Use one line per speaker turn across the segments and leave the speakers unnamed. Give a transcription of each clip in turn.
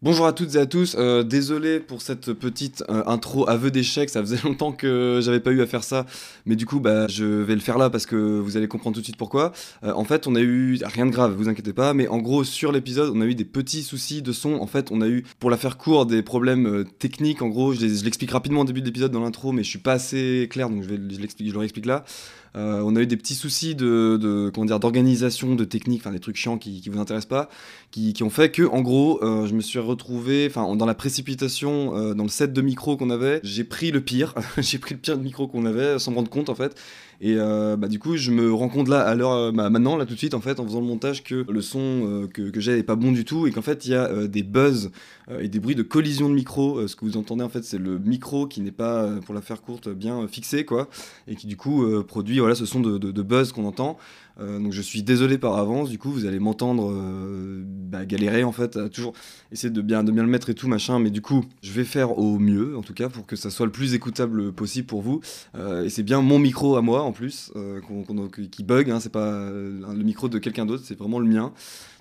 Bonjour à toutes et à tous, euh, désolé pour cette petite euh, intro aveu d'échec, ça faisait longtemps que j'avais pas eu à faire ça, mais du coup bah, je vais le faire là parce que vous allez comprendre tout de suite pourquoi. Euh, en fait on a eu rien de grave, vous inquiétez pas, mais en gros sur l'épisode on a eu des petits soucis de son, en fait on a eu pour la faire court des problèmes euh, techniques, en gros je, les- je l'explique rapidement au début de l'épisode dans l'intro mais je suis pas assez clair donc je, vais, je, l'explique- je le réexplique là. Euh, on a eu des petits soucis de, de comment dire d'organisation, de technique, enfin des trucs chiants qui, qui vous intéressent pas qui, qui ont fait que, en gros, euh, je me suis retrouvé, enfin, en- dans la précipitation, euh, dans le set de micro qu'on avait, j'ai pris le pire, j'ai pris le pire de micro qu'on avait, sans me rendre compte en fait. Et euh, bah, du coup, je me rends compte là, à l'heure, euh, bah, maintenant, là tout de suite, en fait, en faisant le montage, que le son euh, que, que j'ai n'est pas bon du tout et qu'en fait, il y a euh, des buzz euh, et des bruits de collision de micro. Euh, ce que vous entendez, en fait, c'est le micro qui n'est pas, euh, pour la faire courte, bien euh, fixé, quoi, et qui du coup euh, produit, voilà, ce son de- de- de buzz qu'on entend. Euh, donc je suis désolé par avance, du coup vous allez m'entendre euh, bah, galérer en fait, à toujours essayer de bien, de bien le mettre et tout machin, mais du coup je vais faire au mieux en tout cas pour que ça soit le plus écoutable possible pour vous. Euh, et c'est bien mon micro à moi en plus euh, qu'on- qu'on- qui bug, hein, c'est pas euh, le micro de quelqu'un d'autre, c'est vraiment le mien.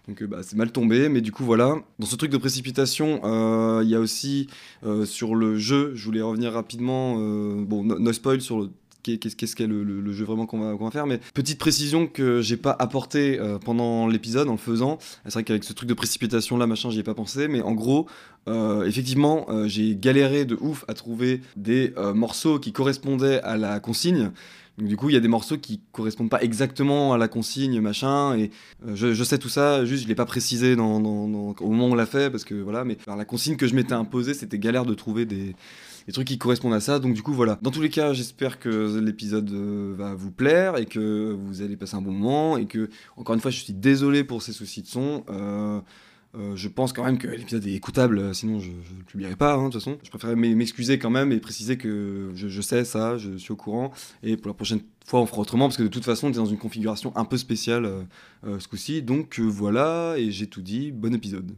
Donc euh, bah, c'est mal tombé, mais du coup voilà. Dans ce truc de précipitation, euh, il y a aussi euh, sur le jeu, je voulais revenir rapidement, euh, bon no, no spoil sur le- qu'est- qu'est-ce qu'est-ce qu'est le, le- le jeu vraiment qu'on va, qu'on va faire, mais petite précision que j'ai pas apportée euh, pendant l'épisode en le faisant. C'est vrai qu'avec ce truc de précipitation là, machin, j'y ai pas pensé, mais en gros, euh, effectivement, euh, j'ai galéré de ouf à trouver des euh, morceaux qui correspondaient à la consigne. Donc, du coup, il y a des morceaux qui correspondent pas exactement à la consigne, machin, et euh, je, je sais tout ça, juste je l'ai pas précisé dans, dans- dans- au moment où on l'a fait, parce que voilà, mais par la consigne que je m'étais imposée, c'était galère de trouver des, des trucs qui correspondent à ça. Donc du coup voilà. Dans tous les cas, j'espère que l'épisode euh, va vous plaire et que vous allez passer un bon moment et que encore une fois, je suis désolé pour ces soucis de son. Euh, euh, je pense quand même que l'épisode est écoutable, euh, sinon je ne le publierai pas, hein, de toute façon. Je préférais m'e- m'excuser quand même et préciser que je, je sais ça, je suis au courant. Et pour la prochaine fois, on fera autrement, parce que de toute façon, on est dans une configuration un peu spéciale euh, euh, ce coup-ci. Donc euh, voilà, et j'ai tout dit, bon épisode.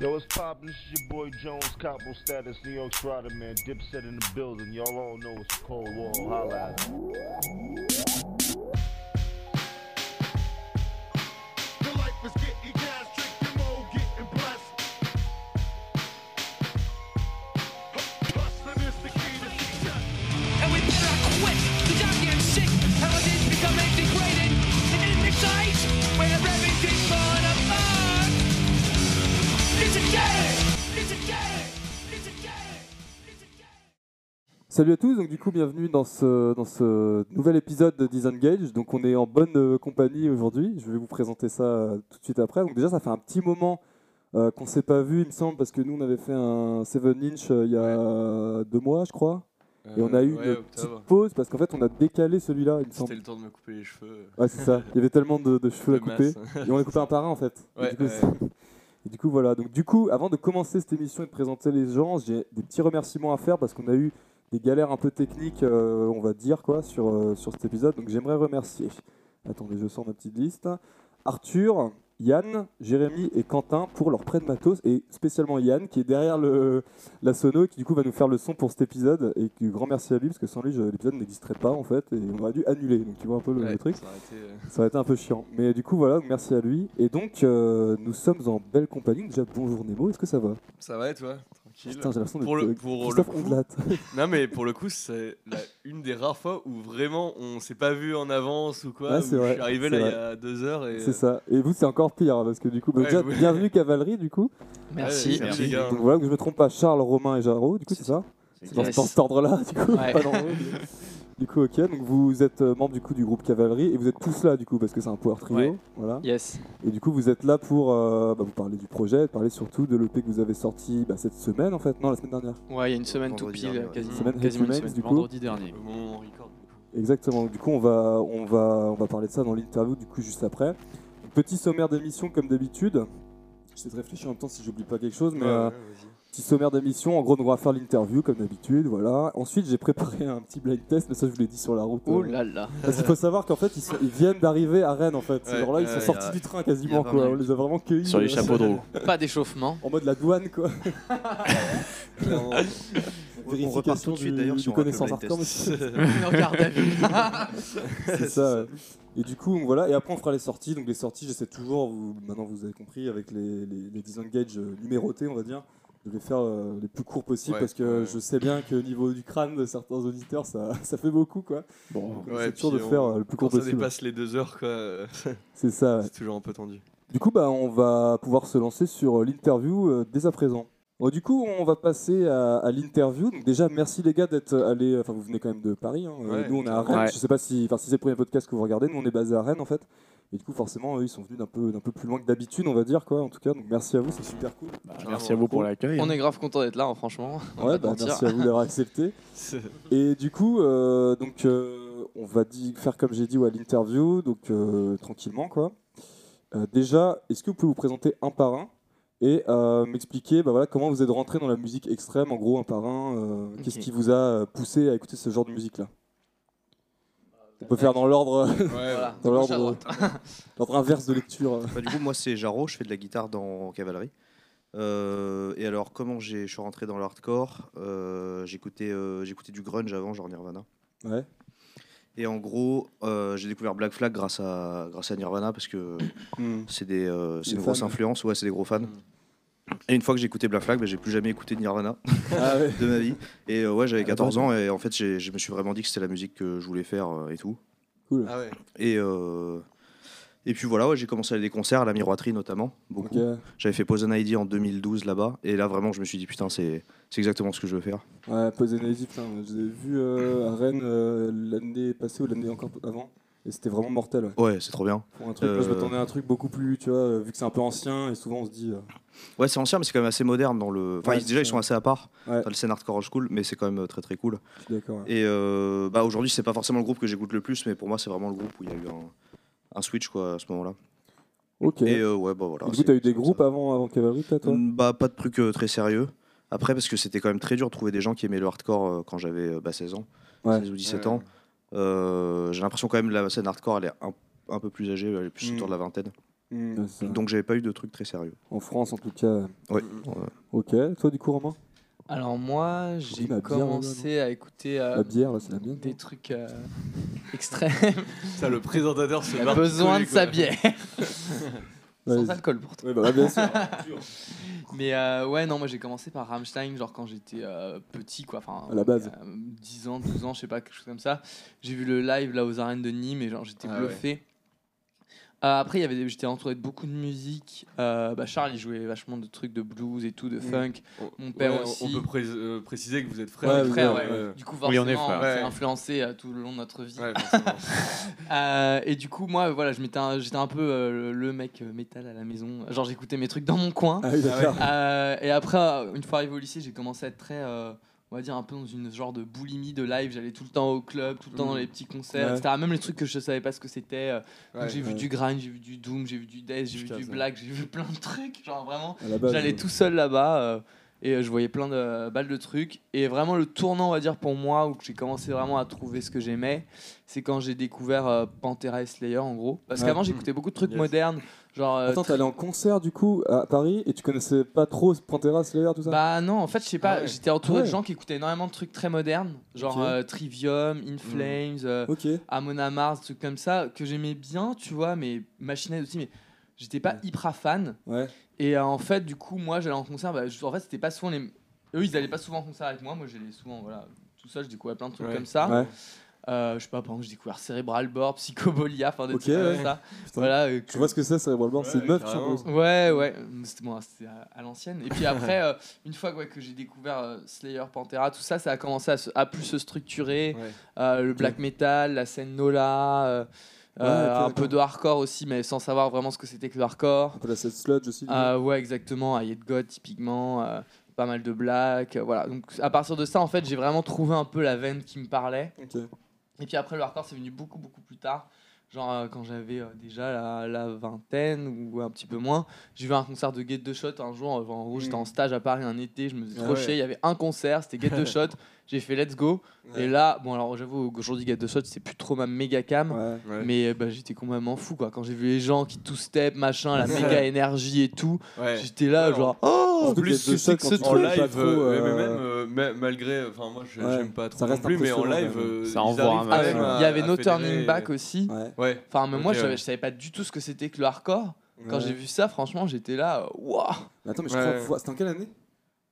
Yo, what's poppin'? This is your boy Jones, Copro Status, New York Strider, man. Dipset in the building. Y'all all know it's the Cold War. Holla at me.
Your life is getting gas, drinking more, getting blessed. Hustling is the key to success.
and we better quit. The job getting sick, and we need to become integrated. And in the sight, where everything's falling apart. It's a game. It's a game. It's a game. It's a game.
Salut à tous, donc du coup bienvenue dans ce, dans ce nouvel épisode de Disengage. Donc on est en bonne euh, compagnie aujourd'hui, je vais vous présenter ça euh, tout de suite après. Donc déjà ça fait un petit moment euh, qu'on s'est pas vu il me semble, parce que nous on avait fait un 7 inch euh, il y a euh, deux mois je crois. Et on a eu
Euh, ouais,
une
octobre.
petite pause parce qu'en fait on a décalé celui-là il me
C'était
semble.
le temps de me couper les cheveux. euh,
Ouais c'est ça, il y avait tellement de, de cheveux à
de
couper.
masse.
Et on les coupait un par un en fait. Et
Ouais,
du coup,
ouais.
c'est- et du coup, voilà. Donc du coup, avant de commencer cette émission et de présenter les gens, j'ai des petits remerciements à faire parce qu'on a eu des galères un peu techniques, euh, on va dire quoi, sur, euh, sur cet épisode. Donc j'aimerais remercier. Attendez, je sors ma petite liste. Arthur, Yann, Jérémy et Quentin pour leur prêt de matos et spécialement Yann qui est derrière le, la sono et qui du coup va nous faire le son pour cet épisode et que grand merci à lui parce que sans lui je- l'épisode n'existerait pas en fait et on aurait dû annuler donc tu vois un peu le-
Ouais,
le truc.
ça aurait été, euh,
Ça va être un peu chiant. Mais du coup, voilà, donc merci à lui. Et donc, euh, nous sommes en belle compagnie. Déjà, bonjour Nemo, est-ce que ça va
Ça va et toi Tranquille.
Putain, j'ai l'impression d'être
Pour le-
euh,
pour le
Christophe
coup.
Ondelat.
Non mais pour le coup, c'est la- une des rares fois où vraiment on s'est pas vu en avance ou quoi.
Ouais,
où
c'est
je
vrai,
suis arrivé là
c'est
il y
vrai.
a deux heures et.
C'est ça. Et vous, c'est encore pire, hein, parce que du coup, bah,
Ouais,
déjà,
vous-
bienvenue Cavalerie, du coup.
Merci. Merci, euh, les gars.
Donc voilà, que je me trompe pas, Charles, Romain et Jarro, du coup, c'est ça dans, dans cet ordre-là, du coup.
Ouais.
pas dans l'ordre. Du coup, ok, donc vous êtes euh, membre du coup du groupe Cavalerie et vous êtes tous là, du coup, parce que c'est un power trio.
Ouais.
Voilà.
Yes.
Et du coup, vous êtes là pour euh, bah, vous parler du projet, parler surtout de l'EP que vous avez sorti bah, cette semaine, en fait. Non, la semaine dernière.
Ouais, il y a une semaine tout
Vendredi
pile,
dernier, ouais.
quasi-
Une
semaine,
quasiment une
Happy
semaine,
Mails, du coup.
vendredi dernier.
Au moment où on record. du coup.
Exactement. Du coup, on va, on va, on va parler de ça dans l'interview du coup juste après. Donc, Petit sommaire d'émission comme d'habitude. J'essaie de réfléchir en même temps si j'oublie pas quelque chose, mais
Ouais,
euh,
ouais, vas-y.
petit sommaire d'émission. En gros, on va faire l'interview comme d'habitude, voilà. Ensuite, j'ai préparé un petit blind test, mais ça je vous l'ai dit sur la route.
Oh
euh,
là là.
parce qu'il faut savoir qu'en fait, ils, sont- ils viennent d'arriver à Rennes en fait. Ces
Ouais,
gens-là, ils
ouais,
sont
il
sortis
y a-
du train quasiment
il y a 20
quoi. On
minutes.
les a vraiment cueillis
Sur les
euh,
chapeaux de roue.
Pas d'échauffement.
En mode la douane quoi.
Clairement.
On repart tout de suite d'ailleurs sur euh,
connaissance hardcore, monsieur.
En garde à vue.
c'est ça. ouais. Et du coup, on- voilà. Et après, on fera les sorties. Donc les sorties, j'essaie toujours, vous, maintenant vous avez compris, avec les, les, les disengages euh, numérotés, on va dire, de les faire euh, les plus courts possibles
Ouais,
parce que
ouais.
je sais bien que niveau du crâne de certains auditeurs, ça, ça fait beaucoup, quoi.
Bon,
Donc, on essaie toujours de faire euh, le plus court
quand ça
possible.
dépasse les deux heures, quoi, euh,
C'est ça. ouais.
c'est toujours un peu tendu.
Du coup, bah, on va pouvoir se lancer sur euh, l'interview euh, dès à présent. Bon, du coup, on va passer à, à l'interview. Donc déjà, merci les gars d'être euh, allés. Enfin, vous venez quand même de Paris. hein. Euh,
Ouais.
nous, on est à Rennes.
Ouais.
Je sais pas si, enfin, si c'est le premier podcast que vous regardez. Nous, on est basé à Rennes en fait. Et du coup, forcément, eux, ils sont venus d'un peu, d'un peu plus loin que d'habitude, on va dire quoi. En tout cas, donc merci à vous, c'est super cool.
merci à vous pour l'accueil.
On est grave content d'être là, hein, franchement. On va
ouais,
pas
bah,
mentir.
merci à vous d'avoir accepté.
C'est-
Et du coup, euh, donc, euh, on va di- faire comme j'ai dit ouais, l'interview, donc euh, tranquillement quoi. Euh, déjà, est-ce que vous pouvez vous présenter un par un et euh, m'expliquer bah, voilà, comment vous êtes rentré dans la musique extrême, en gros, un par un euh, Qu'est-ce
Ok.
qui vous a euh, poussé à écouter ce genre de musique-là On peut faire dans l'ordre
Ouais,
Voilà,
dans
de gauche à
l'ordre.
droite.
l'ordre inverse de lecture.
Bah, du coup, moi, c'est Jaro, je fais de la guitare dans Cavalerie. Euh, et alors, comment j'ai- je suis rentré dans l'hardcore Euh, J'écoutais euh, j'écoutais du grunge avant, genre Nirvana.
euh. Ouais.
Et en gros, euh, j'ai découvert Black Flag grâce à, grâce à Nirvana parce que c'est des, euh, c'est
Des
une grosse
fans. Mm.
influence, ouais, c'est des gros fans. Et une fois que j'ai écouté Black Flag, bah, j'ai plus jamais écouté Nirvana
Ah ouais.
de ma vie. Et euh, ouais, j'avais
Ah,
14 ans et en fait, j'ai- je me suis vraiment dit que c'était la musique que je voulais faire euh, et tout.
Ah ouais.
Et, euh, et puis voilà, ouais, j'ai commencé à aller à des concerts, à la miroiterie notamment, beaucoup.
Ok. Ouais,
J'avais fait Poison ID en 2012 là-bas, et là vraiment je me suis dit putain c'est c'est exactement ce que je veux faire.
Poison Daisy, putain, je les ai vus euh, à Rennes euh, l'année passée ou l'année encore avant. Et c'était vraiment mortel. ouais.
Ouais c'est trop bien.
Pour un truc, moi, je
Euh,
m'attendais à un truc beaucoup plus, tu vois, euh, vu que c'est un peu ancien et souvent on se dit. euh,
Ouais c'est ancien mais c'est quand même assez moderne dans le. Enfin
Ouais,
ils- déjà ils
c'est-
sont assez à part
Ouais.
dans le scène hardcore old school, mais c'est quand même euh, très très cool.
je suis d'accord. ouais.
Et euh, bah aujourd'hui c'est pas forcément le groupe que j'écoute le plus, mais pour moi c'est vraiment le groupe où il y a eu un, un switch quoi à ce moment-là.
Ok.
Et euh, ouais bah voilà.
du coup,
c'est-
t'as eu des
c'est comme
groupes
ça.
avant, avant Cavalerie, toi, toi
Mm, Bah pas de trucs euh, très sérieux. Après parce que c'était quand même très dur de trouver des gens qui aimaient le hardcore euh, quand j'avais euh, bah, 16 ans,
Ouais.
16 ou 17 ans. Euh, j'ai l'impression quand même la scène hardcore elle est un, un peu plus âgée, elle est plus
Mm.
autour de la vingtaine.
Ouais, c'est ça.
Mm, Donc j'avais pas eu de trucs très sérieux.
En France, en tout cas. euh,
Ouais.
Mm. Ok. Toi, du coup, Romain
Alors moi, j'ai
ma bière,
commencé à écouter euh,
La bière, là, c'est la mienne.
des trucs euh, extrêmes.
Ça, le présentateur se
Il a
barre
besoin de
collé,
sa
quoi.
bière.
Ouais,
Sans
vas-y.
alcool pourtant.
Ouais, bah, ouais, bien sûr.
Mais euh, ouais, non, moi j'ai commencé par Rammstein, genre quand j'étais euh, petit, quoi. Enfin,
À la base.
euh, 10 ans, 12 ans, je sais pas, quelque chose comme ça. J'ai vu le live là aux arènes de Nîmes et genre j'étais
Ah
bluffé. Euh, après, il y avait des- j'étais entouré de beaucoup de musique. Euh, bah, Charles, il jouait vachement de trucs de blues et tout, de
Mm.
funk.
On-
Mon père
Oh, ouais, on-
aussi.
On peut pré- euh, préciser que vous êtes
Ouais,
On est
frères.
vous
frères,
êtes-
ouais.
ouais.
Du coup,
Oui,
forcément,
on est frères.
on s'est
Ouais.
influencé euh, tout le long de notre vie.
Ouais, forcément.
Euh, et du coup, moi, voilà, je m'étais un- j'étais un peu euh, le mec euh, métal à la maison. Genre, j'écoutais mes trucs dans mon coin.
Ah oui, d'accord.
Euh, et après, euh, une fois arrivé au lycée, j'ai commencé à être très, euh, on va dire, un peu dans une genre de boulimie de live. J'allais tout le temps au club, tout le temps dans les petits concerts,
Ouais.
etc. Même les trucs que je savais pas ce que c'était. euh, donc
Ouais.
j'ai vu
ouais.
du grind, j'ai vu du doom, j'ai vu du death, j'ai vu
Putain,
du
ça.
black, j'ai vu plein de trucs. Genre vraiment,
À la base.
Ah j'allais
euh,
tout seul là-bas. euh, et euh, je voyais plein de balles de trucs. Et vraiment, le tournant, on va dire, pour moi, où j'ai commencé vraiment à trouver ce que j'aimais, c'est quand j'ai découvert euh, Pantera et Slayer, en gros. Parce
Ouais.
qu'avant, j'écoutais beaucoup de trucs
Yes.
modernes. Genre, euh,
Attends, t'es allé en concert, du coup, à Paris et tu connaissais pas trop Pantera, Slayer, tout ça
Bah non, en fait, je sais pas,
Ah ouais.
j'étais entouré
Ah ouais.
de gens qui écoutaient énormément de trucs très modernes, genre
Ok. Mm.
euh, Trivium, In Flames, euh,
Ok.
Amon Amarth, des trucs comme ça, que j'aimais bien, tu vois, mais Machine Head aussi, mais j'étais pas
Ouais.
hyper fan.
Ouais.
Et euh, en fait, du coup, moi, j'allais en concert, bah, je- en fait, c'était pas souvent les... Eux, ils allaient pas souvent en concert avec moi, moi, j'allais souvent, voilà, tout seul, je découvrais plein de trucs
Ouais.
comme ça.
Ouais.
Euh, je sais pas, par exemple, j'ai découvert Cerebral Bore, Psychobolia, enfin des
Ok,
trucs
ouais.
comme ça.
Putain.
Voilà, euh,
Tu vois ce que c'est, Cerebral Bore C'est une
Ouais,
meuf, tu
carrément.
vois.
Ouais, ouais, Euh, c'était bon, c'était à, à l'ancienne. Et puis après, euh, une fois ouais, que j'ai découvert euh, Slayer, Pantera, tout ça, ça a commencé à, se- à plus se structurer.
Ouais.
Euh, le black metal, la scène Nola, euh,
Ouais,
euh,
ok,
un peu de hardcore aussi, mais sans savoir vraiment ce que c'était que le hardcore.
Un peu la Seth Sludge aussi.
Euh, ouais, exactement, Ayed God typiquement, euh, pas mal de black. euh, voilà, donc à partir de ça, en fait, j'ai vraiment trouvé un peu la veine qui me parlait.
Ok.
Et puis après, le hardcore, c'est venu beaucoup, beaucoup plus tard. Genre, euh, quand j'avais euh, déjà la, la vingtaine ou un petit peu moins, j'ai vu un concert de Get de Shot un jour. euh, en gros, j'étais en stage à Paris un été, je me faisais
Mm. Ah
trop chier,
ouais.
Il y avait un concert, c'était Get de Shot. J'ai fait Let's Go.
Ouais.
Et là, bon, alors j'avoue, aujourd'hui, Get de Shot, c'est plus trop ma méga cam.
Ouais.
Ouais.
Mais euh, bah, j'étais complètement fou quoi. Quand j'ai vu les gens qui tout step, machin, la méga énergie et tout,
Ouais.
j'étais là,
Ouais,
genre, oh
En
En
tout cas,
plus,
il y a deux
c'est
chocs
que
quand
ce
tu
en
joues pas
live,
trop,
euh,
euh,
mais même euh, ma- malgré, enfin moi je-
ouais,
j'aime pas
ça
trop non
reste
plus, mais en
impressionnant,
live,
quand même.
euh,
Ça
ils
envoie
arrivent
un
quand
Ah,
Ouais,
mais
même à-
il y avait
à
No
fédérer. euh,
Turning Back aussi.
Ouais.
Ouais.
Enfin, mais moi,
Ok,
je, savais-
ouais.
je savais pas du tout ce que c'était que le hardcore. Quand j'ai vu ça, franchement, j'étais là, euh, waouh
Mais attends, mais je
Ouais.
crois. faut- C'était en quelle année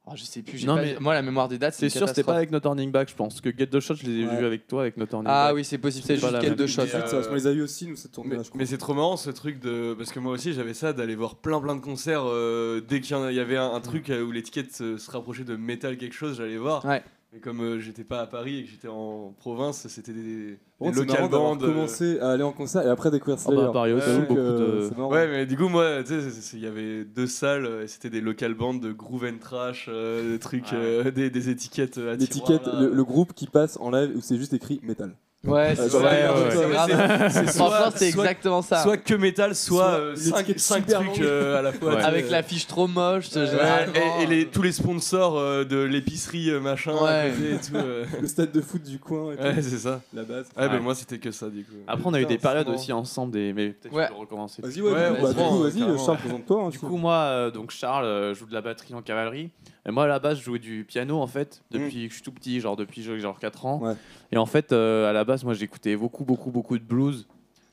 Oh, Je sais plus, j'ai
Non,
pas-
mais-
moi, la mémoire des dates,
C'est
c'est
sûr, c'était pas avec No Turning Back, je pense. Que Get the Shot, je les ai
Ouais.
vus avec toi, avec No Turning Back.
Ah oui, c'est possible, c'est
C'est pas
juste
la
quelques
même
deux
idée,
shots.
euh,
Parce qu'on les a eu aussi, nous, cette
Mais,
tournée-là. je
mais c'est trop marrant ce truc de. Parce que moi aussi j'avais ça d'aller voir plein plein de concerts. euh, dès qu'il y en a- il y avait un, un truc euh, où l'étiquette se, se rapprochait de métal quelque chose, j'allais voir.
Ouais.
Mais comme euh, j'étais pas à Paris et que j'étais en province, c'était des,
Par
des
contre, c'est
local
marrant d'avoir
bands. euh,
commencé à aller en concert et après découvrir
Ah bah,
Slayer.
Barry Hall,
Ouais,
Donc,
ouais.
beaucoup
euh,
de-
c'est marrant.
Ouais, mais du coup, moi, tu sais, c'est- c'est- il y avait deux salles euh, et c'était des local bands de groove and trash, euh, des trucs,
Ah ouais.
euh, des, des étiquettes euh, à
L'étiquette,
tiroir, là.
le, le groupe qui passe en live où c'est juste écrit métal.
Ouais,
Euh,
c'est
ouais,
vrai,
ouais,
c'est
ouais.
grave.
C'est soit-
Franchement, c'était
soit-
exactement ça.
Soit que métal, soit,
Soit
euh,
une
cinq,
étiquette
cinq
super
trucs
longue.
euh, à la fois.
Ouais.
tu sais.
Avec l'affiche trop moche,
Ouais,
généralement.
et, et les- tous les sponsors euh, de l'épicerie euh, machin à
Ouais.
côté et tout. euh.
Le stade de foot du coin, et tout,
Ouais, c'est ça.
la base.
Ouais,
Ouais.
bah, moi c'était que ça du coup.
Après, on a eu
Putain,
des périodes
c'est
aussi ensemble, des... mais peut-être
Ouais.
je peux recommencer.
Vas-y, ouais,
Ouais,
du coup,
on se
bah, du
prend,
coup, vas-y,
carrément.
Charles, présente-toi. hein,
Du
si-
coup, moi, euh, donc Charles, euh, joue de la batterie en cavalerie. Et moi, à la base, je jouais du piano, en fait, depuis que je suis tout petit, genre depuis que j'ai genre 4 ans.
Mm. Ouais.
Et en fait, euh, à la base, moi, j'écoutais beaucoup, beaucoup, beaucoup de blues.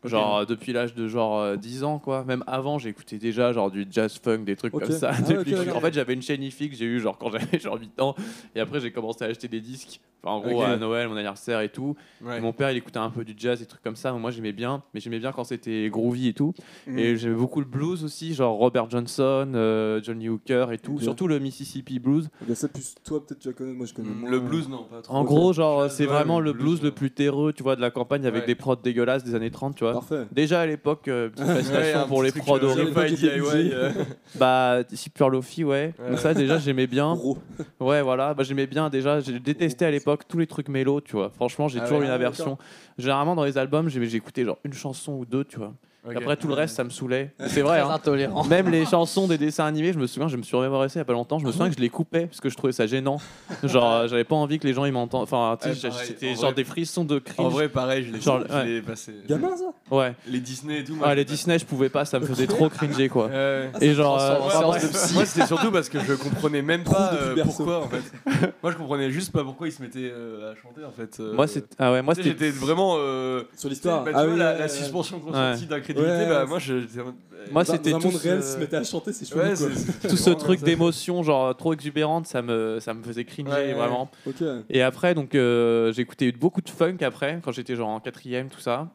Genre euh, depuis l'âge de genre euh, 10 ans quoi, même avant j'écoutais déjà genre du jazz funk, des trucs
Ok.
comme ça.
Ah,
depuis
ok,
que-
d'accord.
En fait j'avais une chaîne IFI que j'ai eu genre quand j'avais genre 8 ans et après j'ai commencé à acheter des disques, enfin, en gros
Ok.
à Noël, mon anniversaire et tout.
Ouais.
Mon père, il écoutait un peu du jazz, des trucs comme ça. mais Moi, j'aimais bien, mais j'aimais bien quand c'était groovy et tout.
Mhm.
Et j'aimais beaucoup le blues aussi, genre Robert Johnson, euh, Johnny Hooker et tout.
Ok.
Surtout le Mississippi blues.
Ok, Bah, ça, plus toi, peut-être tu la connais, moi je connais moins.
Mm, Le blues, non, pas trop.
En gros, genre,
Jazz,
c'est
ouais,
vraiment
mais
le blues
blues,
le
ouais.
plus terreux, tu vois, de la campagne avec
Ouais.
des prods dégueulasses des années 30, tu vois.
Parfait.
Déjà à l'époque, euh, petite
Ouais,
fascination
un
pour
petit
les
truc,
prods
euh,
horribles.
pas
horribles.
DIY, euh.
Bah, Super Lofi, ouais.
Ouais.
Donc Ça, déjà, j'aimais bien.
Gros.
Ouais, voilà, bah, j'aimais bien déjà, j'ai détesté à l'époque tous les trucs mélo, tu vois. Franchement, j'ai
Ah
toujours
ouais,
eu une
ah,
aversion. Généralement, dans les albums, j'ai- j'écoutais genre une chanson ou deux, tu vois.
Ok.
Après, tout le reste, ça me saoulait. C'est vrai,
Très
hein.
intolérant.
Même les chansons des dessins animés, je me souviens, je me suis remémoré ça il y a pas longtemps. Je me souviens que je les coupais parce que je trouvais ça gênant. Genre, euh, j'avais pas envie que les gens ils m'entendent. Enfin, tu sais,
Ouais, pareil,
c'était
en
genre
vrai-
des frissons de cringe.
En vrai, pareil, je l'ai
Genre,
je
ouais.
l'ai passé.
Gamin, ça
ouais.
Les Disney et tout. moi,
Ah,
j'ai
les
pas-
Disney, je pouvais pas, ça me faisait trop cringer quoi.
Ouais.
Ah,
Et genre, euh,
transforme en
ouais,
séance
bref.
de psy.
Moi, c'était surtout parce que je comprenais même pas
Trou depuis
euh,
berceau.
pourquoi, en fait. Moi, je comprenais juste pas pourquoi ils se mettaient euh, à chanter, en fait. euh.
moi, c'est- ah ouais, moi,
Tu sais,
c'était
j'étais vraiment. euh,
Sur
tu sais, bah,
l'histoire.
tu
Ah
vois,
oui,
la,
ouais,
la
ouais.
suspension consentie d'incrédulité,
Ouais,
bah,
ouais,
moi, je- j'étais. euh,
Moi,
Dans-
c'était
Dans un monde
tous,
réel,
euh,
se mettait à chanter, c'est chelou.
Ouais,
quoi.
c'est- c'est-
tout ce
vraiment
truc
ça.
d'émotion, genre trop exubérante, ça me, ça me faisait cringer
Ouais, ouais.
vraiment.
Ok.
Et après, donc, euh, j'ai écouté beaucoup de funk après, quand j'étais genre en quatrième, tout ça.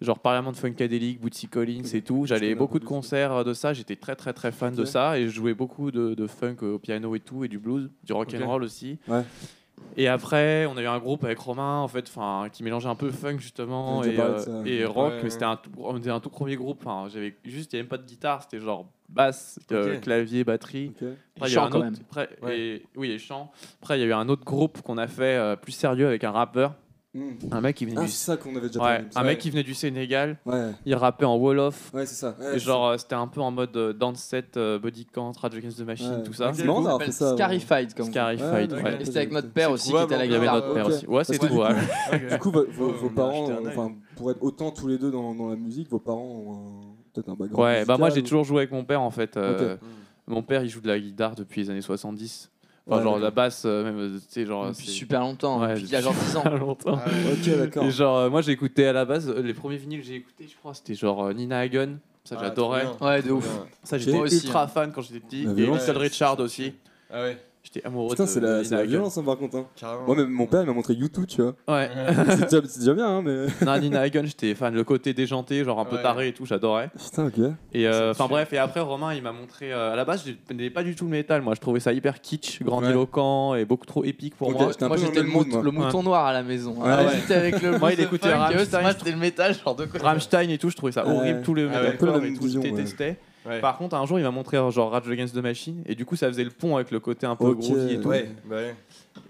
Genre Parlement de Funkadelic, Bootsy Collins et tout. J'allais
connais
à beaucoup de
un peu
concerts euh, de ça, j'étais très très très fan de
Ok.
ça et je jouais beaucoup de, de funk euh, au piano et tout, et du blues, du rock
Ok.
and roll aussi.
Ouais.
Et après, on a eu un groupe avec Romain, en fait, 'fin, qui mélangeait un peu funk justement
On a déjà
et,
parlé de
euh,
ça.
et rock,
Ouais.
mais c'était un, tout- on était un tout premier groupe. 'Fin, J'avais juste, il n'y avait même pas de guitare, c'était genre basse, euh,
Ok.
clavier, batterie.
Ok.
Après, il y a
Chant,
eu un
quand
autre-
même.
après-
Ouais.
et- oui, et chant. Après, il y a eu un autre groupe qu'on a fait euh, plus sérieux avec un rappeur.
Mm.
Un mec qui venait
Ah,
du...
c'est ça qu'on avait déjà
Ouais,
parlé.
un
Ouais.
mec qui venait du Sénégal.
Ouais,
Il rappait en Wolof.
ouais, c'est ça. Ouais,
Et
c'est
genre, euh, c'était un peu en mode euh, dance set, euh, body count, Rage Against the Machine,
Ouais.
tout ça.
C'est marrant d'avoir fait
s'appelle
ça. ouais.
Scarified comme
Scarified,
Ouais,
ouais.
ouais.
Et c'était avec notre père euh, aussi qui était à la
Il y avait
guitare.
notre père
Ok.
aussi. Ouais, c'est
Parce que
tout.
du
ouais.
Du coup, vo- vos,
Ouais,
vos
on a
parents,
acheté un œil.
enfin, pour être autant tous les deux dans, dans la musique, vos parents ont un- peut-être un background.
Ouais, bah moi,
musical
j'ai
ou-
toujours joué avec mon père, en fait. euh, Mon père, il joue de la guitare depuis les années 70. Enfin,
Ouais,
genre,
d'accord.
la basse, euh, même, euh, tu sais, genre...
Depuis
c'est-
super longtemps,
Ouais,
depuis il y a genre 10 ans.
super longtemps.
Ok, d'accord.
Et genre, euh, moi j'ai écouté à la base, euh, les premiers vinyles que j'ai écouté, je crois, c'était genre euh, Nina Hagen. Ça,
Ah,
j'adorais.
trop bien.
Ouais, de ouf.
Ça, j'étais
Moi aussi,
ultra fan quand j'étais petit.
La
Et
violence.
Little Richard aussi.
Ah ouais,
J'étais amoureux
Putain,
de
c'est la,
de
c'est la
Nina Hagen.
violence, hein, par contre. hein.
carrément.
Moi, même mon père, il m'a montré YouTube, tu vois.
Ouais.
c'est déjà, c'est déjà bien, hein, mais.
non, Nina Hagen, j'étais fan. Le côté déjanté, genre un peu
Ouais.
taré et tout, j'adorais.
Putain, ok.
Et euh, enfin bref, et après, Romain, il m'a montré. euh, à la base, je n'aimais pas du tout le métal. Moi, je trouvais ça hyper kitsch, grandiloquent et beaucoup trop épique pour
Ok.
moi.
j'étais un
Moi
peu dans
j'étais
le
le,
mood,
mout-
moi.
le mouton noir à la maison.
hein.
Ouais,
Ah,
ouais.
j'étais avec le
Moi, il
blues de
écoutait
funk, et eux,
Rammstein,
Moi
je-
j'étais le métal, genre de quoi.
Rammstein et tout, je trouvais ça
Ouais.
horrible. Tout le
Ah ouais,
métal
un peu la
punk
même
et tout, je
vision, ouais.
détestais.
Ouais.
Par contre, un jour, il m'a montré euh, genre Rage Against the Machine, et du coup, ça faisait le pont avec le côté un peu
Ok.
groovy et tout.
Ouais, bah ouais.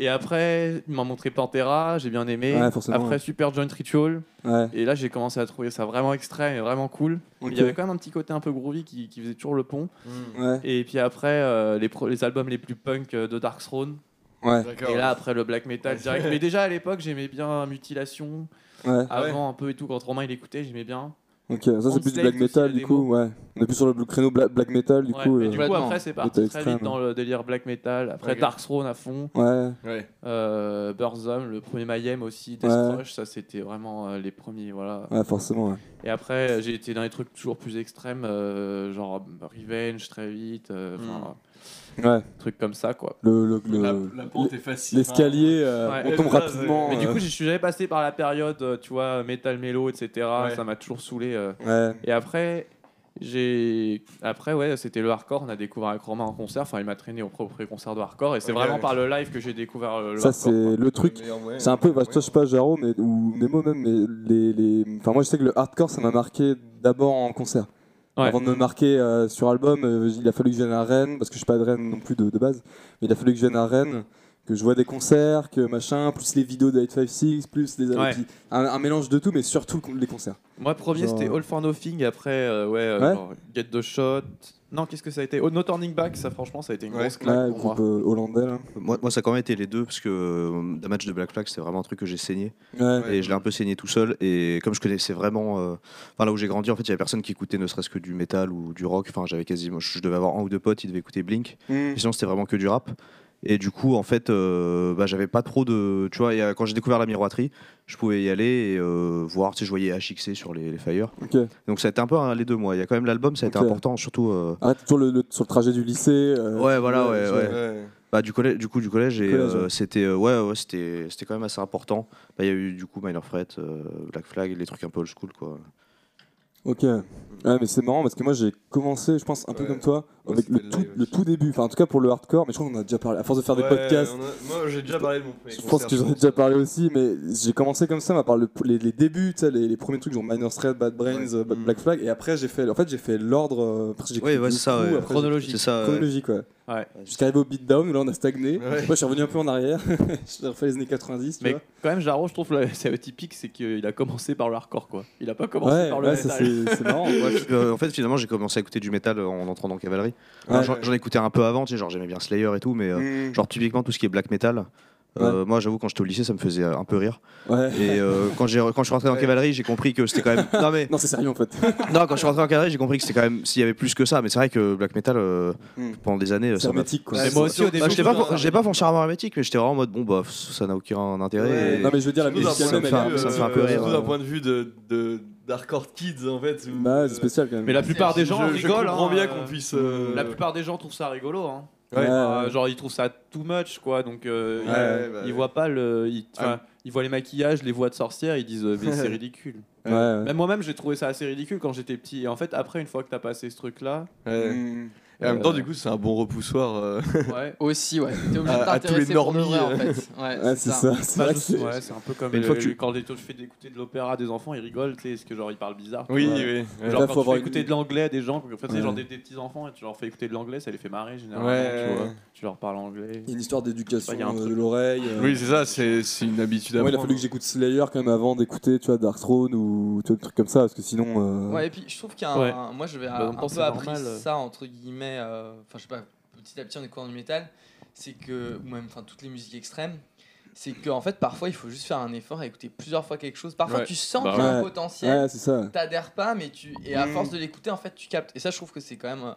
Et après, il m'a montré Pantera, j'ai bien aimé.
Ouais, forcément,
après,
ouais.
Super Joint Ritual.
Ouais.
Et là, j'ai commencé à trouver ça vraiment extrême et vraiment cool.
Ok.
Il y avait quand même un petit côté un peu groovy qui, qui faisait toujours le pont.
Hmm.
Ouais.
Et puis après, euh, les, pro- les albums les plus punk euh, de Dark Throne.
Ouais.
D'accord.
Et là, après, le black metal direct. Mais déjà, à l'époque, j'aimais bien Mutilation.
Ouais.
Ah ouais.
Avant, un peu et tout, quand Romain il écoutait, j'aimais bien.
Ok, ça c'est plus
Enslaved
du black
aussi,
metal
la
du
démo.
coup, ouais. On est plus sur le créneau bla- black metal du
Ouais,
coup.
mais
euh,
du coup,
complètement.
après, c'est
Métal
parti très
extrême.
vite dans le délire black metal. Après,
Ok.
Dark Throne à fond.
Ouais.
Ouais.
Euh, Burzum, le premier Mayhem aussi. Death
Ouais.
Crush, ça c'était vraiment euh, les premiers. Voilà.
Ouais, forcément, ouais.
Et après, euh, j'ai été dans les trucs toujours plus extrêmes, euh, genre euh, Revenge très vite. euh, enfin,
Hmm.
Ouais,
Trucs comme ça, quoi.
le, le,
La,
le-
la pente est facile.
l'escalier, euh,
Ouais.
on tombe
Et ça,
rapidement.
Mais du
euh,
coup, je suis jamais passé par la période, euh, tu vois, metal mélo, etc.
Ouais.
Ça m'a toujours saoulé. euh.
ouais.
Et après, j'ai. Après, ouais, c'était le hardcore. On a découvert avec Romain en concert. Enfin, il m'a traîné au propre concert de hardcore. Et c'est
Ok,
vraiment
ouais.
par le live que j'ai découvert euh, le, le
Ça
hardcore. quoi.
c'est le truc. C'est un peu, bah, toi, je sais pas, Jaro, mais, ou Nemo même, mais les, les... Enfin, moi je sais que le hardcore ça m'a marqué d'abord en concert.
Ouais.
Avant de me marquer euh, sur album, euh, il a fallu que je vienne à Rennes, parce que je suis pas de Rennes non plus de, de base, mais il a fallu que je vienne à Rennes, que je vois des concerts, que machin, plus les vidéos de 856, plus les.
Ouais.
puis Un, un mélange de tout, mais surtout le con- les concerts.
Moi, premier,
Genre,
c'était
euh,
All for Nothing. Après, euh, ouais, euh,
Ouais.
genre Get the Shot. Non, qu'est-ce que ça a été Oh, No Turning Back. Ça, franchement, ça a été une
Ouais.
grosse claque
Ouais, le
pour moi.
groupe euh, hollandais, là.
Moi, moi, ça a quand même été les deux, parce que euh, d'un match de Black Flag, c'était vraiment un truc que j'ai saigné.
Ouais.
Ouais.
Et je l'ai un peu saigné tout seul. Et comme je connaissais vraiment. euh, Enfin, là où j'ai grandi, en fait, il y avait personne qui écoutait ne serait-ce que du métal ou du rock. Enfin, j'avais quasiment. Je devais avoir un ou deux potes, ils devaient écouter Blink.
Mm.
Et sinon, c'était vraiment que du rap. Et du coup, en fait, euh, bah, j'avais pas trop de. Tu vois, et, euh, quand j'ai découvert la miroiterie, je pouvais y aller et euh, voir. Tu sais, je voyais HXC sur les, les Fire.
Ok.
Donc, ça a été un peu hein, les deux mois. Il y a quand même l'album, ça a été
Ok.
important, surtout. euh,
Arrête toujours Ah, le, le- sur le trajet du lycée. euh,
Ouais, voilà,
tu vois,
ouais,
tu
ouais.
vois.
bah, du, collège, du coup, du collège. Et
Collège,
euh,
ouais.
c'était euh, ouais, ouais, c'était c'était quand même assez important. Bah, Il y a eu du coup Minor Fret, euh, Black Flag, les trucs un peu old school, quoi.
Ok. Ouais, mais c'est marrant parce que moi j'ai commencé, je pense, un peu
Ouais.
comme toi,
Moi,
avec le
c'était le
tout,
live
le
aussi.
tout début. Enfin, en tout cas pour le hardcore, mais je crois qu'on en a déjà parlé. À force de faire des
Ouais,
podcasts,
on a- Moi, j'ai déjà parlé de mon premier
je pense que j'en ai déjà parlé aussi, mais j'ai commencé comme ça, par le, les, les débuts, tu sais, les, les premiers trucs, genre Minor Threat, Bad Brains, euh, Bad-
Mm.
Black Flag, et après j'ai fait, en fait j'ai fait l'ordre. euh, après, j'ai
Ouais,
écouté
ouais, c'est ça,
beaucoup,
ouais.
après, j'ai-
Chronologique.
C'est ça. ouais.
Chronologique, ouais.
Ouais.
Jusqu'à arriver au beatdown où là on a stagné.
Ouais.
Moi je suis revenu un peu en arrière, j'ai refait les années 90, tu
Mais
vois.
quand même, Jaro, je trouve que c'est typique, c'est qu'il a commencé par le hardcore, quoi. Il a pas commencé
Ouais,
par le
ouais, ça
métal.
c'est c'est marrant.
Ouais, puis, euh, en fait, finalement, j'ai commencé à écouter du métal euh, en entrant dans Cavalerie.
Ouais.
J'en j'en écoutais un peu avant, tu sais, genre j'aimais bien Slayer et tout, mais euh,
Mm.
genre typiquement tout ce qui est black metal. euh, Moi, j'avoue, quand j'étais au lycée, ça me faisait euh, un peu rire.
Ouais.
Et euh, quand, j'ai- quand je suis rentré dans
Ouais.
Cavalerie, j'ai compris que c'était quand même. Non, mais
Non, c'est sérieux en fait.
non, quand je suis rentré dans Cavalerie, j'ai compris que c'était quand même. S'il y avait plus que ça, mais c'est vrai que Black Metal, euh,
Mm.
pendant des années,
C'est
ça m'a.
hermétique quoi.
Mais moi aussi, au début,
Bah, j'étais pas,
je-
j'étais pas foncièrement hermétique, mais j'étais vraiment en mode bon, bah, ça n'a aucun intérêt.
Ouais.
et-
Non, mais je veux dire, la
Surtout
musique
d'un
elle-même,
point de
elle
vue,
est euh,
ça me fait un
peu-
peu rire,
euh,
hein.
Surtout
hein.
ouais.
d'un point de vue de, de d'hardcore kids en fait. où,
Bah,
euh,
c'est spécial quand même.
Mais la plupart des
je-
gens
je,
rigolent.
comprends
hein,
bien
euh,
qu'on puisse. euh,
La plupart des gens trouvent ça rigolo. Hein.
Ouais.
Euh,
Ouais.
genre ils trouvent ça too much quoi donc euh,
Ouais,
ils,
ouais, bah,
ils
ouais.
voient pas le ils,
Ah,
enfin, ils voient les maquillages les voix de sorcières ils disent euh, mais c'est ridicule
Ouais, ouais.
même moi-même j'ai trouvé ça assez ridicule quand j'étais petit et en fait après une fois que t'as passé ce truc là
Ouais.
Mm.
Et en même temps, du coup, c'est un bon repoussoir. euh,
ouais
Aussi, ouais. T'es obligé
À-
de
à tous les
t'intéresser pour de vrai, en
normies,
fait. Ouais,
euh. Ouais,
c'est ça.
C'est
Bah,
vrai
je-
que c'est-
ouais, c'est un peu comme
Mais une
le-
fois que tu-
quand les- tu fais écouter de l'opéra à des enfants ils rigolent tu sais parce que genre ils parlent bizarre quoi.
Oui,
hein. Ouais.
oui. ouais.
Genre,
Là,
quand
faut
tu
avoir
fais
une- euh,
écouter de l'anglais des gens, parce que, en fait, c'est
Ouais.
genre des, petits enfants, et tu leur fais écouter de l'anglais, ça les fait marrer généralement.
Ouais.
Tu, vois. tu leur parles anglais.
Il y a une histoire d'éducation
Il y a un
euh,
truc.
de l'oreille. euh.
Oui, c'est ça, c'est c'est une habitude à
Moi, il a fallu que j'écoute Slayer quand même avant d'écouter, tu vois, Dark Throne ou tu vois, des trucs comme ça, parce que sinon. euh,
Ouais, et puis je trouve qu'il y a un-
Ouais.
un- moi je vais
Bah, en
un,
même temps, c'est
peu appris
normal.
ça entre guillemets, euh, enfin je sais pas, petit à petit en écoutant du métal, c'est que, ou même enfin toutes les musiques extrêmes, c'est que en fait parfois il faut juste faire un effort à écouter plusieurs fois quelque chose. Parfois
Ouais.
tu sens
Bah
qu'il y a
ouais.
un potentiel,
Ouais, c'est ça.
t'adhères pas, mais tu, et à
Mm.
force de l'écouter en fait tu captes. Et ça je trouve que c'est quand même euh,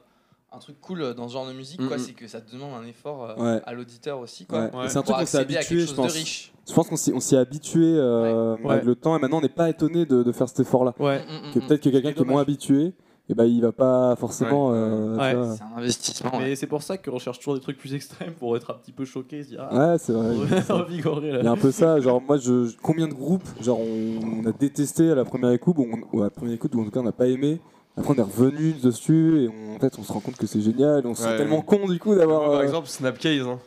un truc cool euh, dans ce genre de musique, quoi,
Mm, mm.
c'est que ça te demande un effort euh,
Ouais.
à l'auditeur aussi, quoi.
Ouais.
Ouais.
Et C'est un
Pour
truc qu'on s'est
accéder à quelque
habitué, je
chose de
pense.
riche.
Je pense qu'on s'y on s'y est habitué euh,
Ouais.
avec le temps, et maintenant on n'est pas étonné de, de faire cet effort-là.
Ouais.
Mm, mm, mm,
Que peut-être que quelqu'un
C'est
qui est moins habitué, et ben il va pas forcément. euh,
Ouais.
tu
mm. C'est un investissement.
Mais c'est pour ça qu'on cherche toujours des trucs plus extrêmes pour être un petit peu choqué et se dire
vois.
ah,
Ouais, c'est vrai.
on est revigoré
Il y a
là.
un peu ça, genre moi, je, je- combien de groupes, genre on, on a détesté à la première écoute, ou, on- ou à la première écoute, ou en tout cas on n'a pas aimé. Après on est revenu dessus et on- en fait on se rend compte que c'est génial, et on se
Ouais.
sent tellement con du coup d'avoir.
Par
euh,
exemple, Snapcase. Hein.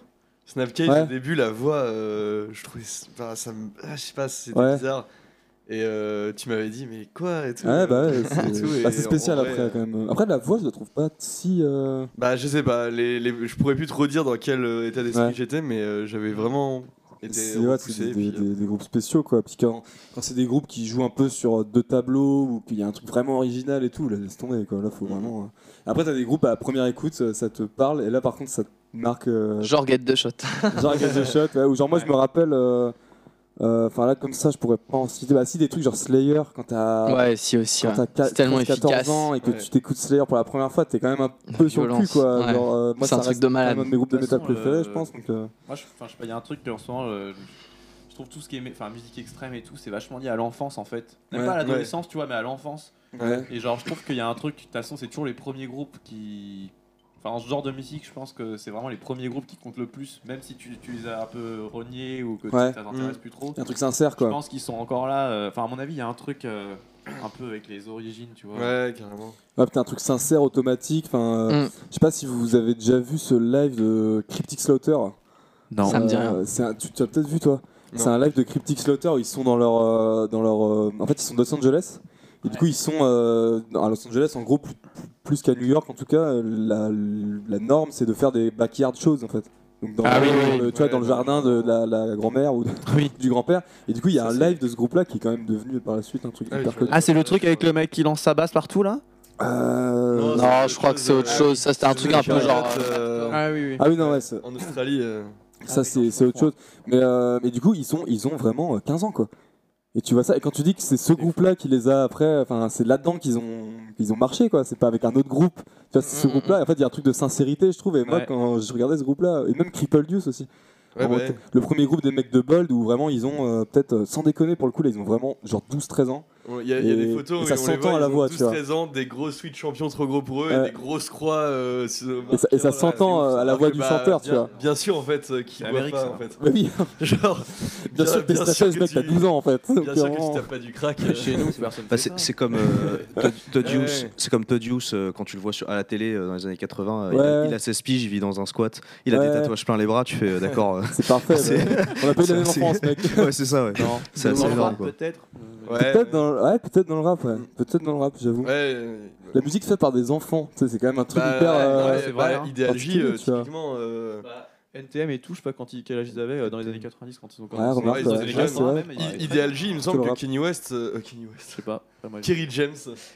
Snapcase,
Ouais.
au début, la voix, euh, je trouvais. Enfin, ça me. ah, je sais pas, c'était
Ouais.
bizarre. Et euh, tu m'avais dit, mais quoi et tout.
Ouais, bah ouais,
euh, Tout
c'est
est-
bah, c'est spécial
en vrai,
après
euh,
quand même. Après la voix, je la trouve pas si. euh,
Bah, je sais pas, les, les- je pourrais plus trop dire dans quel euh, état d'esprit
Ouais.
j'étais, mais euh, j'avais vraiment été
C'est ouais, c'est
repoussé.
des,
puis, euh,
des- des groupes spéciaux quoi. Puis quand, quand c'est des groupes qui jouent un peu sur euh, deux tableaux ou qu'il y a un truc vraiment original et tout, là laisse tomber quoi. Là faut vraiment. euh. Après t'as des groupes à première écoute, ça, ça te parle et là par contre ça te marque. euh,
Genre get de shot.
genre Get the Shot, ouais, ou genre moi je me rappelle. euh, Euh, Enfin là, comme ça, je pourrais pas en citer. Bah si, des trucs genre Slayer, quand t'as
Ouais, si aussi.
Ah. quand
ouais.
t'as qua-
C'est tellement
13, 14
efficace.
ans et que
Ouais.
tu t'écoutes Slayer pour la première fois, t'es quand même un peu sur le cul
Violence,
quoi.
ouais.
Genre, euh, moi,
C'est un
ça
truc
reste
de malade.
un de mes groupes de
De toute
métal
façon,
préférés,
euh,
je pense. Donc, euh,
Moi, je, enfin, je sais pas, il y a un truc que, en ce moment, euh, je- je trouve tout ce qui est, mé- enfin, musique extrême et tout, c'est vachement lié à l'enfance en fait. Même
Ouais,
pas à l'adolescence, tu vois, mais à l'enfance.
ouais.
Et genre, je trouve qu'il y a un truc, de toute façon, c'est toujours les premiers groupes qui. Enfin, en ce genre de musique, je pense que c'est vraiment les premiers groupes qui comptent le plus, même si tu, tu les as un peu rognés ou que tu-
Ouais. Mm.
ça t'intéresse plus trop.
Un truc sincère
Je
quoi.
pense qu'ils sont encore là. euh, Enfin, à mon avis, il y a un truc euh, un peu avec les origines, tu vois.
Ouais, carrément.
Ouais, putain, un truc sincère, automatique. Enfin, euh,
Mm.
je sais pas si vous avez déjà vu ce live de Cryptic Slaughter.
Non.
Ça me dit
Euh,
rien.
c'est un- tu, tu as peut-être vu toi.
Non.
C'est un live de Cryptic Slaughter où ils sont dans leur, euh, dans leur, euh, en fait ils sont de Los Angeles. Et du coup ils sont euh, à Los Angeles en gros plus, plus qu'à New York en tout cas euh, la, la norme c'est de faire des backyard shows en fait. Donc dans,
Ah oui,
dans
oui,
le,
oui.
tu vois, dans le
Ouais,
jardin de la, la grand-mère ou de-
Oui.
du grand-père. Et du coup il y a
Ça,
un
c'est-
live de ce groupe là qui est quand même devenu par la suite un truc
Ah oui,
hyper
je
connu.
Ah, c'est le truc avec le mec qui lance sa basse partout là
Euh,
Non,
non.
Non, je crois que c'est autre chose. Ça, c'était un truc un peu genre.
euh,
Ah oui, oui.
Ah oui non ouais ça-
En Australie. euh,
Ça, c'est c'est autre chose. Mais, euh, mais du coup, ils, sont, ils ont vraiment euh, 15 ans, quoi. Et tu vois ça, et quand tu dis que c'est ce groupe-là qui les a après, enfin, c'est là-dedans qu'ils ont, qu'ils ont marché, quoi. C'est pas avec un autre groupe. Tu vois, c'est ce
Mm, mm,
groupe-là. Et En fait, il y a un truc de sincérité, je trouve. Et moi,
Ouais.
quand je regardais ce groupe-là, et même Cripple Deuce aussi.
Ouais,
En gros,
bah,
t- Le premier groupe des mecs de Bold où vraiment ils ont euh, peut-être, euh, sans déconner pour le coup, là, ils ont vraiment genre 12-13 ans.
Il y, a il y a
Et-
des photos
et
où
ça
on les
s'entend
voit,
à la
ils ont
voix, tu
12,
vois.
13 ans, des gros suites champions trop gros pour eux,
Ouais.
et des grosses croix. euh, sur le
Et ça- et ça
marqueur, là,
s'entend,
c'est ouf,
euh, à
alors
la voix
que,
du chanteur, tu
bien-
vois.
Bien sûr, en fait, euh, qui
C'est
boit
Amérique,
pas,
ça.
en fait.
Mais oui,
Genre,
bien, sûr que t'es stressé, mec, t'as 12 ans en fait. Donc,
Bien sûr que
vraiment-
tu tapes pas du crack. euh,
Chez nous, personne fait
Bah, c'est
ça.
c'est comme euh, Todd- Todd
Ouais.
Hughes- c'est comme Todd Hughes, euh, quand tu le vois sur- à la télé euh, dans les années 80. euh, il a-
Ouais.
il, a, 16 piges, il vit dans un squat, il a
Ouais.
des tatouages plein les bras. Tu fais euh, d'accord. euh,
C'est parfait.
C'est-
ouais. On a pas eu la même
c'est-
enfance, mec.
ouais, c'est ça. Ouais.
Non.
C'est assez
Dans le
énorme,
rap,
quoi.
peut-être.
Ouais.
Peut-être dans, le- ouais, peut-être dans le rap, ouais. Peut-être dans le rap, j'avoue.
Ouais, euh,
La musique faite par des enfants, tu sais, c'est quand même un truc
bah,
hyper.
ouais,
euh,
ouais,
c'est
bah,
vrai, hein.
Idéal J, euh,
Tu vois.
typiquement. euh,
NTM et tout, je sais pas quand ils, quel âge ils avaient euh, dans les années 90 quand ils ont commencé.
remarque,
dans les
ouais,
années
ouais,
80,
c'est
hein, même,
I-
ils étaient-
Idéal J, il me
Tout
semble
le
que
rap.
Kenny West. euh, Kenny West.
Je sais pas. Après, moi, j'ai-
Kerry James.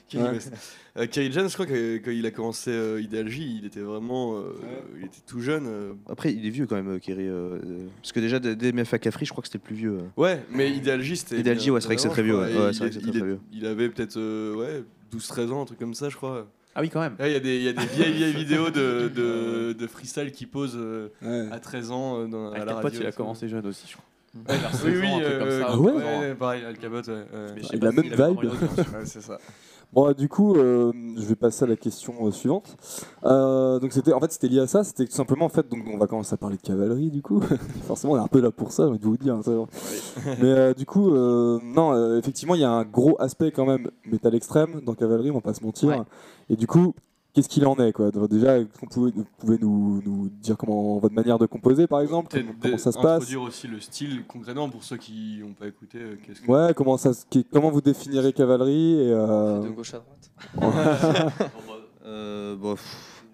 Kerry
Ouais.
West. Euh, Kerry James, je crois que quand il a commencé euh, Ideal J, il était vraiment. euh, Il était tout jeune. euh.
Après, il est vieux quand même, euh, Kerry. euh, euh, parce que déjà, dès- dès MFA Cafri, je crois que c'était le plus vieux. euh.
Ouais, mais Ideal J, c'était.
Ideal J, ouais, c'est vrai que c'est très vieux, ouais.
Et
Ouais,
il-
c'est vrai que c'est
il-
très, très vieux.
Il avait peut-être euh, ouais, 12-13 ans, un truc comme ça, je crois.
Ah oui, quand même.
Là, Il y a des, il y a des vieilles, vieilles vidéos de, de, de freestyle qui posent euh,
ouais.
à 13 ans euh, dans, à
Al
la
Capote,
radio.
Ah, il a
et tout.
commencé jeune aussi, je crois.
Oui, oui, euh,
Ah ouais
ouais, pareil, Al Capote, ouais. ouais.
Mais je
Il
sais
a
pas
la même
s'il avait
vibe.
vraiment une audience.
Ouais, c'est ça.
Bon, euh, du coup, euh, je vais passer à la question euh, suivante. Euh, donc, c'était en fait, c'était lié à ça. C'était tout simplement en fait. Donc, on va commencer à parler de cavalerie, du coup. Forcément, on est un peu là pour ça. J'ai envie de vous dire. hein, ça. Mais euh, du coup, euh, non, euh, effectivement, il y a un gros aspect quand même métal extrême dans cavalerie. On va pas se mentir.
Ouais.
Et du coup. Qu'est-ce qu'il en est quoi Donc, Déjà, est-ce qu'on pouvait- vous pouvez nous, nous dire comment votre manière de composer, par exemple,
Peut-être
comment, comment ça se passe
introduire aussi le style concrètement pour ceux qui n'ont pas écouté. euh, qu'est-ce que-
Ouais, comment ça, se- qui- comment vous définirez cavalerie et euh,
De gauche à droite.
Euh, bah, pff,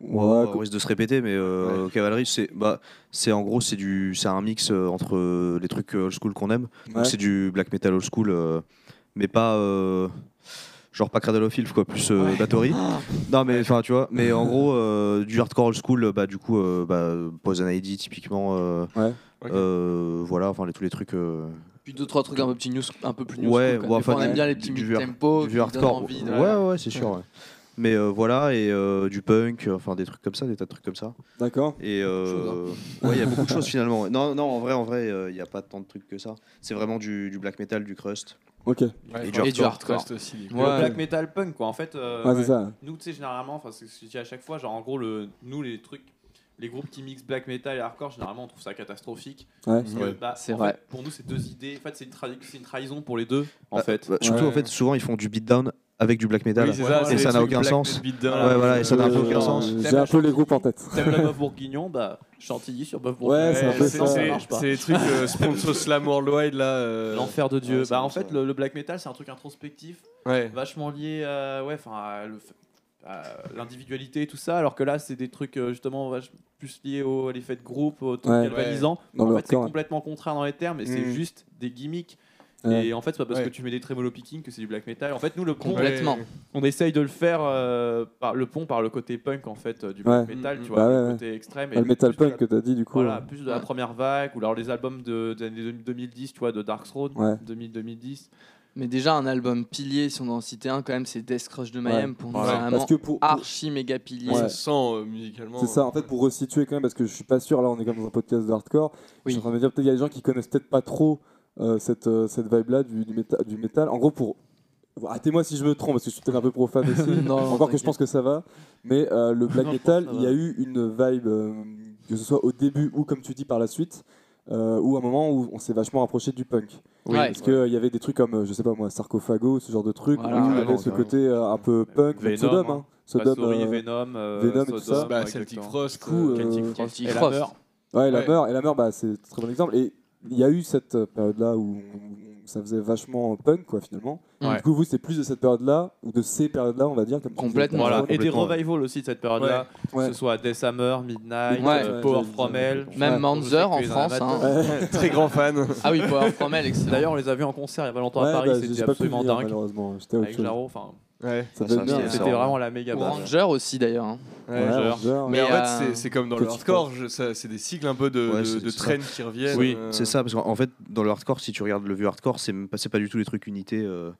ouais,
ouais, on
co-
risque de se répéter, mais euh, Cavalerie, c'est bah, c'est en gros, c'est du, c'est un mix euh, entre euh, les trucs euh, old school qu'on aime.
ouais.
Donc c'est du black metal old school, euh, mais pas euh, genre pas Cradle of Filth, quoi, plus euh, Bathory. non mais enfin tu vois, mais en gros euh, du hardcore old school, bah du coup euh, bah, Poison ID typiquement, euh,
Ouais.
euh, voilà, enfin les- tous les trucs. euh,
Puis deux, trois trucs un peu petits news. Un peu plus news.
Ouais,
cool,
ouais,
quoi. Des fois,
enfin,
on aime
du-
bien les
du-
petits
du
mid
ver-
tempo.
du hardcore.
Oh, Envie, de-
ouais, ouais, ouais, c'est sûr. ouais. Mais euh, voilà et euh, du punk, euh, enfin des trucs comme ça, des tas de trucs comme ça.
D'accord.
Et euh, ouais, il y a beaucoup de choses finalement. Non, non, en vrai, en vrai, euh, il n'y a pas tant de trucs que ça. C'est vraiment du, du black metal, du crust.
Ok.
Et
Et du hardcore.
Reste aussi.
Le
Ouais.
black metal punk, quoi. En fait, euh,
Ouais, Ah, c'est ça.
nous, tu sais, généralement, enfin, c'est ce que je dis à chaque fois, genre, en gros, le, nous, les trucs, les groupes qui mixent black metal et hardcore, généralement, on trouve ça catastrophique.
Ouais.
Parce que,
Ouais.
bah,
C'est
en
vrai.
fait, pour nous, c'est deux idées. En fait, c'est une, trahi- c'est une trahison pour les deux, en
Bah,
fait.
bah, surtout,
Ouais.
en fait, souvent, ils font du beatdown avec du black metal.
Oui, c'est ça,
et
c'est
ça
des
n'a
trucs
aucun
Black
sens.
Death Beatdown.
Ouais, voilà, et ça n'a
Euh,
plus aucun sens.
J'ai un peu les groupes en tête.
T'aimes la meuf bourguignon, bah, chantilly sur meuf bourguignon.
Ouais, c'est un peu ça.
Non, ça marche pas.
C'est les trucs euh, sponsor slam worldwide là. euh,
L'enfer de Dieu.
ouais, c'est
bah, en
bon, ça.
fait, le, le black metal, c'est un truc introspectif,
Ouais.
vachement lié à, ouais, enfin, à le f- à l'individualité et tout ça, alors que là, c'est des trucs euh, justement vach- plus liés au, à l'effet de groupe, au truc
Ouais.
galvanisant.
Dans
en
le
fait, c'est
hardcore.
complètement contraire dans les termes et c'est
Mm.
juste des gimmicks. Et en fait, c'est pas parce
Ouais.
que tu mets des trémolos picking que c'est du black metal. En fait, nous, le pont,
Complètement.
on essaye de le faire euh, par le pont par le côté punk en fait euh, du
Ouais.
black metal,
Mm,
tu
mm.
vois,
Bah ouais,
le
ouais.
côté extrême. et
le
plus
metal
de la-
punk que t'as dit du coup.
Voilà, plus de la
Ouais.
première vague ou alors les albums de, des années 2010, tu vois, de Dark Throne,
Ouais.
2000-2010.
Mais déjà, un album pilier, si on doit en citer un, quand même, c'est Death Crush de Mayhem pour nous.
Ouais.
c'est
Parce
Vraiment
que pour, pour-
archi méga pilier.
On
Ouais.
se sent euh, musicalement.
C'est ça, en fait, pour resituer quand même, parce que je suis pas sûr, là, on est comme dans un podcast de hardcore. Je
Oui.
suis en train de me dire, peut-être il y a des gens qui connaissent peut-être pas trop euh, cette, euh, cette vibe-là du, du, méta- du métal. En gros, pour. Arrêtez-moi si je me trompe, parce que je suis peut-être un peu profane aussi.
Non,
Encore que je
t'inquiète.
pense que ça va. Mais euh, le black
Non, je pense
metal,
que ça
il y a
va.
eu une vibe, euh, que ce soit au début ou comme tu dis par la suite, euh, ou un moment où on s'est vachement rapproché du punk.
Oui. Ouais.
Parce qu'il y avait des trucs comme, euh, je sais pas moi, Sarcophago, ce genre de truc,
Voilà.
où il y
Carrément,
avait ce
carrément.
côté euh, un peu punk, même
Venom,
Sodom. Hein.
hein.
Sodom,
Pastori,
euh,
Venom, euh,
Venom et tout
Sodom,
ça.
Bah,
exactement.
Celtic Frost,
Du coup,
euh,
euh,
Celtic Frost.
Celtic
Et la
Frost.
peur.
Ouais, la
Ouais.
mort, et la mort, bah, c'est un très bon exemple. Et il y a eu cette euh, période-là où on- on- ça faisait vachement punk, quoi, finalement.
Ouais.
Du coup, vous, c'est plus de cette période-là, ou de ces périodes-là, on va dire, comme tu dis.
Complètement.
Voilà, et des
Complètement, ouais.
revivals aussi de cette période-là,
Ouais.
que ce soit Death Hammer, Midnight,
Ouais.
euh,
Ouais,
Power
ouais,
From
ouais.
Hell.
Même
Ouais.
Manzer
Je
en
sais que
France.
les
hein.
amateurs-
Très grand fan.
Ah oui, Power From Hell, excellent.
D'ailleurs, on les a vus en concert il y a pas longtemps à
Ouais,
Paris,
bah,
c'était
j'ai pas pu
absolument
venir,
dingue.
Malheureusement, j'étais au
Avec Jaro, enfin,
Ouais.
Ça
Ah,
devait
ça,
être bien.
c'est-
ça.
c'était
sort,
vraiment la méga
Ou
base.
Ranger aussi, d'ailleurs. hein.
Ouais,
Ranger.
Ranger,
Mais,
Mais-
ouais.
en fait,
euh,
c'est- c'est comme dans
que
le
tu
hardcore, je- ça- c'est des cycles un peu de,
Ouais,
de-
c'est-
de
c'est
traînes qui reviennent.
Oui,
euh,
C'est ça, parce qu'en en fait, dans le hardcore, si tu regardes le vieux hardcore, c'est même pas, c'est pas du tout les trucs unités. euh,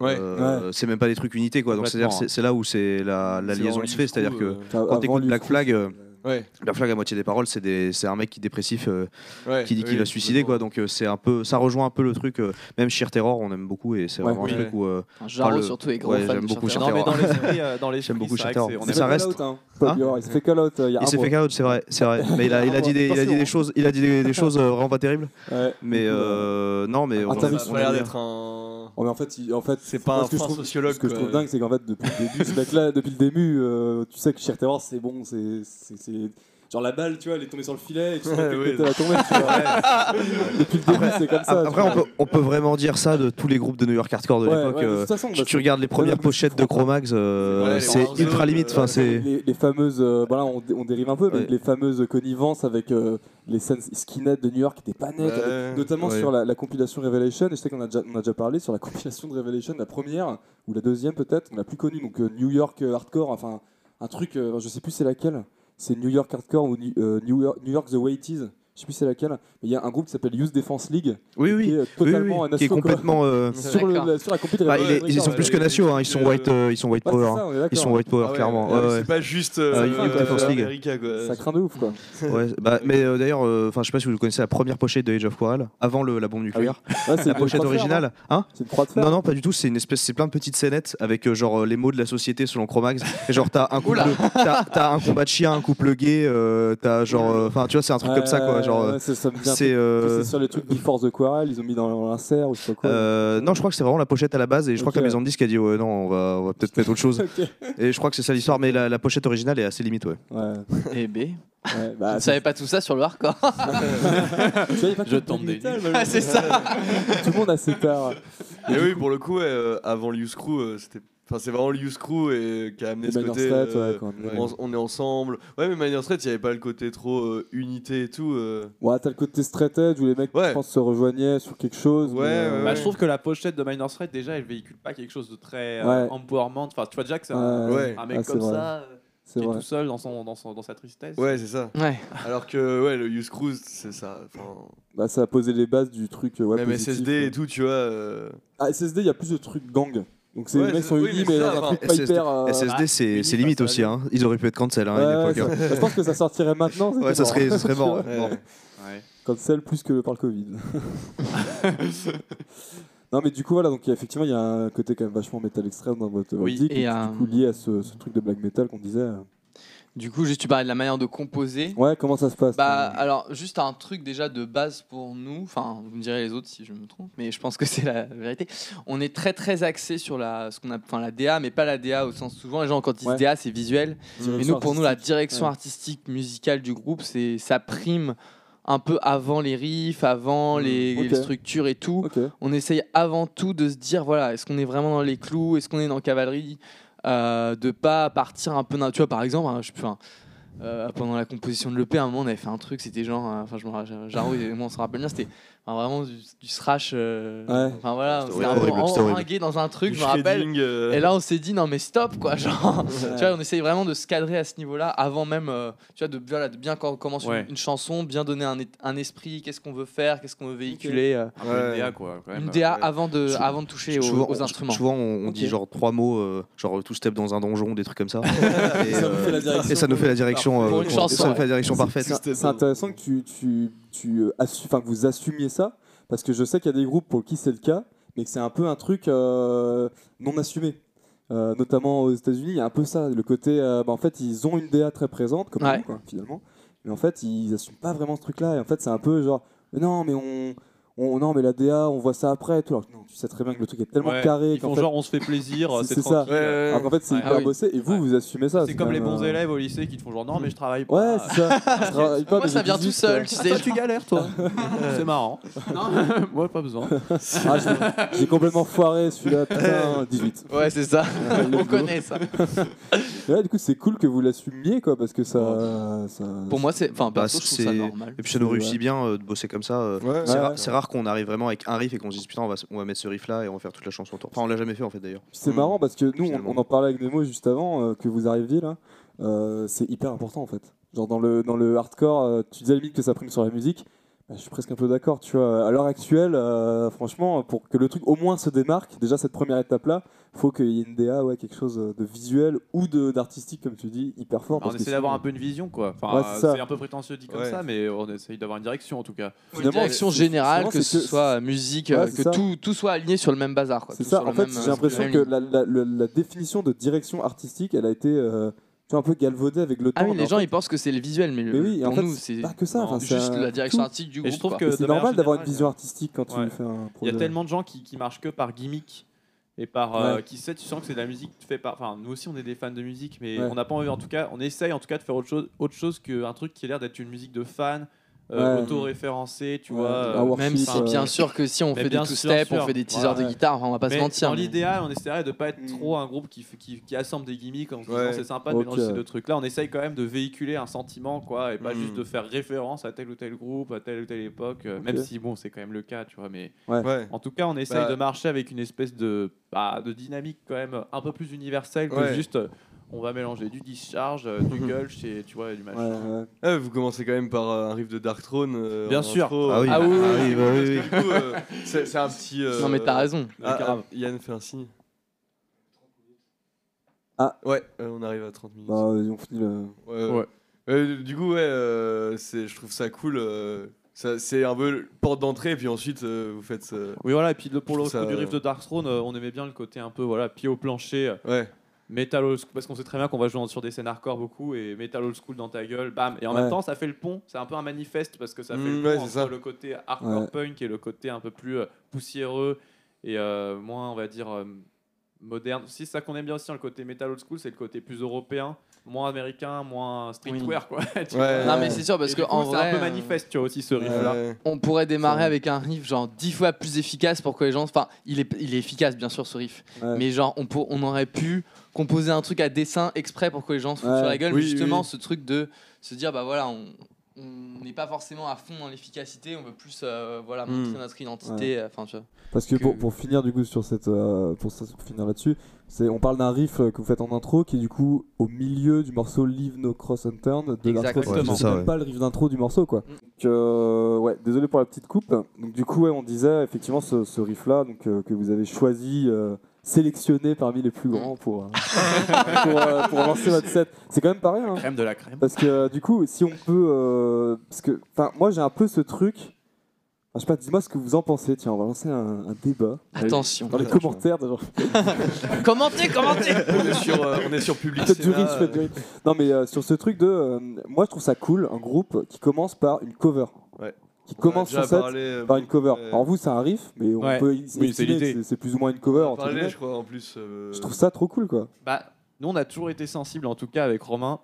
Ouais.
euh, C'est même pas des trucs unités, quoi. Donc,
Complètement, hein.
c'est-à-dire, c'est c'est là où c'est la, la
c'est
liaison
vraiment
qui se fait.
jusqu'où,
C'est-à-dire que
euh,
Enfin,
quand
avant
t'écoutes
lui,
Black Flag, euh,
Ouais,
Black Flag, à moitié des paroles, c'est des- c'est un mec qui est dépressif euh,
ouais.
qui dit qu'il
oui,
va se suicider, quoi. Donc, euh, c'est un peu, ça rejoint un peu le truc. euh, même Sheer Terror, on aime beaucoup, et c'est
Ouais.
vraiment
Oui.
un truc où. euh,
Enfin, Jarro,
Ah, le-
surtout, est gros
ouais,
fan
j'aime
de
beaucoup
Charter.
Non,
Shatter.
mais dans l'esprit, euh, dans l'esprit,
J'aime beaucoup
c'est vrai
Shatter.
que c'est- on
Mais
est-
ça
call
reste-
out, hein. Pas bien, Il s'est fait call out.
Ah,
euh, Il y a un
Il s'est fait
mois.
carotte, c'est vrai, c'est vrai. Mais il a, il a dit des, il a dit
hein.
des choses, il a dit des, des choses euh, vraiment pas terribles.
Ouais.
Mais euh, non, mais on-
On
Interview
a
sur
pas l'air
le-
d'être un.
Oh, mais en fait, il- en fait
C'est pas
moi,
un
ce que je
fin
trouve-
sociologue.
Ce que je trouve
quoi.
dingue, c'est qu'en fait, depuis le début, ce mec-là, depuis le début, euh, tu sais que Sheer Terror, c'est bon, c'est. c'est- c'est- Genre la balle, tu vois, elle est tombée sur le filet et tu sais
Ouais,
à quel
ouais.
côté elle a tombé. tu vois. Depuis le début, c'est comme ça. tu
Après,
vois.
on peut, on peut vraiment dire ça de tous les groupes de New York Hardcore de
Ouais,
l'époque.
ouais, de
euh,
toute façon,
tu,
bah,
tu regardes les
Ouais,
premières
mais-
pochettes de Chromax, euh,
Ouais, les
c'est
Warzone,
ultra limite.
euh,
Enfin, c'est.
les, les fameuses, euh, voilà, on, dé- on dérive un peu, mais
Ouais.
les fameuses connivences avec euh, les scènes skinhead de New York qui étaient pas nettes,
Ouais.
avec- notamment
Ouais.
sur la, la compilation Revelation. Et je sais qu'on a déjà, on a déjà parlé sur la compilation de Revelation, la première ou la deuxième peut-être, on l'a plus connue, donc euh, New York euh, hardcore, enfin un truc, euh, je sais plus c'est laquelle, c'est New York hardcore ou New, euh, New York, New York the Way It Is. Je sais plus c'est laquelle, mais il y a un groupe qui s'appelle Youth Defense League
Oui,
qui
oui.
est euh,
oui, oui,
totalement
oui,
un
qui est
assaut, quoi.
complètement. euh,
sur, le-
D'accord.
la- sur la compilation
bah, il est- ils sont
ouais,
plus que
ouais,
nationaux, hein,
ouais,
ils sont
ouais.
white, euh, ils sont white power. hein. Ils sont white power,
Ah ouais,
clairement.
ouais,
Ouais, ouais.
C'est pas juste
Ah,
euh,
il faut que la Force
euh,
League.
America, quoi.
Ça craint de ouf quoi.
Ouais, bah, mais euh, d'ailleurs, euh, enfin, je sais pas si vous connaissez la première pochette de Age of Quarrel avant le- la bombe nucléaire.
Ouais, Ah c'est
La
une
pochette
croix de fer, non
originale, hein
C'est une croix de fer.
Non, non, pas du tout. C'est une espèce, c'est plein de petites scénettes avec euh, genre euh, les mots de la société selon Chromax. Et genre t'as un couple, t'as, t'as un combat de chien, un couple gay, euh, t'as genre, euh, enfin tu vois, c'est un truc comme ça quoi. Genre, euh,
Ouais, ça, ça me vient.
c'est,
Parce que
euh,
C'est sur les trucs Before the Quarrel, ils ont mis dans l'insert ou je sais pas quoi.
euh, non, je crois que c'est vraiment la pochette à la base. Et je crois
Ok.
que la maison de disque a dit ouais non, on va, on va peut-être mettre autre chose.
Ok.
Et je crois que c'est ça l'histoire. Mais la, la pochette originale est assez limite, ouais.
Ouais,
Eh ben,
ouais,
je
bah,
ne savais pas tout ça sur le hardcore.
tu vois, y a pas que
Je
le
tombe
black
des
metal,
Ah, c'est ça.
Tout le monde a ses parts.
Et oui, pour le coup, ouais, euh, avant le Youth Crew, euh, c'était. Enfin, c'est vraiment le Youth Crew et, euh, qui a amené
Et
ce
Minor
côté.
Threat,
euh,
ouais, quand même.
on, on est ensemble. Ouais, mais Minor Threat, il n'y avait pas le côté trop euh, unité et tout. euh.
Ouais, t'as le côté straight edge où les mecs,
Ouais.
je pense, se rejoignaient sur quelque chose.
Ouais,
mais,
ouais,
Bah,
ouais.
je trouve que la pochette de Minor Threat, déjà, elle véhicule pas quelque chose de très euh,
Ouais.
empowerment. Enfin, tu vois déjà que c'est un,
Ouais,
Ouais.
un mec
Ah, c'est
comme
vrai.
ça, euh,
c'est
qui est
vrai.
tout seul dans, son, dans, son, dans sa tristesse.
Ouais, c'est ça.
Ouais.
Alors que, ouais, le Youth Crew, c'est ça. Enfin,
Bah, ça a posé les bases du truc. euh, Ouais,
même
positif,
SSD
ouais.
et tout, tu vois. euh,
Ah, SSD, il y a plus de trucs gang. Donc, c'est
Ouais,
les mecs
c'est-
sont
oui,
unis,
mais
mais
ça,
dans un
enfin,
truc pas
SSD,
hyper. euh,
SSD, c'est,
oui,
c'est limite
ça, ça
aussi.
va.
Hein. Ils auraient pu être cancel hein, à une
Ouais,
époque. hein.
ça- je pense que ça sortirait maintenant. hein.
Ouais, ça serait, ça serait mort. ouais.
ouais.
Ouais.
Cancel plus que par le Covid. non, mais du coup, voilà, donc il y a- effectivement, il y a un côté quand même vachement métal extrême dans votre
Oui,
musique,
et
qui est
un-
du coup lié à ce, ce truc de black metal qu'on disait.
Du coup, juste tu parlais de la manière de composer.
Ouais, comment ça se passe euh,
Bah alors juste un truc déjà de base pour nous, enfin vous me direz les autres si je me trompe, mais je pense que c'est la vérité. On est très très axé sur la ce qu'on a, enfin la DA, mais pas la DA au sens souvent les gens quand ils
Ouais.
disent DA c'est visuel,
Direction
mais nous pour nous la
artistique.
direction
ouais.
artistique musicale du groupe c'est ça prime un peu avant les riffs, avant les,
Mmh. ok.
les structures et tout.
Ok.
On essaye avant tout de se dire voilà, est-ce qu'on est vraiment dans les clous Est-ce qu'on est dans la cavalerie Euh, De pas partir un peu. n'im- Tu vois, par exemple, hein, je, enfin, euh, pendant la composition de l'EP, à un moment, on avait fait un truc, c'était genre, euh, enfin, je me rappelle, Jaro et moi, on s'en rappelle bien, c'était enfin, vraiment du, du thrash. euh,
Ouais.
Enfin, voilà,
C'était
c'était un peu
horrible, c'était horrible.
enringué dans un truc, je me rappelle. Et là, on s'est dit, non, mais stop, quoi. Genre, tu vois, on essaye vraiment de se cadrer à ce niveau-là avant même, euh, tu vois, de, voilà, de bien cor- commencer
Ouais.
une, une chanson, bien donner un, et- un esprit, qu'est-ce qu'on veut faire, qu'est-ce qu'on veut véhiculer. euh,
Un peu une DA, quoi. quand même.
une DA
Ouais.
avant de,
Sou-
avant de toucher aux,
souvent,
aux instruments.
souvent, on, on
Ok.
dit genre trois mots, euh, genre tout step dans un donjon, des trucs comme ça. et,
ça nous fait la
euh,
direction.
et ça nous fait la direction.
Pour une
et
chanson,
ça nous fait la direction parfaite.
C'est- C'est intéressant que tu, tu, tu, euh, assu- enfin, que vous assumiez ça, parce que je sais qu'il y a des groupes pour qui c'est le cas, mais que c'est un peu un truc euh, non assumé. Euh, notamment aux États-Unis, il y a un peu ça, le côté, euh, bah, en fait, ils ont une DA très présente, comme
Ouais.
nous, quoi, finalement, mais en fait, ils assument pas vraiment ce truc-là, et en fait, c'est un peu genre, non, mais on, on- non, mais la DA, on voit ça après, et tout. Alors que non, tu sais très bien que le truc est tellement
Ouais,
carré
Ils font
qu'en fait,
genre, on se fait plaisir,
C'est-
c'est
c'est ça.
tranquille.
alors qu'en fait, c'est
Ouais.
hyper
Ah oui.
bossé, et vous,
Ouais.
vous assumez ça.
C'est comme
quand
les
même,
bons
euh,
élèves au lycée qui te font genre non mais je travaille pas.
Ouais, c'est ça. Je travaille pas,
Ah. Moi,
mais
ça
j'ai
vient tout
18,
seul,
quoi.
tu
Ah,
sais.
toi, tu galères toi.
Euh,
c'est marrant. Moi pas besoin.
Ah, j'ai- j'ai complètement foiré celui-là, putain, 18.
Ouais, c'est ça.
Ouais, let's go.
on connaît ça.
Mais ouais, du coup, c'est cool que vous l'assumiez, quoi, parce que ça. ça-
Pour moi, c'est. Enfin,
Bah,
perso, je trouve ça
c'est-
normal.
Et puis ça nous
Ouais.
réussit bien euh, de bosser comme ça. euh,
Ouais,
c'est,
ouais.
ra- c'est rare qu'on arrive vraiment avec un riff et qu'on se dise putain on va, s- on va mettre ce riff là et on va faire toute la chanson autour. Enfin on l'a jamais fait en fait d'ailleurs.
Puis c'est marrant parce que nous, on,
Finalement.
on en parlait avec Nemo juste avant euh, que vous arriviez là. Euh, c'est hyper important en fait. Genre dans le, dans le hardcore, euh, tu disais à la limite que ça prime sur la musique. Bah, je suis presque un peu d'accord, tu vois. À l'heure actuelle, euh, franchement, pour que le truc au moins se démarque, déjà cette première étape là, faut qu'il y ait une DA, ouais, quelque chose de visuel ou de, d'artistique, comme tu dis, hyper fort.
Bah,
on
parce que
essaie d'avoir un
sinon-
peu une vision quoi. Enfin,
Ouais, c'est ça.
c'est un peu prétentieux dit comme
Ouais.
ça mais on essaye d'avoir une direction en tout cas.
Une direction générale,
souvent,
que
c'est
ce
que-
soit musique,
Ouais,
euh,
c'est
que
ça.
tout, tout soit aligné sur le même bazar. quoi,
C'est
tout
ça,
sur
en
le
fait,
même, euh,
j'ai l'impression
la
que
même
la, la- la- la définition de direction artistique, elle a été euh, tu vois, un peu galvaudée avec le temps.
Ah oui,
mais en
les gens
fait,
ils pensent que c'est le visuel, mais, le-
Mais oui, et en
pour
fait,
nous
c'est
c'est
pas que ça,
non,
enfin, c'est
juste
un-
la direction
tout.
artistique euh, du
Et
groupe.
je trouve
quoi.
que
Et
de
C'est
manière
normal d'avoir une
générale,
vision artistique quand tu
Ouais.
fais un projet.
Il y a tellement de gens qui, qui marchent que par gimmick et par euh,
Ouais.
qui sait tu sens que c'est de la musique fait par enfin nous aussi on est des fans de musique mais
Ouais.
on n'a pas envie en tout cas on essaye en tout cas de faire autre chose autre chose qu'un truc qui a l'air d'être une musique de fan euh,
Ouais.
auto-référencée tu
Ouais,
vois
un
euh,
workshop,
Même si
Enfin,
bien sûr que si on
mais
fait des
bien
two
sûr,
steps, on
sûr.
fait des teasers
Ouais.
de guitare, enfin, on va pas
mais
se mentir.
dans
mais-
l'idéal on essaierait de pas être
Mm.
trop un groupe qui, f- qui, qui assemble des gimmicks en se disant,
Ouais.
c'est sympa de
Ok.
mélanger ces deux trucs là on essaye quand même de véhiculer un sentiment quoi et pas
Mm.
juste de faire référence à tel ou tel groupe à telle ou telle époque euh, même
Ok.
si bon c'est quand même le cas tu vois mais
ouais.
En tout cas, on essaye
Bah-
de marcher avec une espèce de, bah, de dynamique quand même un peu plus universelle que
Ouais.
juste euh, on va mélanger du discharge, euh, du gulch et tu vois du
Ouais,
machin.
ouais.
Ah, vous commencez quand même par euh, un riff de Dark Throne. euh,
Bien
en
sûr.
intro.
Ah oui. Ah
oui,
parce
oui, bah oui,
que du coup, euh, c'est c'est un petit. euh,
Non, mais t'as raison.
ah,
grave.
ah, Yann fait un signe.
Ah.
Ouais, euh, on arrive à 30 minutes.
Bah, euh, on finit le.
Ouais, ouais. Euh, du coup, ouais, euh, c'est- je trouve ça cool. euh, ça- c'est un peu le porte d'entrée, puis ensuite euh, vous faites. euh,
Oui, voilà, et puis le- pour
Je
le
trouve
coup
ça-
du riff de Dark Throne, euh, on aimait bien le côté un peu voilà, pied au plancher, euh,
ouais.
metal old school, parce qu'on sait très bien qu'on va jouer sur des scènes hardcore beaucoup et metal old school dans ta gueule, bam. Et en
Ouais.
même temps, ça fait le pont, c'est un peu un manifeste parce que ça fait le
Mm,
pont
ouais, c'est
entre
ça.
le côté hardcore
Ouais.
punk et le côté un peu plus euh, poussiéreux et euh, moins, on va dire, euh, moderne. Si c'est ça qu'on aime bien aussi dans le côté metal old school, c'est le côté plus européen, moins américain, moins streetwear quoi. tu vois.
Ouais.
Non, mais c'est sûr, parce
Euh, Et
que
du coup,
en
c'est
vrai.
un peu
euh,
manifeste, tu vois aussi ce riff là.
Ouais.
On pourrait démarrer avec un riff genre 10 fois plus efficace pour que les gens. Enfin, il est, il est efficace bien sûr ce riff.
Ouais.
Mais genre, on, pour- on aurait pu composer un truc à dessin exprès pour que les gens se foutent
Ouais.
sur la gueule.
Oui,
mais justement,
oui.
ce truc de se dire, bah voilà, on. on n'est pas forcément à fond dans l'efficacité, on veut plus euh, voilà,
Hmm.
montrer notre identité. euh, Enfin, tu vois.
Parce que,
que-
Pour, pour finir du coup sur cette euh, pour, ça- pour finir là-dessus, c'est on parle d'un riff euh, que vous faites en intro qui est du coup au milieu du morceau Leave No Cross Unturned de l'intro.
Exactement.
Ouais, c'est
C'est
ça,
même
ouais. Mm.
pas le riff d'intro du morceau quoi. Donc, euh, ouais, désolé pour la petite coupe. Donc du coup ouais, on disait effectivement ce, ce riff là donc euh, que vous avez choisi euh, sélectionné parmi les plus grands pour euh, pour, euh, pour lancer votre set. C'est quand même pas rien. hein.
Crème de la crème.
Parce que euh, du coup, si on peut. euh, parce que, enfin, moi j'ai un peu ce truc. Enfin, je sais pas, dis-moi ce que vous en pensez. Tiens, on va lancer un, un débat
Attention.
dans les commentaires. Genre,
Commentez, commentez
on, est sur, euh, on est sur Public
peut-être du
Sénat,
riz, je fais du riz. Non, mais euh, sur ce truc de. euh, moi je trouve ça cool, un groupe qui commence par une cover.
Ouais.
Qui
on a
commence
déjà
son set
parlé, euh,
par une cover.
euh,
Alors vous, c'est un riff, mais on
Ouais.
peut.
Oui,
estimer
c'est
que
l'idée.
c'est c'est plus ou moins une
on
cover.
en
entre
parlait,
guillemets.
je crois, en plus. euh,
Je trouve ça trop cool quoi.
Bah, nous, on a toujours été sensibles, en tout cas, avec Romain.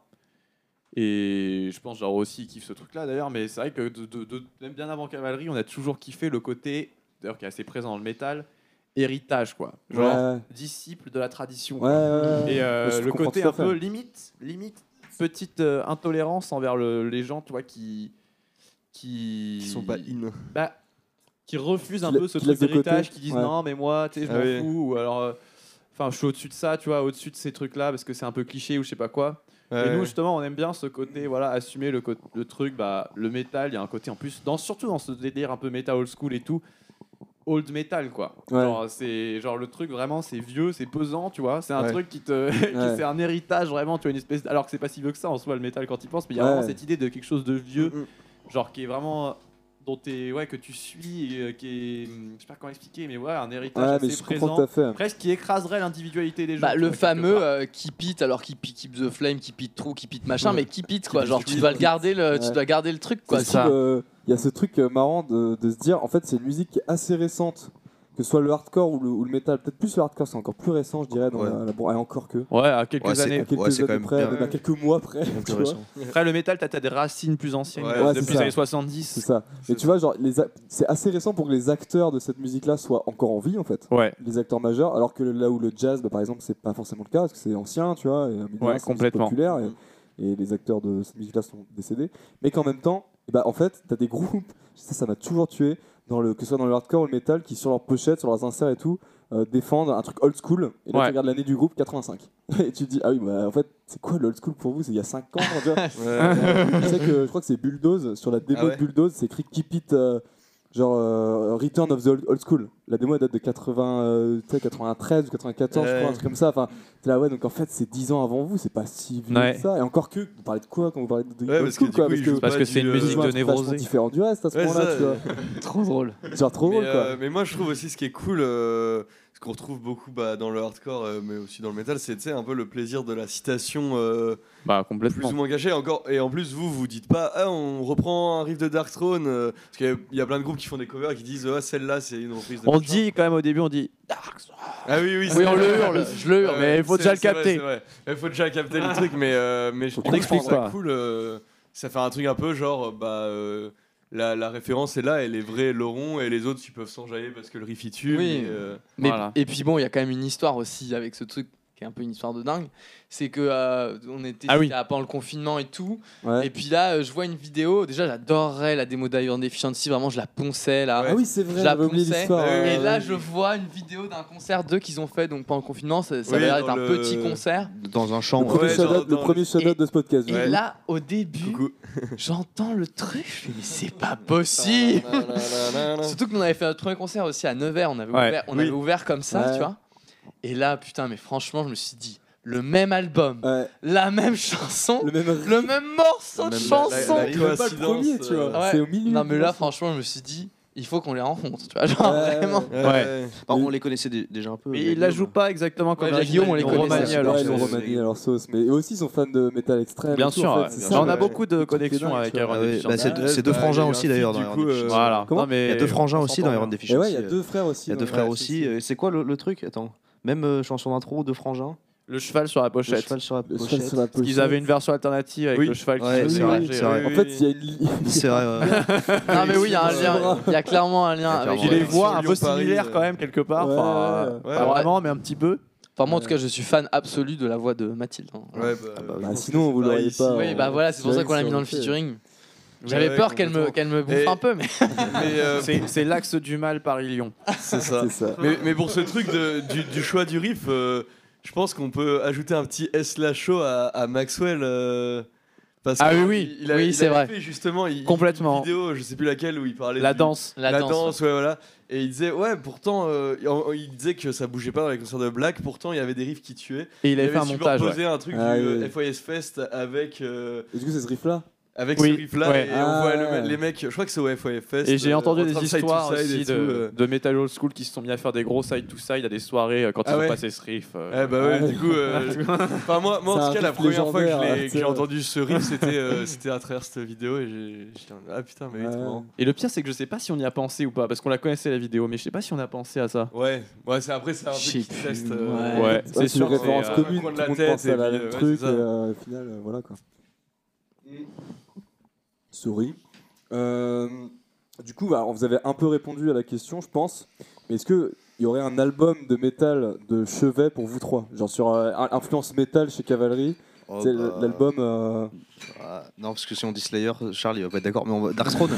Et je pense, genre, aussi, il kiffe ce truc-là, d'ailleurs. Mais c'est vrai que, de, de- de- même bien avant Cavalerie, on a toujours kiffé le côté, d'ailleurs, qui est assez présent dans le métal, héritage, quoi.
Ouais,
Genre,
ouais,
disciple de la tradition.
ouais. ouais.
Et euh,
Je
le
comprends
côté
tout à
un peu
fait.
limite, limite, petite euh, intolérance envers le- les gens, tu vois, qui. Qui,
Qui sont pas in.
bah, qui refusent un
Qui la-
peu ce
qui laissent
truc
de côté,
d'héritage, qui disent
ouais.
non, mais moi, tu sais, je
Ah
m'en
oui.
fous, ou alors, euh, enfin, je suis au-dessus de ça, tu vois, au-dessus de ces trucs-là, parce que c'est un peu cliché ou je sais pas quoi. Et nous, justement, on aime bien ce côté, voilà, assumer le, co- le truc, bah, le métal, il y a un côté en plus, dans, surtout dans ce délire un peu métal old school et tout, old metal, quoi.
Ouais.
Genre, c'est, genre, le truc vraiment, c'est vieux, c'est pesant, tu vois, c'est un
Ouais.
truc qui te. qui-
Ouais.
c'est un héritage vraiment, tu vois, une espèce. d- Alors que c'est pas si vieux que ça en soi, le métal quand il pense, mais il y a
Ouais.
vraiment cette idée de quelque chose de vieux, genre, qui est vraiment. dont t'es- ouais, que tu suis, et, euh, qui est. hum, Je sais pas comment expliquer, mais ouais, un héritage
Ouais, mais
assez
je comprends
présent.
tout à fait.
Presque qui écraserait l'individualité des gens.
Bah,
tu
le
vois, quelque
fameux
part.
euh, keep it, alors keep, keep the flame, keep it true, keep it machin,
Ouais.
mais keep it quoi.
Keep it
Genre,
true,
tu dois, le garder le, tu
Ouais.
dois garder le truc quoi.
Ça se trouve, euh, Il y a ce truc euh, marrant de, de se dire, en fait, c'est une musique qui est assez récente, que ce soit le hardcore ou le, ou le metal. Peut-être plus le hardcore, c'est encore plus récent, je dirais. Dans
Ouais.
la- la- bon, et encore que.
Ouais, à quelques
Ouais, c'est-
années.
À quelques
ouais, c'est quand
années
même
près,
bien-
même à quelques mois près. tu vois.
Intéressant.
Après, le métal, t'as t'as des racines plus anciennes
Ouais,
euh,
ouais, c'est
depuis
ça.
les années
C'est
70.
ça.
C'est
Et tu vois, genre, les ac- c'est assez récent pour que les acteurs de cette musique-là soient encore en vie, en fait.
Ouais,
Les acteurs majeurs, alors que là où le jazz, bah, par exemple, c'est pas forcément le cas, parce que c'est ancien, tu vois, et euh, mine de
Ouais,
rien, c'est
complètement.
populaire, et, et les acteurs de cette musique-là sont décédés. Mais qu'en même temps, eh bah, en fait, t'as des groupes, ça, ça m'a toujours tué, dans le, que ce soit dans le hardcore ou le metal, qui sur leurs pochettes, sur leurs inserts et tout, euh, défendent un truc old school, et là
Ouais.
tu regardes l'année du groupe 85. et tu te dis, ah oui, bah en fait, c'est quoi l'old school pour vous C'est il y a 5 ans, tu vois tu sais que je crois que c'est Bulldoze sur la démo
Ah ouais
de Bulldoze c'est écrit Keep It euh, genre euh, Return of the old, Old School la démo elle date de 80 euh, tu sais, 93 ou 94 je crois un truc comme ça enfin t'es là ouais donc en fait c'est 10 ans avant vous c'est pas si vieux
Ouais.
que ça et encore que vous parlez de quoi quand vous parlez de, de
Ouais,
old
parce que
school
du
quoi
coup, ils
parce que
jouent
parce
pas
que
du,
c'est une
euh,
musique
besoin
de
d'un truc vachement
névrosé.
différent du reste à ce
Ouais,
moment-là
ça,
tu vois
Trop drôle.
genre trop
Mais,
drôle quoi
euh, mais moi je trouve aussi ce qui est cool, euh, ce qu'on retrouve beaucoup bah, dans le hardcore, euh, mais aussi dans le métal, c'est tu sais, un peu le plaisir de la citation euh,
bah
plus ou
complètement.
moins cachée. Encore, et en plus, vous vous dites pas, ah, on reprend un riff de Dark Throne, euh, parce qu'il y a- il y a plein de groupes qui font des covers et qui disent, ah, celle-là c'est une reprise de.
On
machin.
dit quand même au début, on dit Dark Souls.
Ah oui, oui,
Oui,
c'est-
on le hurle, je le hurle.
mais il faut déjà
c'est-
le
c'est vrai,
capter.
c'est vrai. Il faut déjà capter le truc, mais, euh, mais je
Faut
trouve que je trouve
comprendre.
ça cool. euh, ça fait un truc un peu genre, bah, euh, la, la référence est là, elle est vraie, Laurent, et les autres, ils peuvent s'enjailler parce que le riff, il tue.
Oui.
mais, euh,
Mais,
Voilà.
Et puis bon, il y a quand même une histoire aussi avec ce truc qui est un peu une histoire de dingue. C'est que euh, on était
Ah oui.
c'était pendant le confinement et tout.
Ouais.
Et puis là, euh, je vois une vidéo. Déjà, j'adorerais la démo d'Iron Deficiency. Vraiment, je la ponçais là.
ah oui c'est vrai
Je la
j'avais oublié
ponçais.
l'histoire
Et
Et
ouais,
là,
ouais.
je vois une vidéo d'un concert d'eux qu'ils ont fait donc pendant le confinement. Ça, ça
Oui,
avait l'air
dans
d'être un
le-
petit concert.
Dans un champ.
le premier
Ouais,
shout-out-
dans-
le
dans-
premier shout-out de ce podcast du
Et
coup.
là, au début,
Coucou.
j'entends le truc. Je fais, mais c'est pas possible. Surtout que nous on avait fait notre premier concert aussi à Nevers, on avait
Ouais.
ouvert, on
Oui.
avait ouvert comme ça,
Ouais.
tu vois. Et là, putain, mais franchement, je me suis dit, le même album,
Ouais,
la même chanson,
le même
le même morceau de
Même la-
chanson.
la- la-
il est pas le
coïncidence,
premier tu
euh,
vois
ouais.
c'est au milieu
non,
du
mais là,
morceau.
franchement, je me suis dit, il faut qu'on les rencontre, tu vois, genre
Ouais.
vraiment.
Ouais.
Par contre, on les connaissait dé- déjà un peu.
Mais
les
il la
Guillaume.
joue pas exactement comme
Ouais,
la
les Guillaume, on les
Ils ont
connaissait.
remanié
Ouais,
leur
ils ont
sauce.
remanié leur sauce. Mais eux aussi, ils sont fans de métal extrême.
Bien
et tout,
sûr,
en
ouais,
fait, c'est
bien
ça,
sûr. Bah, on a
ouais.
beaucoup de
Tout le
connexions
délire,
avec
tu vois.
Iron
Ah oui,
Deficiency.
bah, c'est deux, c'est deux
Ouais, il y
frangins
a eu
aussi
un
d'ailleurs
feat, du
dans Iron
coup,
Deficiency.
euh,
Voilà.
Comment
Non, mais
Il y a deux frangins
on
aussi dans
s'entend
Iron
bien.
Et
Deficiency.
Eh ouais, il y a deux frères aussi. hein.
Il y a deux
ouais,
frères
c'est-
aussi. euh, C'est quoi le, le truc Attends. Même euh, chanson d'intro, deux frangins.
Le cheval sur la
Le
pochette.
cheval sur la
Le cheval
pochette.
sur la
Parce qu'ils
pochette.
avaient une version alternative avec
Oui.
le cheval qui
Ouais,
se
c'est
faisait
vrai,
ranger.
c'est vrai.
En fait, il y a une. li-
C'est vrai. ouais.
Non, mais oui, il y a un
Ouais.
lien, il y a clairement un lien.
Ah,
Avec
Qui les
Ouais.
voit un
Lyon,
peu
Paris,
similaires
euh.
quand même quelque part.
Ouais,
Enfin,
ouais,
euh,
ouais.
pas
Ouais.
vraiment, mais un petit peu.
Enfin, moi, en tout cas, je suis fan absolu de la voix de Mathilde. hein.
Ouais, bah,
bah,
je
bah,
pense
sinon,
que
vous
c'est pareil
l'auriez
ici.
pas.
Oui, bah voilà, c'est pour
Ouais,
ça qu'on l'a
c'est
mis dans le
vrai.
featuring. J'avais
Ouais,
peur qu'elle me,
complètement.
qu'elle me bouffe
Et-
un peu, mais
Mais, euh,
C'est c'est l'axe du mal Paris-Lyon.
c'est ça.
C'est ça.
mais, mais pour ce truc de- du, du choix du riff, euh, je pense qu'on peut ajouter un petit S lacho à, à Maxwell. euh, parce
Ah
que
oui, oui.
il, il avait-
Oui,
il
c'est
avait
vrai.
fait justement il-
Complètement.
une vidéo, je sais plus laquelle, où il parlait
La
du-
danse.
la, danse.
ouais, voilà. Et il disait, ouais, pourtant, euh, en- en- il disait que ça bougeait pas dans les concerts de Black, pourtant il y avait des riffs qui tuaient.
Et il
Il
avait
avait
fait un montage. ouais.
superposé un truc
Ah,
du
oui,
euh,
oui.
FIS Fest avec, euh,
Est-ce que c'est ce riff-là
avec
Oui,
ce riff-là.
ouais.
Et
Ah.
on voit le- les mecs, je crois que c'est au FIS Fest.
Et j'ai
euh,
entendu
en
des
train de side to
histoires
side et
aussi de,
tout, euh.
de Metal Old School qui se sont mis à faire des gros side-to-side à des soirées euh, quand
Ah
ils
ouais.
ont passé ce riff. euh.
Eh bah ouais,
Ah.
du coup, euh, enfin moi, moi
C'est
en
un
tout cas la
riff
première fois que je
légendaire, hein,
l'ai- que
c'est euh.
j'ai
vrai.
entendu ce riff, c'était euh, c'était à travers cette vidéo et j'ai- j'étais en- ah putain mais oui,
Ouais.
trop marrant.
Et le pire, c'est que je sais pas si on y a pensé ou pas, parce qu'on la connaissait la vidéo, mais je sais pas si on a pensé à ça.
Ouais, ouais, c'est après c'est un
Je
truc qui
sais plus,
teste. euh,
Ouais,
Ouais,
Ouais,
c'est
C'est une
sûr.
référence
c'est, euh,
commune.
un
Tout
coin
le
de la
monde
tête,
pense
et
à la
puis,
même
euh, ouais,
truc.
c'est
Et
ça.
euh, au final, euh, voilà quoi. Mm. Souris. Euh, Du coup, bah, vous avez un peu répondu à la question, je pense. Mais est-ce que. Il y aurait un album de métal de chevet pour vous trois, genre sur euh, influence métal chez Cavalerie,
Oh,
C'est
bah,
l'album. euh,
ah, non, parce que si on dit Slayer, Charlie va pas être d'accord, mais on va... Dark Throne.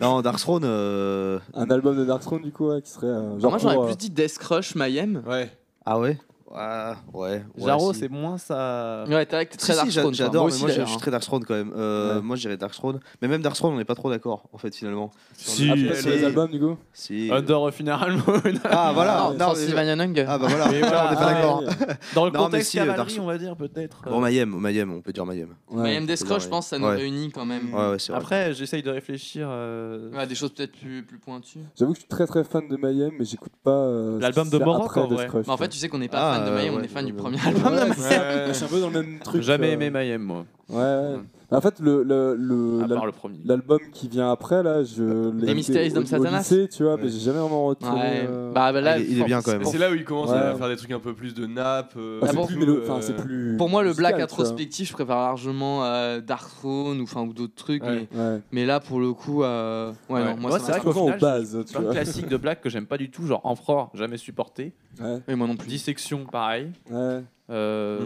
non, Dark Throne. euh,
un album de Dark Throne du coup ouais, qui serait euh, genre
Moi, j'aurais
pour,
plus dit Death Crush, Mayhem.
Ouais.
Ah ouais Ah, Ouais. ouais,
Jaro,
si.
c'est moins ça.
Ouais, t'es vrai que t'es
Si,
très
si,
Dark
j'a-
Throne, toi.
j'adore,
Moi
mais
aussi,
moi je je
d'ailleurs, hein.
suis très Dark Throne quand même. Euh,
Ouais.
Moi j'irais Dark Throne, mais même Dark Throne on n'est pas trop d'accord en fait finalement.
Si, Ah,
euh, après, sur les
si.
albums du coup.
Si.
Under Funeral Moon.
Ah voilà,
Non,
mais-
Transylvanian Hunger.
Ah bah voilà,
Mais voilà,
on n'est pas
ah,
d'accord.
ouais.
Dans le
Non, mais
contexte
si, euh,
cavalerie,
Dark-
on va dire peut-être.
Bon, Mayhem, Mayhem, on peut dire Mayhem.
Mayhem Death Crush,
Ouais.
je pense, ça nous
Ouais.
réunit quand même.
Ouais, ouais, c'est vrai.
Après, j'essaye de réfléchir. euh,
Ouais, des choses peut-être plus, plus pointues.
J'avoue que je suis très très fan de Mayhem, mais j'écoute pas. euh,
L'album
ce
de
qu'il y a
Morocco,
après
en
Death
vrai.
Crush,
Mais en fait,
ouais.
tu sais qu'on n'est pas
Ah,
fan de
euh,
Mayhem, on
ouais,
est fan
ouais,
du
ouais.
premier album de
Ouais,
Mayhem.
je suis un peu dans le même truc.
Jamais
euh, euh,
aimé Mayhem, moi.
Ouais. ouais. En fait, le le- le-
À
l'al-
part le premier.
l'album qui vient après là, je l'ai écouté
Mysteries
au-
d'Homme
au
Satanas.
lycée, tu vois, mais j'ai jamais vraiment retenu.
Ouais.
euh,
Bah, bah là,
il, est, il est bien quand même. hein.
Mais c'est là où il commence
Ouais.
à faire des trucs un peu plus de nappe. euh,
bah, c'est
d'abord,
plus
tout,
mélo-
euh,
enfin, c'est plus
Pour moi, le
musical,
black
tu vois.
introspectif, je préfère largement euh, Dark Throne ou, enfin, ou d'autres trucs.
Ouais.
Mais,
Ouais.
mais là, pour le coup, euh, ouais,
Ouais.
non, moi,
Moi,
ça
c'est
m'a-
vrai qu'au
Souvent aux
final,
bases, tu
Plein de
vois.
classiques de blagues que j'aime pas du tout, genre Empereur, jamais supporté.
Ouais,
Oui, moi non plus.
Dissection, pareil.
ouais.
Euh,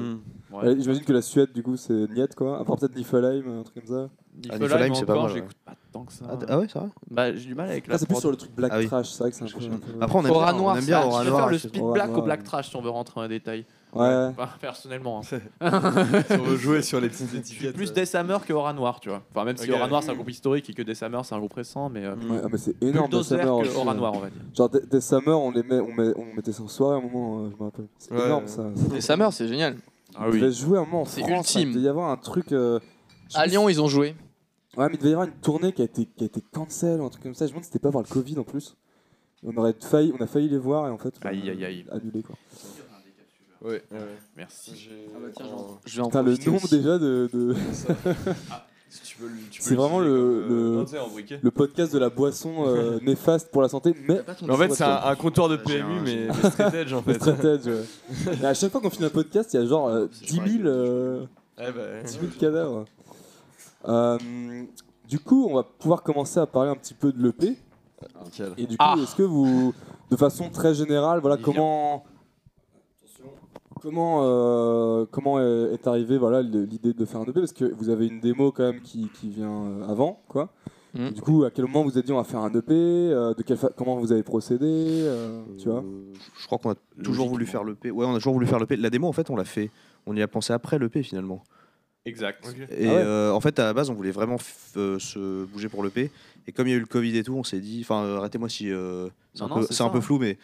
Hmm.
ouais.
Ouais, J'imagine que la Suède, du coup, c'est Niette, quoi. À part peut-être Niflheim, un truc comme ça.
Niflheim,
Niflheim, c'est pas
encore,
mal, ouais.
J'écoute pas tant que ça.
Ah, d- ah ouais, ça va
Bah, j'ai du mal avec la.
Là, c'est plus
prod.
sur le truc Black
Ah oui.
Trash, c'est vrai que c'est un
Je
peu.
cherche
un
un
peu-
peu. Après, on aime
Aura
bien,
noir,
on aime bien
ça,
Aura
Je préfère
Noir.
le
c'est-
split
Aura
black au
noir,
black
ouais.
trash si on veut rentrer dans les détails.
Ouais.
Enfin, personnellement. hein.
Si on veut jouer sur les
Je
petites
suis
étiquettes.
plus Death Hammer que Aura Noir, tu vois. Enfin, même si
Ok.
Aura Noir c'est un groupe historique et que Death Hammer c'est un groupe récent, mais. euh,
Ouais, ah, mais c'est énorme, des
Bulldozer
Summer.
que
aussi. hein.
Aura Noir, on va dire.
Genre, des, des Summer, on les met, on, met, on mettait ça en soirée à un moment, euh, je me rappelle. C'est
Ouais.
énorme ça.
Et Summer, c'est génial.
Ah
Il devait jouer à un moment en
C'est
France.
ultime.
hein, Il devait y avoir un truc. euh, je
À
sais
Lyon, ils ont joué.
pas si- Ouais, mais il devait y avoir une tournée qui a été, qui a été cancel ou un truc comme ça. Je me demande si c'était pas par le Covid en plus. On, aurait failli, on a failli les voir et en fait, on a
Aïe, aïe, aïe.
annulé quoi.
Ouais, ouais.
Merci.
Je vais en
Putain, le
profiter
nombre
aussi.
déjà de- de,
Si tu veux, le- tu peux
C'est vraiment
l'utiliser
le-
comme, euh,
le-
non, tu sais, en briquet.
le podcast de la boisson euh, néfaste pour la santé, mais
T'as pas ton
Mais en fait, c'est un, un comptoir de
Ah, J'ai
PMU,
un-
mais, mais straight edge en
le
fait.
stratège. ouais. Et à chaque fois qu'on finit un podcast, il y a genre euh, 10, 000, euh,
Eh ben,
10 000 cadavres. Euh, du coup, on va pouvoir commencer à parler un petit peu de l'EP.
nickel.
Et du coup,
Ah.
est-ce que vous, de façon très générale, voilà
Il vient.
comment, comment, euh, comment est est arrivée voilà le- l'idée de faire un EP parce que vous avez une démo quand même qui, qui vient euh, avant quoi.
Mm.
Et Du coup, à quel moment vous avez dit on va faire un EP euh, De quelle fa- comment vous avez procédé euh, Tu vois
Euh, Je crois qu'on a toujours voulu faire le P. Ouais, on a toujours voulu faire le P. La démo en fait, on l'a fait. On y a pensé après le P finalement.
Exact.
Ah
Et
ouais.
euh, en fait, à la base, on voulait vraiment f- euh, se bouger pour le P. Et comme il y a eu le Covid et tout, on s'est dit, enfin, euh, arrêtez-moi si euh, c'est un,
Non, non,
peu-
c'est
c'est un
ça,
peu
hein.
flou, mais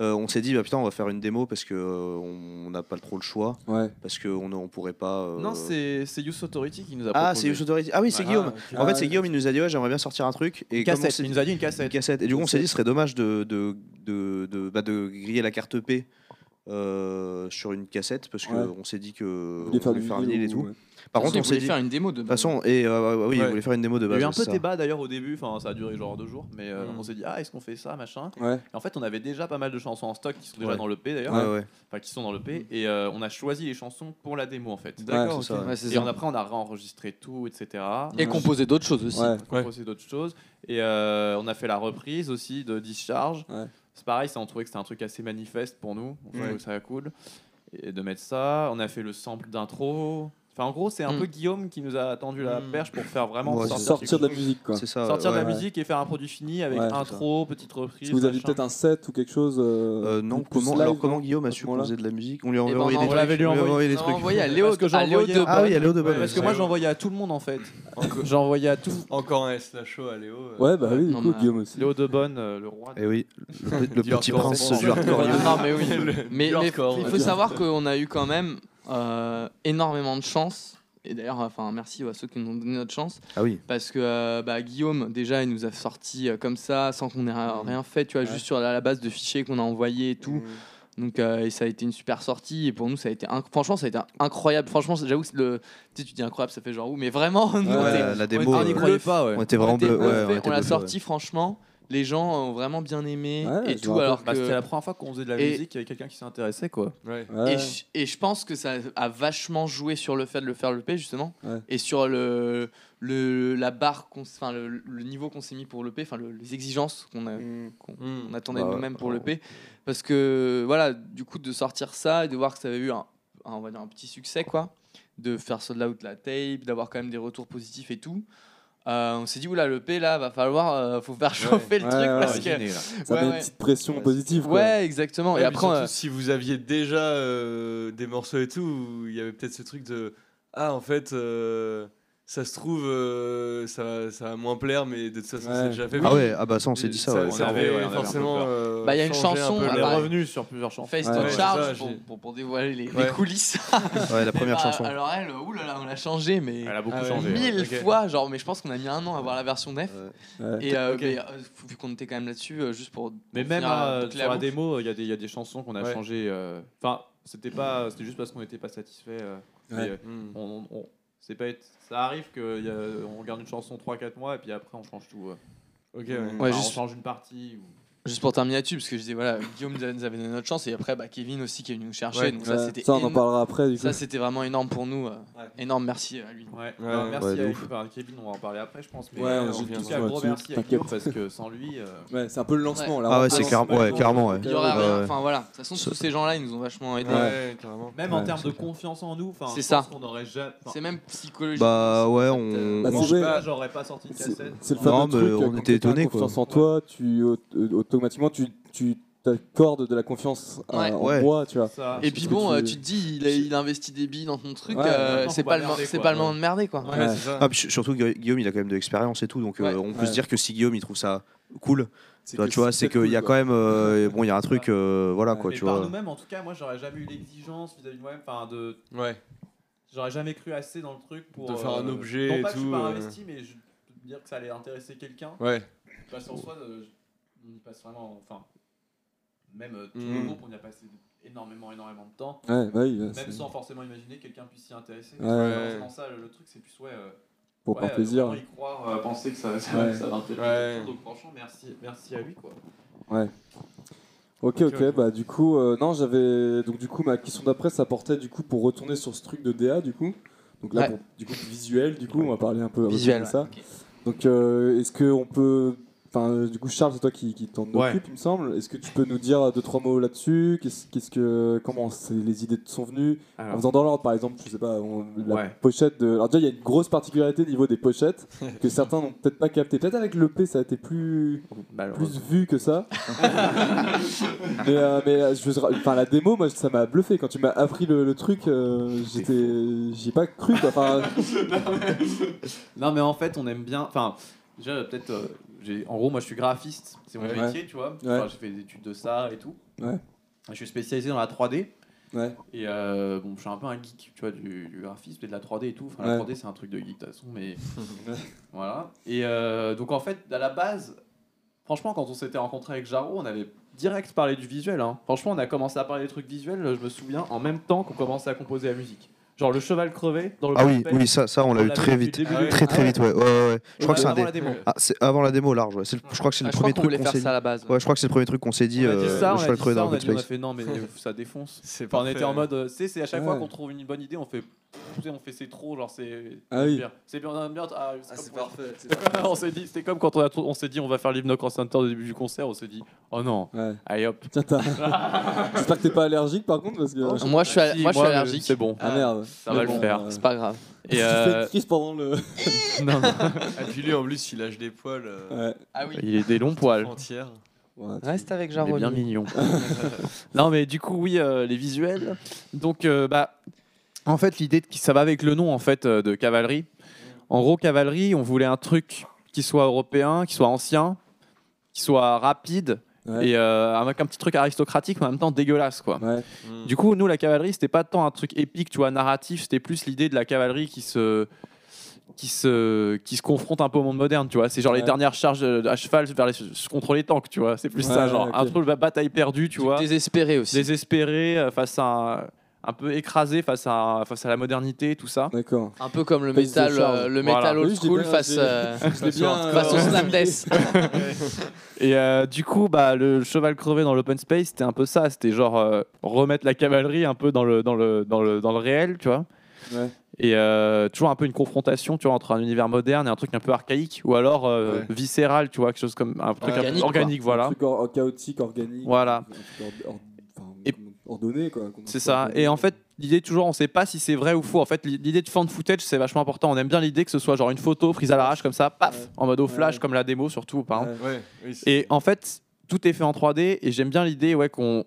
euh, on s'est dit, bah putain, on va faire une démo parce que euh, on on n'a pas trop le choix,
Ouais.
parce qu'on on pourrait pas. euh,
Non, c'est c'est Youth Authority qui nous a proposé.
Ah, c'est Youth Authority. Ah oui, c'est
Ah,
Guillaume.
ok.
En
Ah,
fait, c'est
ouais.
Guillaume, il nous a dit, ouais, j'aimerais bien sortir un truc. Et
Une
comme on
cassette.
s'est-
Il nous a dit une
une
cassette.
cassette. Et du coup, on s'est dit, ce serait dommage de, de, de, de, bah, de griller la carte P euh, sur une cassette parce qu'on
Ouais.
s'est dit que
Vous
on
voulez faire
voulait
du
faire un
vinyle
vinyle et
ou-
tout.
euh,
ouais.
Par
De toute
contre, on
façon,
s'est
ils
dit.
voulaient
De
faire une démo de
toute façon, et euh, ouais, oui,
Ouais.
on voulait faire une démo
Il y
de
a
base.
eu un
ouais,
peu
c'est ça.
débat d'ailleurs au début, enfin ça a duré genre deux jours, mais euh,
Mm.
on s'est dit ah est-ce qu'on fait ça machin.
Ouais.
Et en fait on avait déjà pas mal de chansons en stock qui sont déjà
Ouais.
dans le P d'ailleurs,
Ouais, ouais.
enfin qui sont dans le P et euh, on a choisi les chansons pour la démo en fait.
D'accord,
c'est ça,
Ouais, c'est
Et
ça. Mm.
on- après on a réenregistré tout etc.
Et composer d'autres choses aussi.
Ouais.
On a proposé d'autres choses et euh, on a fait la reprise aussi de Discharge.
Ouais.
C'est pareil, ça on trouvait que c'était un truc assez manifeste pour nous, on trouvait
Ouais.
que ça cool et de mettre ça. On a fait le sample d'intro. Enfin, en gros, c'est un
Mm.
peu Guillaume qui nous a tendu la
Mm.
perche pour faire vraiment
Ouais, c'est
sortir,
Sortir
quelque
de la
chose.
musique quoi.
C'est ça.
sortir
Ah, ouais.
de la
ouais.
musique et faire un produit fini avec
Ouais, c'est
intro, petite reprise.
Parce que vous aviez
machin.
peut-être un set ou quelque chose euh,
Euh, non,
plus
comment,
live,
alors
non
comment Guillaume a su
ce moment-là
qu'on faisait de la musique On lui a
ben,
envoyé
on
des
en- on l'avait
trucs.
lui
on lui a
envoyé.
envoyé des
Non,
trucs.
envoyé à Léo,
Parce que
à Léo
j'envoyais-
de
Ah oui, à Léo de
Ouais, parce que moi
Ouais.
j'envoyais à tout le monde en fait. j'envoyais à tout.
Encore un S Lachaud à Léo. euh.
Ouais, bah oui, du
Non,
coup,
mais-
Guillaume aussi.
Léo Debonne, euh, le roi.
Et Eh oui, le, le
Du
petit
hardcore.
prince du hardcore.
Non, mais oui. Mais,
Du
mais
hardcore,
il
ouais.
faut savoir qu'on a eu quand même euh, énormément de chance. Et d'ailleurs, enfin, merci à ceux qui nous ont donné notre chance.
Ah oui.
Parce que euh, bah, Guillaume, déjà, il nous a sorti euh, comme ça, sans qu'on ait rien rien fait, tu vois, juste sur la, la base de fichiers qu'on a envoyés et
Mm.
tout. Donc, euh, et ça a été une super sortie. Et pour nous, ça a été inc- franchement, ça a été incroyable. Franchement, c'est- j'avoue, c'est le... tu, sais, tu dis incroyable, ça fait genre où, mais vraiment, nous,
Ouais,
on était-
la, la démo,
on y
euh,
croyait
pas, ouais.
on était
on
vraiment
était
bleu.
bluffés.
ouais, on était
on l'a
bluffés, ouais.
sorti, franchement, les gens ont vraiment bien aimé
Ouais,
et
je
tout.
me
Alors
Bah,
que...
c'était la première fois qu'on faisait de la
Et-
musique avec quelqu'un qui s'intéressait quoi.
Ouais.
Ouais.
Et, je, et je pense que ça a vachement joué sur le fait de le faire le P justement
Ouais.
et sur le, le la barre qu'on s- enfin le, le niveau qu'on s'est mis pour le P enfin le- les exigences qu'on a- qu'on
Mm.
on attendait
Bah
de
ouais.
nous-mêmes pour le P parce que voilà du coup de sortir ça et de voir que ça avait eu un,
un- on va dire un petit succès, quoi, de faire sold out la tape, d'avoir quand même des retours positifs et tout. Euh, on s'est dit, oula, le P, là, va falloir, euh, faut faire chauffer le
Ouais,
truc
ouais,
parce que.
Imaginez, là.
Ça
Ouais,
met
ouais.
une petite pression
Ouais,
positive. quoi.
Ouais, exactement. et
Ouais, puis
après,
surtout,
euh,
si vous aviez déjà euh, des morceaux et tout, il y avait peut-être ce truc de ah en fait euh, ça se trouve euh, ça, ça va moins plaire, mais de toute façon
Ouais.
c'est déjà fait.
Ah ouais, ah bah ça on s'est dit ça.
Ça,
ouais.
ça
On avait-
avait
ouais, on avait un peu
forcément.
peur.
euh,
Bah, il y a une
changé un
chanson,
peu
on
On
l'air.
est
Ouais.
revenu sur plusieurs chansons.
Face
Ouais,
to
c'est
Charge
ça,
pour,
j'ai-
pour- pour dévoiler les, les
Ouais.
coulisses.
Ouais, la première
Ah,
Bah,
chanson.
Alors elle, oulala, on l'a changé, mais
Elle a beaucoup
Ah ouais.
changé.
mille
ok.
fois, genre, mais je pense qu'on a mis un an à voir la version nef.
Ouais.
Et euh,
Ok.
mais, euh, vu qu'on était quand même là-dessus, euh, juste pour.
Mais
pour
même
finir,
euh,
boucler
sur la
boucle.
démo, il y, a des- il y a des chansons qu'on a
Ouais.
changées. euh, Enfin, c'était pas, c'était juste parce qu'on n'était pas satisfait. euh, mais,
Ouais.
euh,
Hmm.
on, on- on- c'est pas être- ça arrive qu'on regarde une chanson 3-4 mois et puis après on change tout. euh.
Ok. ouais.
Enfin,
Ouais, juste-
On change une partie. ou-
Juste pour terminer là-dessus, parce que je disais, voilà, Guillaume nous avait, nous avait donné notre chance, et après, bah, Kevin aussi qui est venu nous chercher.
Ouais.
donc
Ouais,
ça, c'était
ça, on en
énorme.
parlera après. Du coup.
Ça, c'était vraiment énorme pour nous. euh,
Ouais.
Énorme merci à lui.
Ouais.
Ouais,
Non,
ouais,
merci
ouais, de
à
ouf.
enfin, Kevin, on va en parler après, je pense. Mais euh,
Ouais, on
en
se
tout
dit tout
cas,
ça
gros
là-dessus,
merci à
t'inquiète.
Guillaume parce que sans lui. euh,
Ouais, c'est un peu le lancement. là, hein.
Ah
on
ouais, c'est
relance.
clairement, ouais, carrément, ouais.
Il y aura
Ouais,
rien.
ouais.
Enfin voilà, de toute façon, tous ces gens-là, ils nous ont vachement aidés.
Ouais.
carrément.
Même
Ouais,
en termes
c'est
de confiance en nous, enfin,
C'est
je
ça.
pense qu'on aurait jamais. enfin,
C'est même psychologique.
Bah ouais,
Bah,
on.
c'est
moi, je
vrai.
sais pas, j'aurais pas sorti de
C'est
cassette.
c'est le fameux
Non, mais
truc.
on
euh,
était
quand t'as
étonnés, quoi.
Confiance en toi, tu au- euh, automatiquement tu tu t'accordes de la confiance à-
Ouais.
en
Ouais.
moi, tu vois.
Ça.
Et puis
Parce que
bon,
tu-
euh, tu te dis, il, a- il investit des billes dans ton truc,
Ouais,
euh,
maintenant,
c'est
faut
pas,
pas
le moment-
merder,
c'est
quoi,
pas le
ouais.
moment de merder quoi.
Ouais,
Ouais.
c'est ça.
Ah, puis surtout Gu- Guillaume, il a quand même de l'expérience et tout, donc euh,
Ouais.
on peut
Ouais.
se dire que si Guillaume il trouve ça cool,
C'est
Bah, tu vois, c'est
peut-être
qu'il y a
cool,
quand même, euh, bon, il y a un truc, euh, voilà
Ouais.
quoi,
Mais
tu
par
vois.
nous-mêmes, en tout cas, moi, j'aurais jamais eu l'exigence vis-à-vis de moi-même. Enfin, de,
Ouais.
j'aurais jamais cru assez dans le truc pour euh,
De faire un objet
Non
et
pas que je suis
tout,
pas
euh.
investi, mais je peux te dire que ça allait intéresser quelqu'un.
Ouais.
Parce qu'en soi, euh, je- on y passe vraiment, enfin, même euh, tout
Mm.
le groupe, on y a passé énormément, énormément de temps.
Ouais, bah oui,
Même
c'est-
sans forcément imaginer que quelqu'un puisse s'y intéresser. C'est
Ouais.
pas forcément ça, le, le truc, c'est plus ouais. euh,
pour
ouais,
faire plaisir.
vraiment y croire, euh, penser que ça, ça,
Ouais.
ça va intéresser
Ouais.
quelqu'un. Donc franchement, merci, merci à lui quoi.
Ok, ok, bah du coup, euh, non, j'avais. Donc, du coup, ma question d'après, ça portait du coup pour retourner sur ce truc de DA, du coup. Donc là,
Ouais.
pour- du coup, visuel, du coup, on va parler un peu
Visuel,
de ça. Donc, euh, est-ce qu'on peut. Enfin, euh, du coup, Charles, c'est toi qui, qui t'en
Ouais.
occupe, il me semble. Est-ce que tu peux nous dire euh, deux, trois mots là-dessus Qu'est-ce qu'est-ce que. Comment c'est- les idées te sont venues En faisant dans l'ordre, par exemple, je sais pas, on- la
Ouais.
pochette de. Alors, déjà, il y a une grosse particularité au niveau des pochettes que certains n'ont peut-être pas capté. Peut-être avec le P, ça a été plus plus vu que ça. mais euh, mais euh, je, veux dire, enfin, la démo, moi, ça m'a bluffé. Quand tu m'as appris le, le truc, euh, j'étais, j'y ai pas cru. quoi. Enfin,
Non, mais en fait, on aime bien. Enfin, déjà, peut-être. euh, j'ai- en gros, moi, je suis graphiste. C'est mon
Ouais.
métier, tu vois. Enfin, j'ai fait des études de ça et tout.
Ouais.
Je suis spécialisé dans la 3D.
ouais,
Et euh, bon, je suis un peu un geek, tu vois, du, du graphisme et de la 3D et tout. Enfin,
Ouais.
la 3D, c'est un truc de geek, de toute façon, mais voilà. Et euh, donc, en fait, à la base, franchement, quand on s'était rencontré avec Jaro, on avait direct parlé du visuel. hein. Franchement, on a commencé à parler des trucs visuels, je me souviens, en même temps qu'on commençait à composer la musique. Genre le cheval crevé dans le
Ah oui,
prospect,
oui, ça, ça on l'a eu
l'a
très
vu depuis
vite,
le début du-
très
Ah
très
ouais.
vite, ouais, ouais, ouais. ouais. Je crois que c'est un
Avant
des.
la démo.
Ah, c'est avant la démo large, ouais. C'est le- Je crois que
Ah,
c'est le
je crois
premier
qu'on
truc
voulait
qu'on
faire
s'est dit.
ça à la base.
Ouais, je crois que c'est le premier truc qu'on s'est dit.
On a dit
euh,
ça,
le
on a
cheval
dit
crevé
ça,
dans
on a dit, on a
Space.
fait non mais ça défonce.
C'est
Enfin, on
parfait.
était en mode, euh, c'est c'est à chaque
Ouais.
fois qu'on trouve une bonne idée, on fait, tu sais, on fait c'est trop, genre c'est
Ah oui.
bien, c'est bien, on aime bien, ah, c'est comme quand-
parfait.
on s'est dit, c'était comme quand on, a trou- on s'est dit on va faire l'Hypnocross Center au début du concert, on s'est dit, oh non,
ouais.
allez hop.
Tiens, t'as- j'espère que t'es pas allergique par contre, parce que.
Oh.
Moi, je suis,
Si,
moi, je suis
le-
allergique. Ah,
C'est bon.
Ah merde.
Ça va le faire.
euh,
C'est pas grave.
tu
Et
fais
euh,
une crise pendant le.
non, non,
Et Ah, puis lui en plus il lâche des poils euh,
Ouais.
Ah oui.
il est des longs poils.
entières.
Ouais, tu-
Reste avec
Il est
Jaroni.
bien mignon. non, mais du coup, oui, euh, les visuels. Donc, euh, bah, en fait, l'idée, de- ça va avec le nom en fait euh, de cavalerie. En gros, cavalerie, on voulait un truc qui soit européen, qui soit ancien, qui soit rapide
Ouais.
et euh, avec un petit truc aristocratique, mais en même temps dégueulasse, quoi.
Ouais.
Mm.
Du coup, nous, la cavalerie, c'était pas tant un truc épique, tu vois, narratif, c'était plus l'idée de la cavalerie qui se qui se qui se confronte un peu au monde moderne, tu vois. C'est genre les
Ouais.
dernières charges euh, à cheval vers les se- contre les tanks, tu vois. C'est plus
Ouais,
ça, genre
ouais, ok.
un truc la bataille perdue, tu vois.
Désespéré aussi.
Désespéré euh, face à un, un peu écrasé face à face à la modernité, tout ça.
D'accord.
Un peu comme le
Face the
métal,
charge.
euh, le
Voilà.
métal old
Oui, je l'ai
school
bien-
face,
j'ai-
euh,
Je l'ai bien.
face au
euh,
slapdess.
Et euh, du coup, bah le cheval crevé dans l'open space, c'était un peu ça, c'était genre euh, remettre la cavalerie un peu dans le dans le dans le dans le réel, tu vois.
Ouais.
Et euh, toujours un peu une confrontation, tu vois, entre un univers moderne et un truc un peu archaïque, ou alors euh,
Ouais.
viscéral, tu vois, quelque chose comme un truc un peu
Organique,
organique,
Un
voilà.
truc or- chaotique, organique.
Voilà.
un truc or- or- enfin,
Et-
ordonnée. quoi, qu'on-
C'est ça. Et en fait, l'idée toujours, on sait pas si c'est vrai ou faux. En fait, l'i- l'idée de fan footage, c'est vachement important. On aime bien l'idée que ce soit genre une photo prise à l'arrache comme ça, paf,
Ouais.
en mode au flash
Ouais.
comme la démo surtout, par exemple.
Ouais, oui, c'est-
Et en fait, tout est fait en 3D et j'aime bien l'idée ouais, qu'on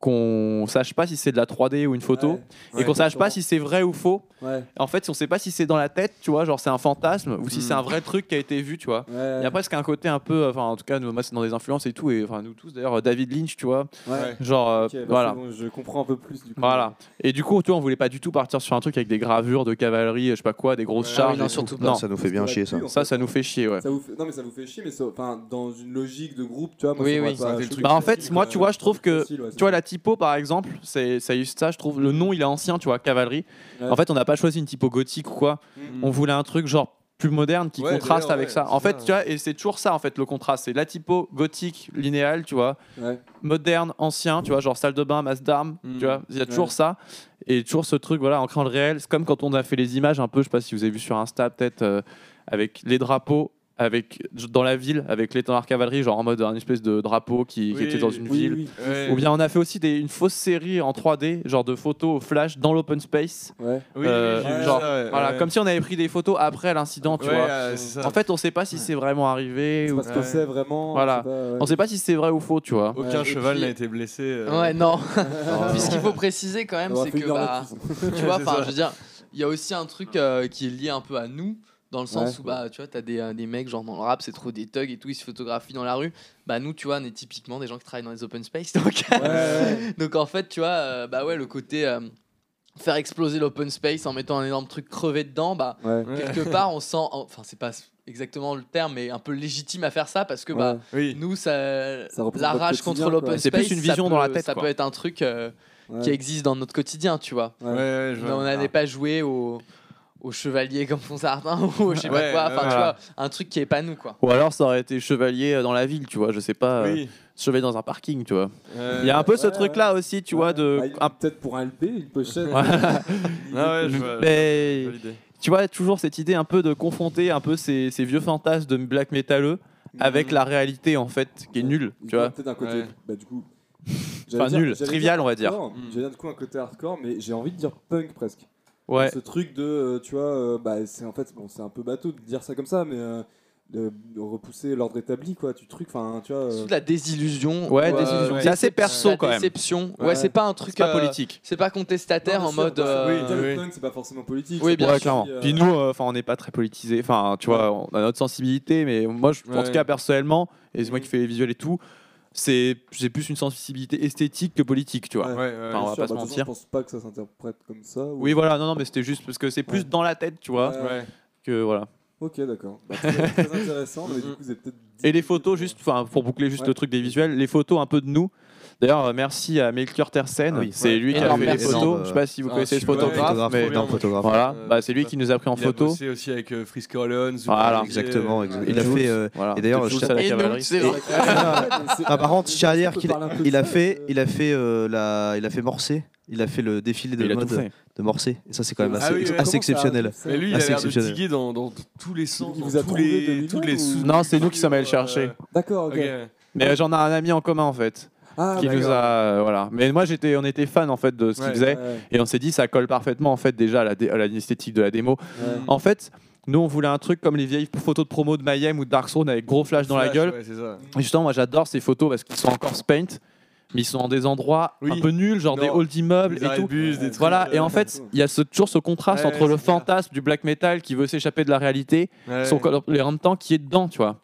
qu'on sache pas si c'est de la 3D ou une photo
Ouais,
et qu'on sache pas si c'est vrai ou faux.
ouais,
En fait, si on sait pas si c'est dans la tête, tu vois, genre c'est un fantasme ou si
Mm.
c'est un vrai truc qui a été vu, tu vois.
ouais.
Il y a presque un côté un peu, enfin en tout cas, nous, moi c'est dans des influences et tout, et enfin nous tous d'ailleurs, David Lynch, tu vois,
Ouais.
genre euh,
Ok, bah,
voilà.
c'est bon, je comprends un peu plus du coup.
Voilà. Et du coup, tu vois, on voulait pas du tout partir sur un truc avec des gravures de cavalerie, je sais pas quoi, des grosses
Ouais.
charges.
Ah oui, non,
et tout.
surtout
Non,
ça nous fait bien
Parce
chier
que
ça.
là-dessus, en
ça,
fait,
ça nous fait chier, ouais.
ça vous fait- Non, mais ça vous fait chier, mais ça- enfin, dans une logique de groupe, tu vois. Moi,
Oui,
ça m'aurait pas-
oui.
C'est
je
un
trouve
truc
Bah en
que c'est
fait, moi,
facile,
tu
ouais,
vois, je trouve que.
euh, facile, ouais, c'est
Tu vois,
ça.
la typo, par exemple, c'est ça illustre ça, je trouve. Le nom, il est ancien, tu vois, cavalerie.
Ouais.
En fait, on n'a pas choisi une typo gothique ou quoi. On voulait un truc genre plus moderne qui
Mm. Ouais,
contraste
d'ailleurs,
avec
ouais,
ça.
c'est
En fait,
ça, hein.
tu vois, et c'est toujours ça, en fait, le contraste. C'est la typo gothique, linéale, tu vois,
Ouais.
moderne, ancien, tu vois, genre salle de bain, masse d'armes,
Mm.
tu vois. Il y a toujours
Ouais.
ça. Et toujours ce truc, voilà, ancrant le réel. C'est comme quand on a fait les images un peu, je sais pas si vous avez vu sur Insta, peut-être, euh, avec les drapeaux. Avec, dans la ville, avec l'étendard cavalerie, genre en mode un espèce de drapeau qui, qui
Oui,
était dans une
Oui,
ville.
oui,
Ouais.
Ou bien on a fait aussi des- une fausse série en 3D, genre de photos au flash dans l'open space.
ouais.
Oui, oui,
euh,
j'ai vu
genre,
ça, ouais,
voilà,
ouais.
comme si on avait pris des photos après l'incident, tu
Ouais,
vois.
euh, c'est ça.
En fait, on sait pas si c'est vraiment arrivé.
C'est
Ou...
Parce que
Ouais.
c'est vraiment.
Voilà.
je sais pas, ouais.
On sait pas si c'est vrai ou faux, tu vois.
aucun
Ouais, et
cheval
puis-
n'a été blessé. euh,
Ouais, non.
Ah.
Puis ce qu'il faut préciser quand même,
On
c'est
fait
que
une heure
bah,
là-dessus.
tu vois,
C'est
enfin,
ça.
je veux dire, il y a aussi un truc euh, qui est lié un peu à nous, dans le sens
Ouais.
où, bah, tu vois, t'as des, euh, des mecs, genre dans le rap, c'est trop des thugs et tout, ils se photographient dans la rue. Bah, nous, tu vois, on est typiquement des gens qui travaillent dans les open space, donc,
Ouais, ouais.
donc en fait, tu vois, euh, bah ouais, le côté euh, faire exploser l'open space en mettant un énorme truc crevé dedans, bah,
Ouais.
quelque part, on sent, enfin, c'est pas exactement le terme, mais un peu légitime à faire ça parce que, bah,
Ouais.
Oui.
nous, ça,
Ça représente
la
notre
rage
quotidien,
contre l'open
quoi.
space,
C'est plus une
ça
vision dans la
peut-
tête,
Ça
quoi.
peut être un truc euh,
Ouais.
qui existe dans notre quotidien, tu vois.
Ouais.
Ouais, ouais, je vois.
on n'allait pas jouer au, au chevalier comme Ponsardin ou au je sais pas
Ouais,
quoi. Enfin, tu
voilà.
vois, un truc qui est pas nous, quoi.
Ou alors ça aurait été chevalier euh, dans la ville, tu vois. Je sais pas. euh,
Oui.
chevalier dans un parking, tu vois.
Euh,
Il y a un peu ce
ouais,
truc-là aussi, tu
Ouais.
vois. De...
Bah, il-
un-
Peut-être pour un LP, une pochette.
Voilà.
Ah ouais, je vois.
Mais-
je vois l'idée.
tu vois, toujours cette idée un peu de confronter un peu ces, ces vieux fantasmes de black métalleux
Mm.
avec
Hmm.
la réalité, en fait, qui est nulle,
Il
tu
y a
vois.
Peut-être un côté.
Ouais.
Bah, du coup. j'allais
Enfin,
dire-
nul,
j'allais
trivial, on va dire.
hardcore,
Mm.
J'allais dire du coup un côté hardcore, mais j'ai envie de dire punk presque.
Ouais.
Ce truc de, euh, tu vois, euh, bah, c'est en fait, bon, c'est un peu bateau de dire ça comme ça, mais euh, de, de repousser l'ordre établi, quoi, tu truc, enfin, tu vois. euh,
C'est de la désillusion.
Ouais,
ou,
des
désillusion.
C'est assez
décep-
perso,
la
quand même.
déception. Ouais,
Ouais.
c'est pas un truc.
C'est pas
euh,
politique.
c'est pas contestataire
non,
en
bien sûr,
mode.
bah,
euh,
dire
oui.
le punk, c'est pas forcément politique.
Oui,
c'est
bien
pas
Ouais,
sûr.
clairement.
aussi, euh,
Puis nous, euh, enfin, on n'est pas très politisé. Enfin, tu vois, on a notre sensibilité, mais moi, je- en
Ouais.
tout cas, personnellement, et c'est moi qui fais les visuels et tout, c'est j'ai plus une sensibilité esthétique que politique, tu vois.
Ouais.
Ouais, ouais.
Enfin, on va
bien
pas se
sûr, bah, de toute façon,
mentir.
Je pense pas que ça s'interprète comme ça. ou-
Oui, voilà. Non, non, mais c'était juste parce que c'est plus
Ouais.
dans la tête, tu vois,
Ouais.
Ouais.
que voilà.
Ok, d'accord. Bah, très, très intéressant, mais du coup, vous êtes peut-être.
Et les photos, juste, enfin, pour boucler juste
Ouais.
le truc des visuels, les photos un peu de nous. D'ailleurs, euh, merci à Melchior Tersen.
Ah oui.
C'est
Ouais.
lui qui a
Énorme
fait les
personne.
photos. Je sais pas si vous
Ah,
connaissez ce
super.
photographe,
Photographe,
mais
trop bien.
énorme photographe.
voilà.
Euh,
Bah, c'est lui qui nous a pris en
Il
photo.
a bossé aussi avec euh, Frisk Orleans.
Voilà.
Exactement, exact-
Ouais.
il a
Jules.
fait. euh,
Voilà.
Et d'ailleurs,
Jules
je-
à la
Et nous,
cavalerie.
c'est vrai.
Ah, par contre, Charlière, qu'il
parler un peu de
il a
ça,
fait,
euh,
il a fait, euh, la, il a fait Morcé, il a fait le défilé de
Il a tout
mode
fait.
de Morcé. Et ça, c'est quand même
Ah
assez,
oui, ouais.
assez exceptionnel.
Mais lui, il
Ah,
a
c'est
l'air de
exceptionnel.
diguer dans, dans tous les sens,
Il
dans
vous a
tous
trouvé de
les,
lui-même
toutes les
ou-
sous. euh,
Non, c'est nous qui sommes allés le chercher.
D'accord, ok.
Ok.
Mais euh, j'en ai un ami en commun en fait,
Ah,
qui nous
d'accord.
a euh, voilà. Mais moi j'étais, on était fan en fait de ce qu'il
Ouais.
faisait
Ouais,
et on s'est dit ça colle parfaitement en fait déjà à la dé- à l'esthétique de la démo.
Mm.
ouais.
En fait, nous on voulait un truc comme les vieilles photos de promo de Mayhem ou de Dark Souls avec gros flash dans la
Flash,
gueule.
ouais, c'est ça.
Et justement, moi j'adore ces photos parce qu'ils sont encore paint, mais ils sont dans des endroits un
Oui.
peu nuls, genre
Non.
des halls d'immeubles
Des
et tout.
arrébus, des trucs,
Voilà, et en
euh,
fait, il y a ce- toujours ce contraste
Ouais,
entre le
c'est clair.
fantasme du black metal qui veut s'échapper de la réalité
ouais.
son corps- les en même temps qui est dedans, tu vois.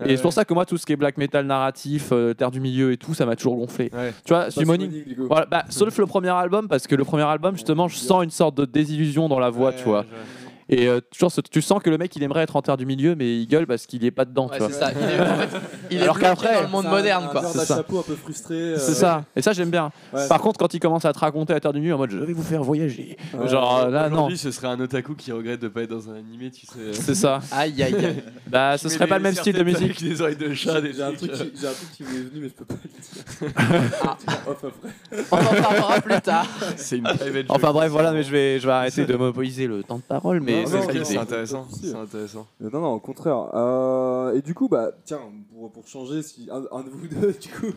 Ouais,
et c'est pour
ouais.
ça que moi, tout ce qui est black metal narratif, euh, Terre du Milieu et tout, ça m'a toujours gonflé.
Ouais. Hmm.
Tu vois,
Pas
Summoning.
Summoning, du coup.
Voilà, bah, sauf le premier album, parce que le premier album, justement, je sens une sorte de désillusion dans la voix,
Ouais,
tu vois.
je-
Et euh, toujours, ce- tu sens que le mec, il aimerait être en Terre du Milieu, mais il gueule parce qu'il est pas dedans,
Ouais,
tu vois.
c'est ça. Il est, en fait, il est
Alors
bloqué
qu'après,
dans le monde
C'est un-
moderne,
un
quoi.
genre
C'est
d'un
ça.
chapeau un peu frustré. euh,
C'est ça, et ça j'aime bien.
ouais,
Par contre, quand il commence à te raconter la Terre du Milieu en mode je vais vous faire voyager,
Ouais.
genre euh, là non,
Aujourd'hui, ce serait un otaku qui regrette de pas être dans un animé, tu sais.
c'est ça.
Aïe, aïe, aïe.
Bah,
Tu
ce
mets
serait pas
des
le même style de
serre-têtes
musique.
avec des oreilles de chat, des
J'ai un, truc
trucs,
qui- j'ai un truc qui m'est venu, mais je peux pas le dire.
Ah.
Off après.
On en parlera plus tard.
euh, C'est une private
Enfin
joke.
bref, voilà, mais je vais, je vais arrêter de monopoliser le temps de parole, mais
Non,
c'est
non,
ça
non,
l'idée.
c'est intéressant.
Si.
C'est intéressant.
Euh, Non, non, au contraire. Euh, et du coup, bah, tiens, pour, pour changer, si un, un de vous deux, du coup,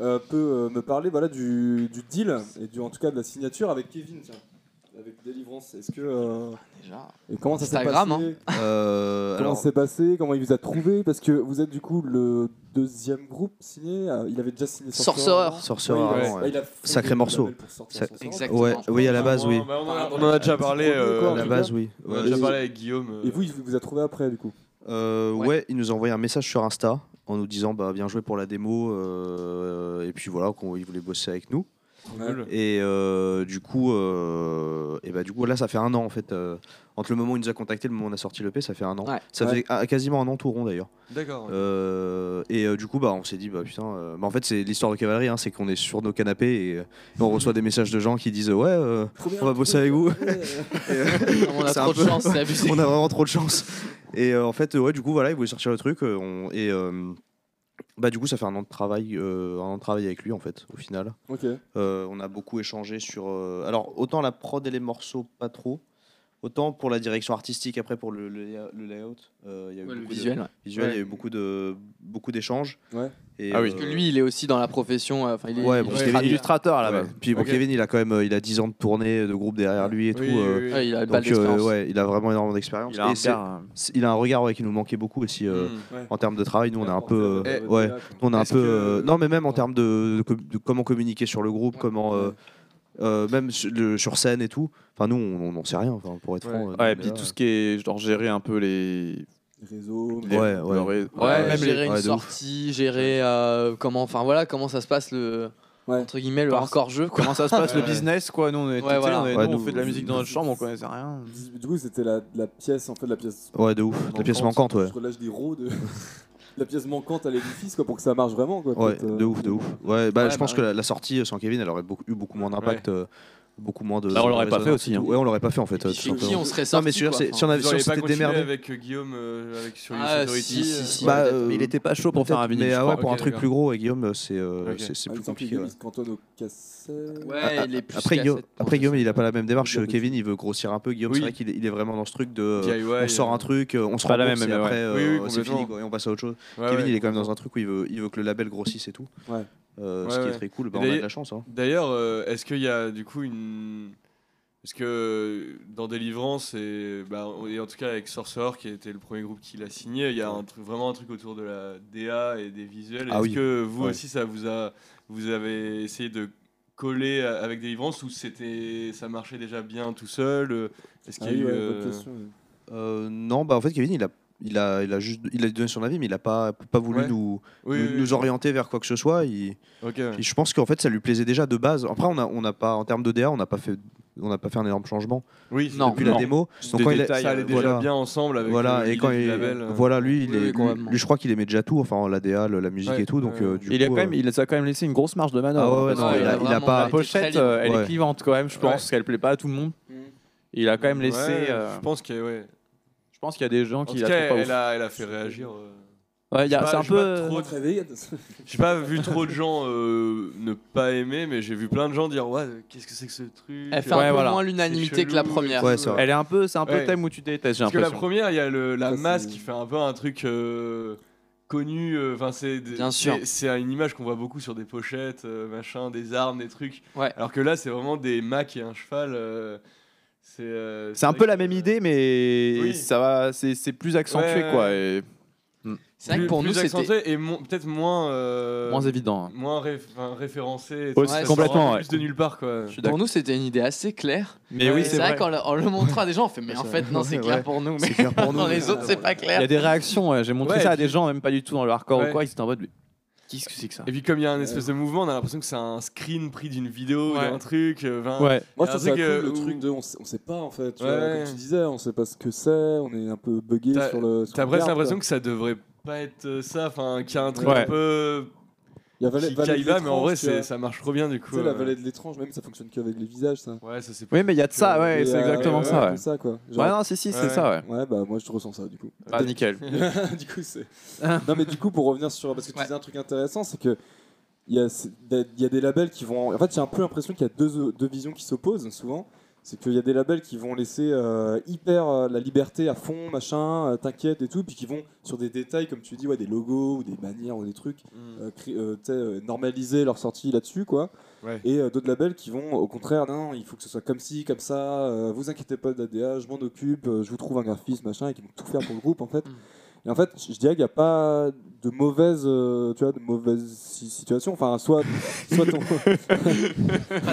euh, peut euh, me parler voilà, du, du deal, et du, en tout cas de la signature avec Kevin, tiens, avec Délivrance. Est-ce que. euh,
Déjà.
et comment ça s'est passé
Instagram,
Comment
Euh, hein, alors,
c'est passé Comment il vous a trouvé Parce que vous êtes du coup le deuxième groupe signé. euh, Il avait déjà signé
Sorcerer.
avant.
Sorcerer
Ouais, il a-
avant, ouais.
ouais, bah, il a fondé
Sacré
le
morceau.
label pour sortir
Ça-
Sorcerer.
Exactement.
Ouais, oui, à la base, oui.
Ah, bah, On en a- on en a
Ah,
déjà parlé.
Petit produit, quoi,
À
en
euh,
la
tout
base, oui.
On en a
Ouais.
déjà parlé avec Guillaume. euh.
Et vous, il vous a trouvé après du coup
Euh,
Ouais.
ouais. il nous a envoyé un message sur Insta en nous disant bah viens jouer pour la démo euh, et puis voilà qu'on il voulait bosser avec nous
cool.
et euh, du coup euh, et bah du coup là ça fait un an en fait euh, entre le moment où il nous a contacté et le moment où on a sorti l'EP ça fait un an
Ouais.
ça
Ouais.
faisait ah, quasiment un an tout rond d'ailleurs
D'accord.
Euh, et euh, du coup bah on s'est dit bah putain euh, bah, en fait c'est l'histoire de cavalerie hein, c'est qu'on est sur nos canapés et, euh, on reçoit des messages de gens qui disent ouais euh, on va bosser avec vous Et, euh,
On a
C'est
trop
un
de
peu-
chance, c'est abusé.
on a vraiment trop de chance. Et euh, en fait, euh, ouais, du coup, voilà, il voulait sortir le truc. euh, on- et euh, bah, du coup, ça fait un an de travail, euh, un an de travail avec lui, en fait, au final.
Ok.
Euh, on a beaucoup échangé sur. euh, alors, autant la prod et les morceaux, pas trop. Autant pour la direction artistique, après pour le, le laya- le layout, euh, il y a eu
Ouais, le
beaucoup de-
visuel, ouais.
visuel, il y a
Ouais.
eu beaucoup de beaucoup d'échanges.
Ouais.
Et, euh,
Ah oui.
Parce que lui, il est aussi dans la profession. euh, Enfin, il est
Ouais,
il est
bon, c'était
traducteur.
illustrateur
ouais.
là-bas.
Puis bon,
Ok.
Kevin, il a quand même, euh, il a 10 ans de tournée, de groupe derrière lui et tout. euh,
Ah,
Ouais, il a le bal
donc, euh,
d'expérience.
ouais, il a vraiment énormément d'expérience.
Il a un
Et c'est-
regard, Mm. euh,
c'est- il a un regard ouais, qui nous manquait beaucoup aussi euh,
Hmm.
en termes de travail. Nous, on a un peu, euh,
eh,
Voilà,
ouais,
quoi.
on a un
Est-ce
peu,
que-
euh, non, mais même en termes de, de com- de comment communiquer sur le groupe,
Ouais.
comment, euh,
Ouais.
euh, même sur, le- sur scène et tout. Enfin, nous, on n'en sait rien. Enfin, pour être franc. euh,
Ouais,
nous,
puis
on est
tout
là.
ce qui est genre gérer un peu les.
Réseau.
les-
Ouais, ouais.
leur- Ouais,
Ouais, même
les-
gérer
ouais,
une
de ouf.
sortie, gérer euh, comment, enfin voilà, comment ça se passe le
Ouais.
entre guillemets le
Par-
hardcore jeu quoi.
Comment ça se passe le business quoi Nous on est
Ouais,
tout seul,
voilà.
on, est-
Ouais,
nous, on
nous,
fait de la musique dans notre chambre, on connaissait rien.
Du coup, c'était la, la pièce, en fait, la pièce.
Ouais, de ouf. La pièce manquante, ouais.
Je relâche des rots de. la pièce manquante à l'édifice, quoi, pour que ça marche vraiment, quoi.
Ouais,
peut-être, euh,
de ouf, de ouf. Ouais, bah,
Ouais,
je pense
bah
que la, la sortie euh, sans Kevin, elle aurait beaucoup, eu beaucoup moins d'impact. euh, beaucoup moins de.
Bah, on l'aurait pas fait
résonance
aussi,
et tout.
hein.
Ouais, on l'aurait pas fait en fait.
Et puis
euh, tout
chez qui
simplement.
on serait
Non,
sorti
mais je veux dire,
quoi,
c'est- si
enfin.
on avait
Vous auriez
si on
pas
s'était
continué
démerdé.
avec euh, Guillaume euh, avec sur
Ah,
Youth Authority
si, si, si.
Bah,
peut-être,
euh,
Mais il était pas chaud pour faire un vinyle.
Mais
je
ah ouais,
crois.
pour un
Ok,
truc
d'accord.
plus gros, avec Guillaume, c'est euh,
Ok.
Ah,
c'est- c'est plus
il semble que
compliqué. ouais.
Guillaume, il se cantonne au casset.
Ouais,
Ah,
il est plus
Après, Guillaume,
cassette,
après Guillaume, il a pas la même démarche.
Guillaume,
Kevin, il veut grossir un peu. Guillaume,
Oui.
c'est vrai qu'il est, il est vraiment dans ce truc de. euh,
DIY,
on sort un truc, euh, on se
pas
rend
la
compte,
même,
et
mais ouais.
après
Oui,
euh,
oui,
c'est fini
complètement.
quoi, et on passe à autre chose.
ouais,
Kevin
ouais.
il est quand même dans un truc où il veut, il veut que le label grossisse et tout.
Ouais.
Euh, ce
Ouais,
qui
ouais.
est très cool,
Et
bah, on a de
d'ailleurs-
la chance. hein.
D'ailleurs, euh, est-ce qu'il y a du coup une. Est-ce que euh, dans Délivrance et, bah, et en tout cas avec Sorcerer qui était le premier groupe qui l'a signé, il y a un truc, vraiment un truc autour de la DA et des visuels.
Ah
Est-ce
oui.
que vous
Ouais.
aussi ça vous a vous avez essayé de coller à- avec Délivrance ou c'était ça marchait déjà bien tout seul euh, Est-ce
Ah
qu'il y a
oui,
eu
ouais,
euh,
bonne question. ouais.
Euh, non, bah en fait Kevin il a, il a, il a juste, il a donné son avis, mais il a pas, pas voulu
Ouais.
nous,
oui,
nous,
oui,
nous orienter vers quoi que ce soit. Il,
ok, ouais.
Et je pense qu'en fait, ça lui plaisait déjà de base. Après, on a, on a pas, en termes de DA, on n'a pas fait, on n'a pas fait un énorme changement
oui
Non.
depuis la démo.
des
quand il a-
détails,
ça allait
euh,
déjà
voilà.
bien ensemble avec
voilà,
le
et
leader
quand
du
il,
label. euh.
voilà, lui, il
Oui,
est-
oui, complètement.
lui, lui, je crois qu'il aimait déjà tout. Enfin, la DA, le- la musique
Ouais,
et tout. Donc,
ouais,
euh,
ouais.
du
Il a
coup,
quand même, il a, ça a quand même laissé une grosse marge de manœuvre. hein,
Ah ouais,
parce
non,
que
il a-
la-
il a
la
pas-
pochette, euh, elle est
Ouais.
clivante quand même. Je pense
Ouais.
qu'elle plaît pas à tout le monde.
Mm.
Et Il a quand même laissé.
Ouais,
euh,
Je pense que ouais.
je pense qu'il y a des gens
En
qui
tout
la
cas,
trouvent pas
elle
ouf.
a, elle a fait réagir. euh.
Ouais, il y a-
je sais
c'est
pas-
un
je sais pas
peu.
trop
Faut te réveiller.
J'ai pas vu trop de gens euh, ne pas aimer, mais j'ai vu plein de gens dire ouais, qu'est-ce que c'est que ce truc
Elle fait un
Ouais,
peu
voilà.
moins
C'est
l'unanimité que la
chelou et
première.
tout.
Ouais, c'est vrai.
Elle est un peu, c'est un peu
Ouais.
le thème où tu détestes, j'ai
Parce que la
l'impression.
première, il y a le, la
Ça,
masse
c'est-
qui fait un peu un truc euh, connu. euh, Enfin, c'est des-
Bien
c'est-
sûr.
c'est une image qu'on voit beaucoup sur des pochettes, euh, machin, des armes, des trucs.
Ouais.
Alors que là, c'est vraiment des Macs et un cheval. euh, c'est euh,
C'est un
vrai
peu la
que-
même idée, mais
Oui.
ça va, c'est c'est plus accentué
Ouais,
quoi,
ouais.
et
C'est vrai que
plus-
pour nous
plus
c'était
accentué et mon- peut-être moins euh,
moins évident. hein.
moins réf- enfin, référencé. et
Ouais,
tout, ça sort
complètement, ouais.
Plus de nulle part quoi.
Je suis
pour
d'accord.
nous c'était une idée assez claire.
Mais
Ouais,
oui,
Et
c'est
vrai,
vrai.
qu'en le, en le montrant à des gens on fait mais en fait non c'est
Ouais,
clair
ouais.
pour nous mais
C'est clair pour nous,
dans
mais
les
ça,
autres c'est pas
Il y a
clair.
des réactions. ouais, J'ai montré
Ouais,
ça
et
à des gens, même pas du tout dans le hardcore ou
Ouais.
quoi, ils étaient en mode. mais Qu'est-ce que c'est que ça
Et puis comme il y a un espèce de mouvement, on a l'impression que c'est un screen pris d'une vidéo,
Ouais.
d'un truc. euh,
Ouais.
vingt-
Moi,
Alors,
je trouve
c'est
ça cool,
que-
le
ou-
truc de on sait, on sait pas en fait. tu
Ouais,
vois,
euh, ouais.
Comme tu disais, on sait pas ce que c'est, on est un peu bugué
T'as-
sur le.
T'as presque
euh,
l'impression que ça devrait pas être euh, ça, enfin qu'il y a un truc
Ouais.
un peu
Il y a Vallée-
qui
Vallée de
caille là, mais en
l'étrange,
vrai
tu vois.
c'est- ça marche trop bien du
Tu
coup.
sais, la
euh.
vallée de l'étrange, même ça fonctionne qu'avec les visages, ça.
Ouais, ça c'est pas.
Oui, mais il y a de ça, ouais,
Et,
c'est
euh,
exactement
ouais,
ça.
tout
Ouais.
ça, quoi.
Ouais,
Genre-
non, si, si,
Ouais.
c'est ça, ouais.
ouais, bah moi je ressens ça du coup.
Bah, nickel.
du coup, c'est. non, mais du coup, pour revenir sur. Parce que tu
Ouais.
disais un truc intéressant, c'est que. Il y, a, c'est- il y a des labels qui vont. En fait, j'ai un peu l'impression qu'il y a deux, deux visions qui s'opposent souvent. C'est qu'il y a des labels qui vont laisser euh, hyper euh, la liberté à fond, machin, euh, t'inquiète et tout, puis qui vont sur des détails, comme tu dis, ouais, des logos ou des bannières ou des trucs, euh, cré- euh, t'sais, euh, normaliser leur sortie là-dessus, quoi.
Ouais.
Et euh, d'autres labels qui vont, au contraire, non, non, il faut que ce soit comme ci, comme ça, euh, vous inquiétez pas d'ADA, je m'en occupe, euh, je vous trouve un graphiste, machin, et qui vont tout faire pour le groupe, en fait. Et en fait, je je dirais qu'il n'y a pas de mauvaise, euh, tu vois, de mauvaise si- situation. Enfin, soit, soit ton...
Pas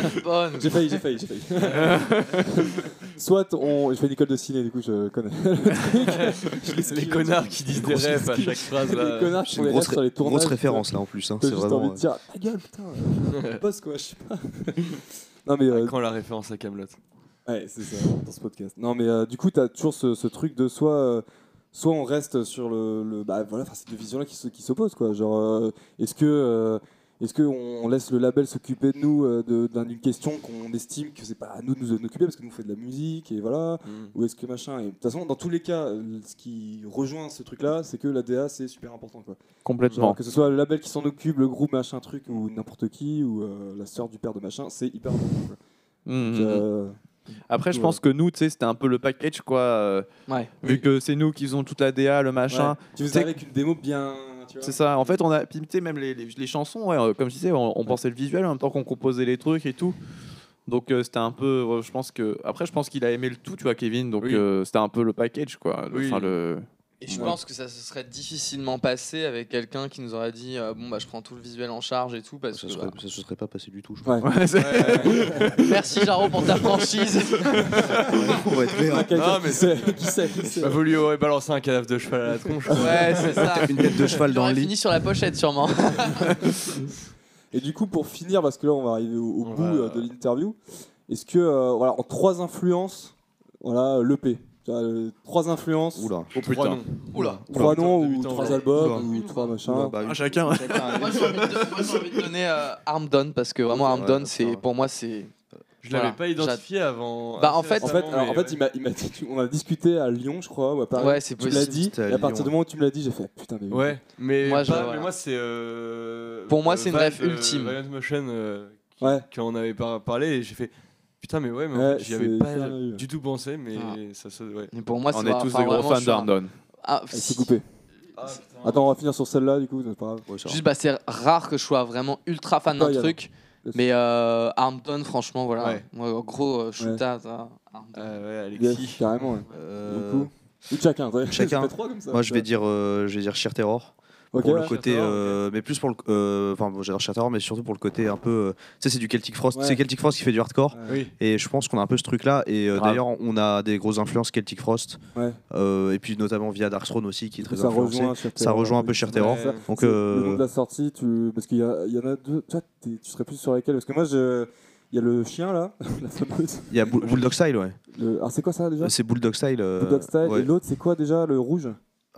de bonne.
J'ai failli, j'ai failli, j'ai failli. Soit on. Je fais une école de ciné, du coup je connais.
les connards qui disent des rêves à chaque phrase.
les
Là.
connards qui
C'est
font
une
les
grosse,
restes sur
ré-
les tournages.
grosse référence là en plus. hein,
T'as
C'est
juste envie
vraiment.
de dire ta gueule, putain, euh, bosse quoi, je sais pas. non mais. euh,
Quand la référence à Camelot.
ouais, c'est ça, dans ce podcast. Non mais euh, du coup, t'as toujours ce, ce truc de soit. euh, Soit on reste sur le, le- bah voilà, enfin, ces deux visions-là qui se- qui s'opposent quoi. Genre, euh, est-ce que euh, est-ce qu'on laisse le label s'occuper de nous euh, de- d'un- d'une question qu'on estime que c'est pas à nous de nous en occuper parce que nous on fait de la musique et voilà, ou est-ce que machin et de toute façon dans tous les cas euh, ce qui rejoint ce truc là c'est que la DA c'est super important quoi Genre,
Complètement.
que ce soit le label qui s'en occupe le groupe machin truc ou n'importe qui ou euh, la sœur du père de machin c'est hyper important quoi.
Mhm.
Donc, euh,
Après, je
Ouais.
pense que nous, tu sais, c'était un peu le package, quoi. euh,
Ouais.
Vu que c'est nous qui faisons toute la DA, le machin.
ouais. tu
t'es-
faisais avec une démo bien tu vois
C'est ça. En fait, on a pimpé même les, les, les chansons. ouais, euh, comme je disais, on, on pensait le visuel en même temps qu'on composait les trucs et tout. Donc euh, c'était un peu, euh, je pense que après je pense qu'il a aimé le tout, tu vois, Kevin. Donc
Oui.
euh, c'était un peu le package, quoi.
Oui.
Enfin, le...
Et je
Ouais.
pense que ça se serait difficilement passé avec quelqu'un qui nous aurait dit euh, bon bah je prends tout le visuel en charge et tout parce
euh, Ça
que
se serait, ça se serait pas passé du tout. Je
Ouais.
Ouais, c'est-
bah, merci Jaro pour ta franchise.
pense. Ouais, clair.
Quelqu'un
Non,
qui
mais-
sait qui sait qui sait
Bah, vous lui aurez balancé un cadavre de cheval à la tronche.
ouais c'est ça.
Une tête de cheval dans le
J'aurais
lit.
fini sur la pochette sûrement.
Et du coup, pour finir, parce que là, on va arriver au, au
On
bout
va-
euh, de l'interview, est-ce que, euh, voilà, en trois influences, voilà, l'EP, trois influences,
Oula.
Oh,
Trois
putain.
noms.
Oula.
trois
putain,
noms
de
ou
huit ans,
trois
ouais.
albums
Oula.
ou trois machins.
Bah,
Ah, chacun. ouais.
Moi j'ai envie, de- moi, j'ai envie de donner euh, Arm Down parce que vraiment
Ouais,
Arm Down
d'accord,
c'est
ouais.
pour moi c'est
Je l'avais
Voilà.
pas identifié avant.
Bah, en
assez
fait-
En fait,
récemment,
alors, en
mais euh,
fait, il m'a- il m'a dit- tu- on a discuté à Lyon, je crois, ou à Paris.
ouais c'est
tu me l'as
possible.
dit,
C'était à
et à partir
Lyon.
du moment où tu me l'as dit, j'ai fait putain, mais oui.
Ouais, mais
Moi,
moi,
je-
pas,
voilà.
mais moi c'est. euh,
Pour moi,
euh,
c'est une
Val-
rêve ultime.
Valiant Motion, euh, qui-
Ouais.
qui en avait pas parlé, et j'ai fait putain, mais ouais, mais en
Ouais,
fait, j'y avais
c'est
pas
hyper nul.
du tout pensé, mais
Ah.
ça se. Ouais.
Mais pour moi c'est
On est
vraiment-
tous
enfin,
des gros
vraiment,
fans
je suis un-
d'Armdon.
Ah,
Elle s'est
si.
coupée. Attends, on va finir sur celle-là, du coup, c'est pas grave.
Ouais, ça va.
Juste bah c'est rare que je sois vraiment ultra fan
Ouais,
d'un
y a-
truc. Mais euh, Armdown, franchement, voilà.
Ouais.
Moi, en gros, euh, je suis
Ouais.
ta- ta- Armdown.
Ah ouais,
Yes,
Alexis.
carrément. ouais.
Euh,
Du coup, ou chacun. t'as- ça
Chacun.
fait trois comme ça.
Moi, je vais
Ouais.
dire, euh, je vais dire Sheer Terror.
Ok,
pour
ouais.
le côté,
Terror,
euh, mais plus pour le, euh, enfin, bon, j'adore Sheer Terror, mais surtout pour le côté un peu, euh, tu sais, c'est du Celtic Frost,
Ouais.
c'est Celtic Frost qui fait du hardcore.
Ouais.
Oui.
Et je pense qu'on a un peu ce truc-là. Et euh,
Grave.
d'ailleurs, on a des grosses influences Celtic Frost,
Ouais.
Euh, et puis notamment via Dark Throne aussi, qui est très
ça
influencé.
rejoint, Sheer
ça
Terror,
rejoint un
oui.
peu Sheer Terror.
Ouais.
Donc,
C'est
euh,
le nom de la sortie, tu... parce qu'il y, a- il y en a deux. Toi, t'es- tu serais plus sur laquelle Parce que moi, je... il y a le chien là, la fameuse.
il y a Bull- Bulldog Style, ouais.
Le... Alors, c'est quoi ça déjà
C'est Bulldog Style. euh,
Bulldog Style.
ouais.
Et l'autre, c'est quoi déjà Le rouge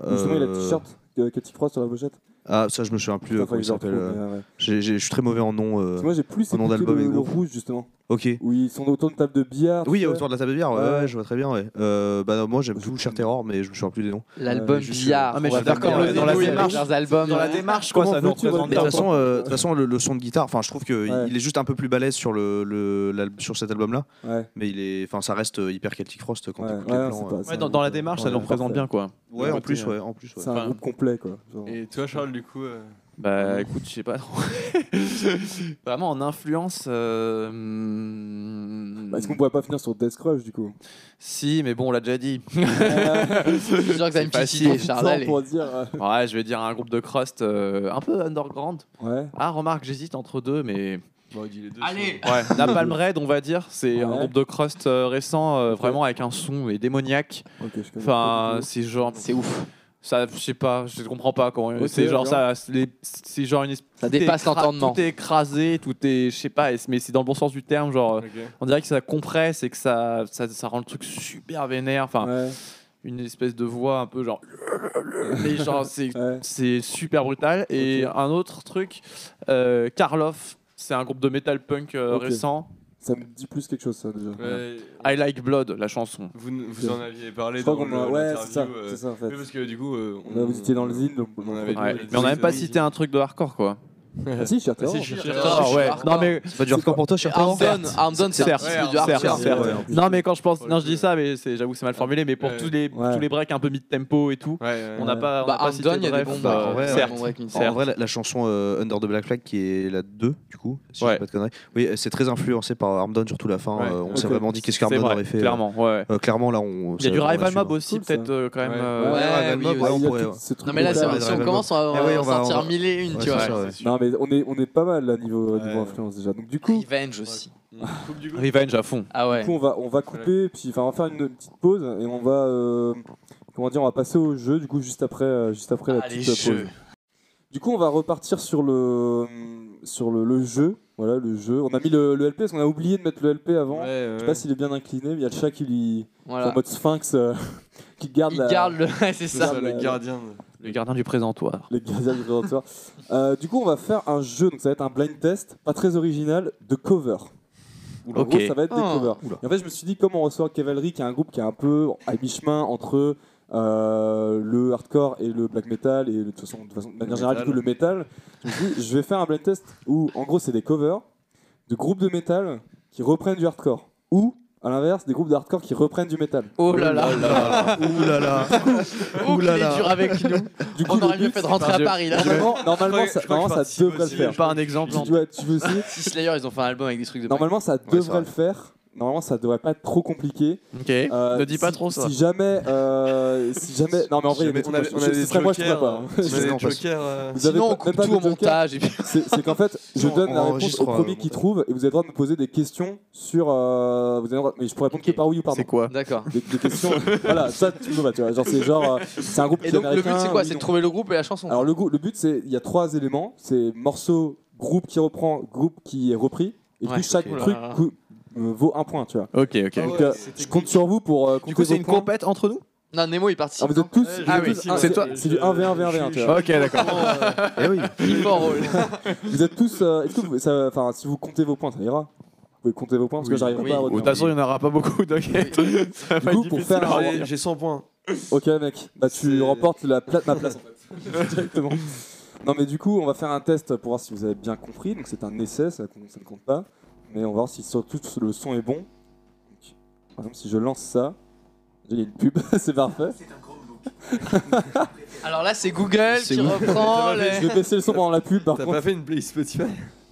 Où Justement, il a le
Euh,
t-shirt que, que tu crois sur la pochette.
Ah, ça, je me souviens plus.
Putain,
euh, comment
faudrait
il
que je le
s'appelle.
retrouve,
euh,
mais, ouais, ouais.
j'ai- j'ai- Je suis très mauvais en nom. euh,
Parce que Moi, j'ai plus
au nom
écouté
d'album et
le, le
groupe.
rouge justement,
Ok.
où ils sont autour d'une table de billard.
Oui,
tu sais.
autour de la table de bière, ouais,
Ouais.
ouais, je vois très bien. Ouais. Euh, bah, non, moi j'aime
Je-
tout Cher Terror, mais je me souviens plus des noms.
L'album
Euh, je suis-
Billard.
Ah, mais
on
je
va
suis
faire
d'accord,
comme
mais
le
dans la
début,
démarche-
leurs albums.
Dans la
Ouais.
démarche,
Comment
quoi, ça nous
veux-tu
représente
Mais de toute
représenter
bien.
façon, euh, de toute façon, le, le son de guitare, enfin, je trouve que
Ouais.
il est juste un peu plus balèze sur le, le- la- sur cet album-là,
Ouais.
mais il est, enfin, ça reste euh, hyper Celtic Frost quand
Ouais,
t'écoutes
ouais,
les
c'est
plans.
pas-
euh.
Ouais, dans, dans la démarche, ça nous représente bien, quoi.
Ouais, en
Côté,
plus,
euh,
ouais, en plus, ouais.
C'est un
Enfin,
groupe complet quoi. genre.
Et toi, Charles, du coup. euh,
Bah écoute, je sais pas trop. Vraiment en influence. euh, hmm,
Bah, Est-ce qu'on pourrait pas finir sur Death Crush du coup
Si, mais bon, on l'a déjà dit.
Je suis sûr que t'as une petite idée, Charles.
Sans
allez.
pour dire. euh,
Ouais, je vais dire un groupe de crust euh, un peu underground.
Ouais.
Ah, remarque, j'hésite entre deux, mais.
Bon, il dit les deux. euh,
Allez.
Ouais, Napalm Red, on va dire. C'est un
Ouais.
groupe de crust euh, récent, euh, vraiment avec un son mais démoniaque.
Ok, je connais pas
Enfin,
du tout.
c'est genre.
C'est ouf.
Ça, je sais pas, je comprends pas comment.
Ok,
c'est genre
bien.
ça, c'est les- c'est genre une. es-
Ça
tout est
dépasse
écra-
l'entendement.
Tout est écrasé, tout est, je sais pas, et- mais c'est dans le bon sens du terme, genre. euh,
Ok.
On dirait que ça compresse et que ça, ça, ça rend le truc super vénère. Enfin,
Ouais,
une espèce de voix un peu genre. Mais genre, c'est,
ouais.
c'est super brutal. Et un autre truc, euh, Karloff, c'est un groupe de metal punk euh,
Ok.
récent.
Ça me dit plus quelque chose, ça déjà.
Ouais,
I Like Blood, la chanson.
Vous, vous en aviez parlé
Ah. Je crois
dans
qu'on
le-
a. Ouais, c'est
l'interview.
ça,
euh,
c'est ça en fait.
oui, parce que du coup. euh,
Là, vous étiez dans le zine, donc
on avait-
Ouais.
Ouais.
Mais on n'a même pas
C'est-
cité un truc de hardcore, quoi.
Ah si, Cher Terror.
Bah, si, je suis
Terror,
ouais. Non mais
C'est pas du hardcore pour toi, cher Terror
Armdown, Armdown, c'est un
Certes.
petit peu du
Ouais,
hein,
hardcore.
certes, certes.
Ouais, en
non mais quand je pense,
Faut
non
le
je dis
jeu.
ça, mais c'est- j'avoue que c'est mal formulé, mais pour
Ouais.
tous les
Ouais.
tous les breaks un peu mid tempo et tout, on n'a pas, on
Bah,
n'a pas cité
Armdown, il y a des
bref,
bons
euh,
breaks.
certes.
Bon break,
En vrai, la, la chanson euh, Under the Black Flag, qui est la 2, du coup, si je
Ouais.
dis pas de conneries, oui, euh, c'est très influencé par Armdown, surtout la fin.
Ouais.
euh, on
Ok.
s'est vraiment dit qu'est-ce
C'est
qu'Armdown
vrai,
aurait fait. euh,
Clairement, ouais.
euh, clairement, là, on.
Il y a
ça,
du
on
Rival
assume.
Mob aussi,
Cool, ça.
peut-être euh, quand même.
Ouais.
euh,
Ouais,
Rival
oui, aussi.
Mob, on
il y a
pourrait-
tout- ce truc
Non mais là,
de-
c'est-
Ouais,
si
Dragon
on
Ball.
commence, on va,
Eh
on
oui,
va
on va-
sortir
on va-
mille et une,
Ouais,
tu
c'est
vois.
ça, ouais.
Non mais on est on est pas mal là niveau niveau
Ouais.
influence déjà. Donc du coup, du
Revenge aussi.
Coupe du goût.
Revenge à fond.
Ah ouais.
coup, on va on va couper puis enfin on va faire une petite pause et on va euh, comment dire on va passer au jeu du coup juste après euh, juste après la
Ah, les
petite euh, pause.
jeux.
Du coup, on va repartir sur le sur le, le jeu. Voilà, le jeu. On a mis le, le LP parce qu'on a oublié de mettre le LP avant. Je sais pas s'il est bien incliné, mais il y a le chat qui lui
Voilà.
en mode sphinx euh, qui garde
Il
la-
garde le. Ouais, c'est ça.
ça.
le gardien.
Le gardien du présentoir.
les gardiens du présentoir. Euh, du coup, on va faire un jeu. Donc ça va être un blind test, pas très original, de cover. En
Ok.
gros, ça va être
Ah.
des covers.
Oula.
Et en fait, je me suis dit, comme on reçoit Cavalry, qui est un groupe qui est un peu à mi-chemin entre euh, le hardcore et le black metal, et de toute façon, de, toute façon, de manière générale, du coup, le metal, je me suis dit, je vais faire un blind test où, en gros, c'est des covers de groupes de metal qui reprennent du hardcore. Ou, à l'inverse, des groupes de hardcore qui reprennent du metal.
Oh là là.
Ouh là là
Oh,
Ouh
qu'il
là
est
là.
dur avec nous.
Du coup,
On
le
aurait mieux
but,
fait de rentrer
c'est
à
pas
Paris là.
Normalement, normalement,
Je
ça,
crois que
normalement,
je
ça
participe
devrait le
aussi,
faire.
Pas un exemple.
Tu dois, tu veux aussi.
Si Slayer, ils ont fait un album avec des trucs de.
Normalement, ça
c'est
devrait
vrai.
le faire. Normalement, ça devrait pas être trop compliqué.
hein. Ok.
Euh,
Ne dis pas
si-
trop ça.
Si jamais, euh, si jamais, non mais en vrai, il y avait-
on avait,
je-
on
ce
avait des
serait moi, je trouverais
jokers,
pas. hein.
on avait
Je-
des
on passe.
jokers, euh,
Vous avez
Sinon, on
pas-
coupe
même pas
tout
de
au
joker
montage. Et puis...
C'est c'est qu'en fait, je
Sinon,
donne
on
la réponse
enregistre,
au
euh,
premier
au
qui trouve et vous avez le droit de me poser des questions sur. euh, vous avez le droit- mais je pourrais répondre
Ok.
que par oui ou par non.
C'est quoi
D'accord.
Des, des questions. voilà, ça tu peux pas, tu vois. Genre c'est genre, euh, c'est un groupe qui
Et
est
donc, le
américain.
but, c'est quoi
oui,
C'est de
non.
trouver le groupe et la chanson.
Alors le, goût- le but c'est, il y a trois éléments. C'est morceau, groupe qui reprend, groupe qui est repris. Et
Ouais,
puis chaque
ok.
truc
Oula.
cou- euh, vaut un point, tu vois.
Ok, ok.
Donc, euh, je compte sur vous pour. euh,
Du
compter
coup, c'est
vos
une
points.
compète entre nous
Non, Nemo, il participe.
Ah, vous êtes tous.
Ouais,
vous
ah
êtes
oui,
tous
si,
un-
c'est toi.
C'est du 1v1 v1. Tu vois.
Ok, d'accord.
Eh oui
Il est fort, oh.
Vous êtes tous. euh, Est-ce que vous, ça, enfin, si vous comptez vos points, ça ira. Vous pouvez compter vos points parce que
Oui.
j'arrive
Oui.
pas à
De toute
retenir.
façon, il n'y en aura pas beaucoup, t'inquiète. Ça
Du
va
coup,
être
pour
difficile.
faire, un-
J'ai- J'ai 100 points.
ok mec, bah tu
C'est-
remportes la pla- ma place en fait. Directement. Non mais du coup, on va faire un test pour voir si vous avez bien compris. Donc c'est un essai, ça, compte- ça ne compte pas. Mais on va voir si surtout le son est bon. Donc, par exemple, si je lance ça, il y a une pub, c'est parfait.
Alors là, c'est Google qui reprend les.
Je vais baisser le son pendant la pub. Par
T'as
contre,
pas fait une playlist Spotify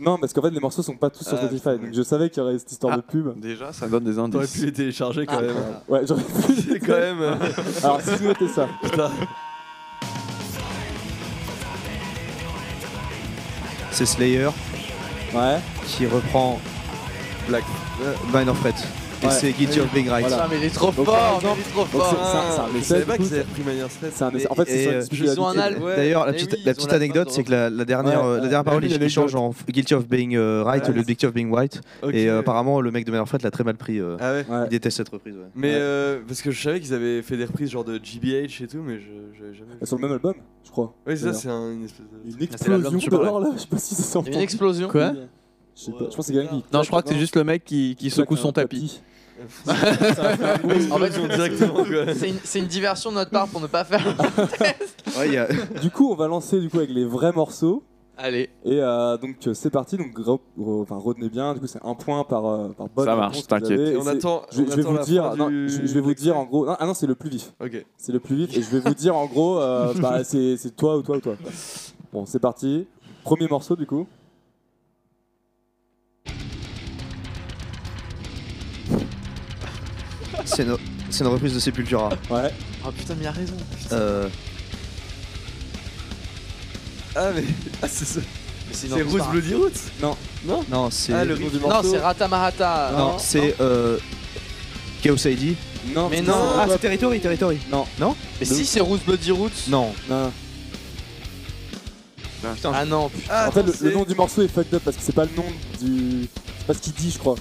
non parce qu'en fait les morceaux sont pas tous sur
Ah,
Spotify. Donc je savais qu'il y aurait cette histoire
Ah.
de pub.
Déjà, ça donne des
T'aurais pu
indices.
les télécharger quand même.
Ouais, j'aurais
C'est
pu.
quand même. euh,
Alors si vous mettez ça.
Putain.
C'est Slayer
Ouais.
qui reprend Black euh, Mine of Fred. Et
Ouais.
c'est Guilty of Being Right.
Voilà.
Ah, mais il est trop
Donc,
euh,
fort,
par
mais il est trop
donc,
fort.
c'est- un- c'est un
Je
message,
savais
du
pas
coup,
qu'ils avaient repris Manière Sled.
C'est un
Mais-
essai. En fait, c'est
et,
sur
Ils
une
euh,
ont un
spiritualité.
album.
D'ailleurs, la
Eh
petite,
oui,
la
ils ont
petite
la
anecdote,
bande
c'est que la, la dernière,
Ouais, ouais,
euh, la dernière parole, il
l'anecdote.
change en f- Guilty of Being euh, Right au lieu de Guilty of Being White.
Ok.
Et euh, apparemment, le mec de Mine of Fred l'a très mal pris. euh,
Ah ouais.
Ouais.
Il déteste cette reprise. ouais.
Mais
Ouais.
euh, parce que je savais qu'ils avaient fait des reprises genre de GBH et tout, mais je j'avais jamais. vu.
Sur le même album, je crois.
Oui, c'est ça, c'est un, une espèce de.
Ah,
Une
c'est l'album
explosion
Tuber,
d'horreur là, je sais pas si c'est
Il y a une
entendu.
explosion.
Quoi
Je sais pas, je pense que c'est quelqu'un qui.
Non, je crois que c'est juste le mec qui, qui secoue son tapis.
En fait,
Ils ont directement quoi.
c'est une, c'est une diversion de notre part pour ne pas faire.
Ouais, il y a-
Du coup, on va lancer du coup avec les vrais morceaux.
Allez,
Et euh, donc euh, c'est parti, donc re- re- enfin, retenez bien, du coup c'est un point par, euh, par bonne
Ça marche,
réponse que vous
t'inquiète.
avez.
Et
Et
on
c'est-
attend.
Je,
on
je vais
attend
vous
la
dire,
fin
non,
du-
je, je vais vous dire en gros, non, ah non c'est le plus vif,
Ok.
c'est le plus vif et je vais vous dire en gros, euh, bah, c'est c'est toi ou toi ou toi. Bon c'est parti, premier morceau du coup.
C'est une, c'est une reprise de Sepultura.
Ouais,
Oh putain, mais il a raison.
Euh,
Ah mais ah c'est ça.
Mais c'est
C'est Rose Bloody Roots.
non, c'est.
Ah le
nom
riff.
du
Non,
morceau.
c'est Ratamarata.
Non, c'est. euh, Chaos ID.
non,
Mais
c'est-
non.
Ah, c'est Territory, Territory.
Non.
Non
Mais si, c'est Rose Bloody Roots.
Non.
non.
Non.
Ah non, putain.
Ah,
En fait,
attends,
le, le
c'est-
nom du morceau est fucked up parce que c'est pas le nom du. C'est pas ce qu'il dit, je crois.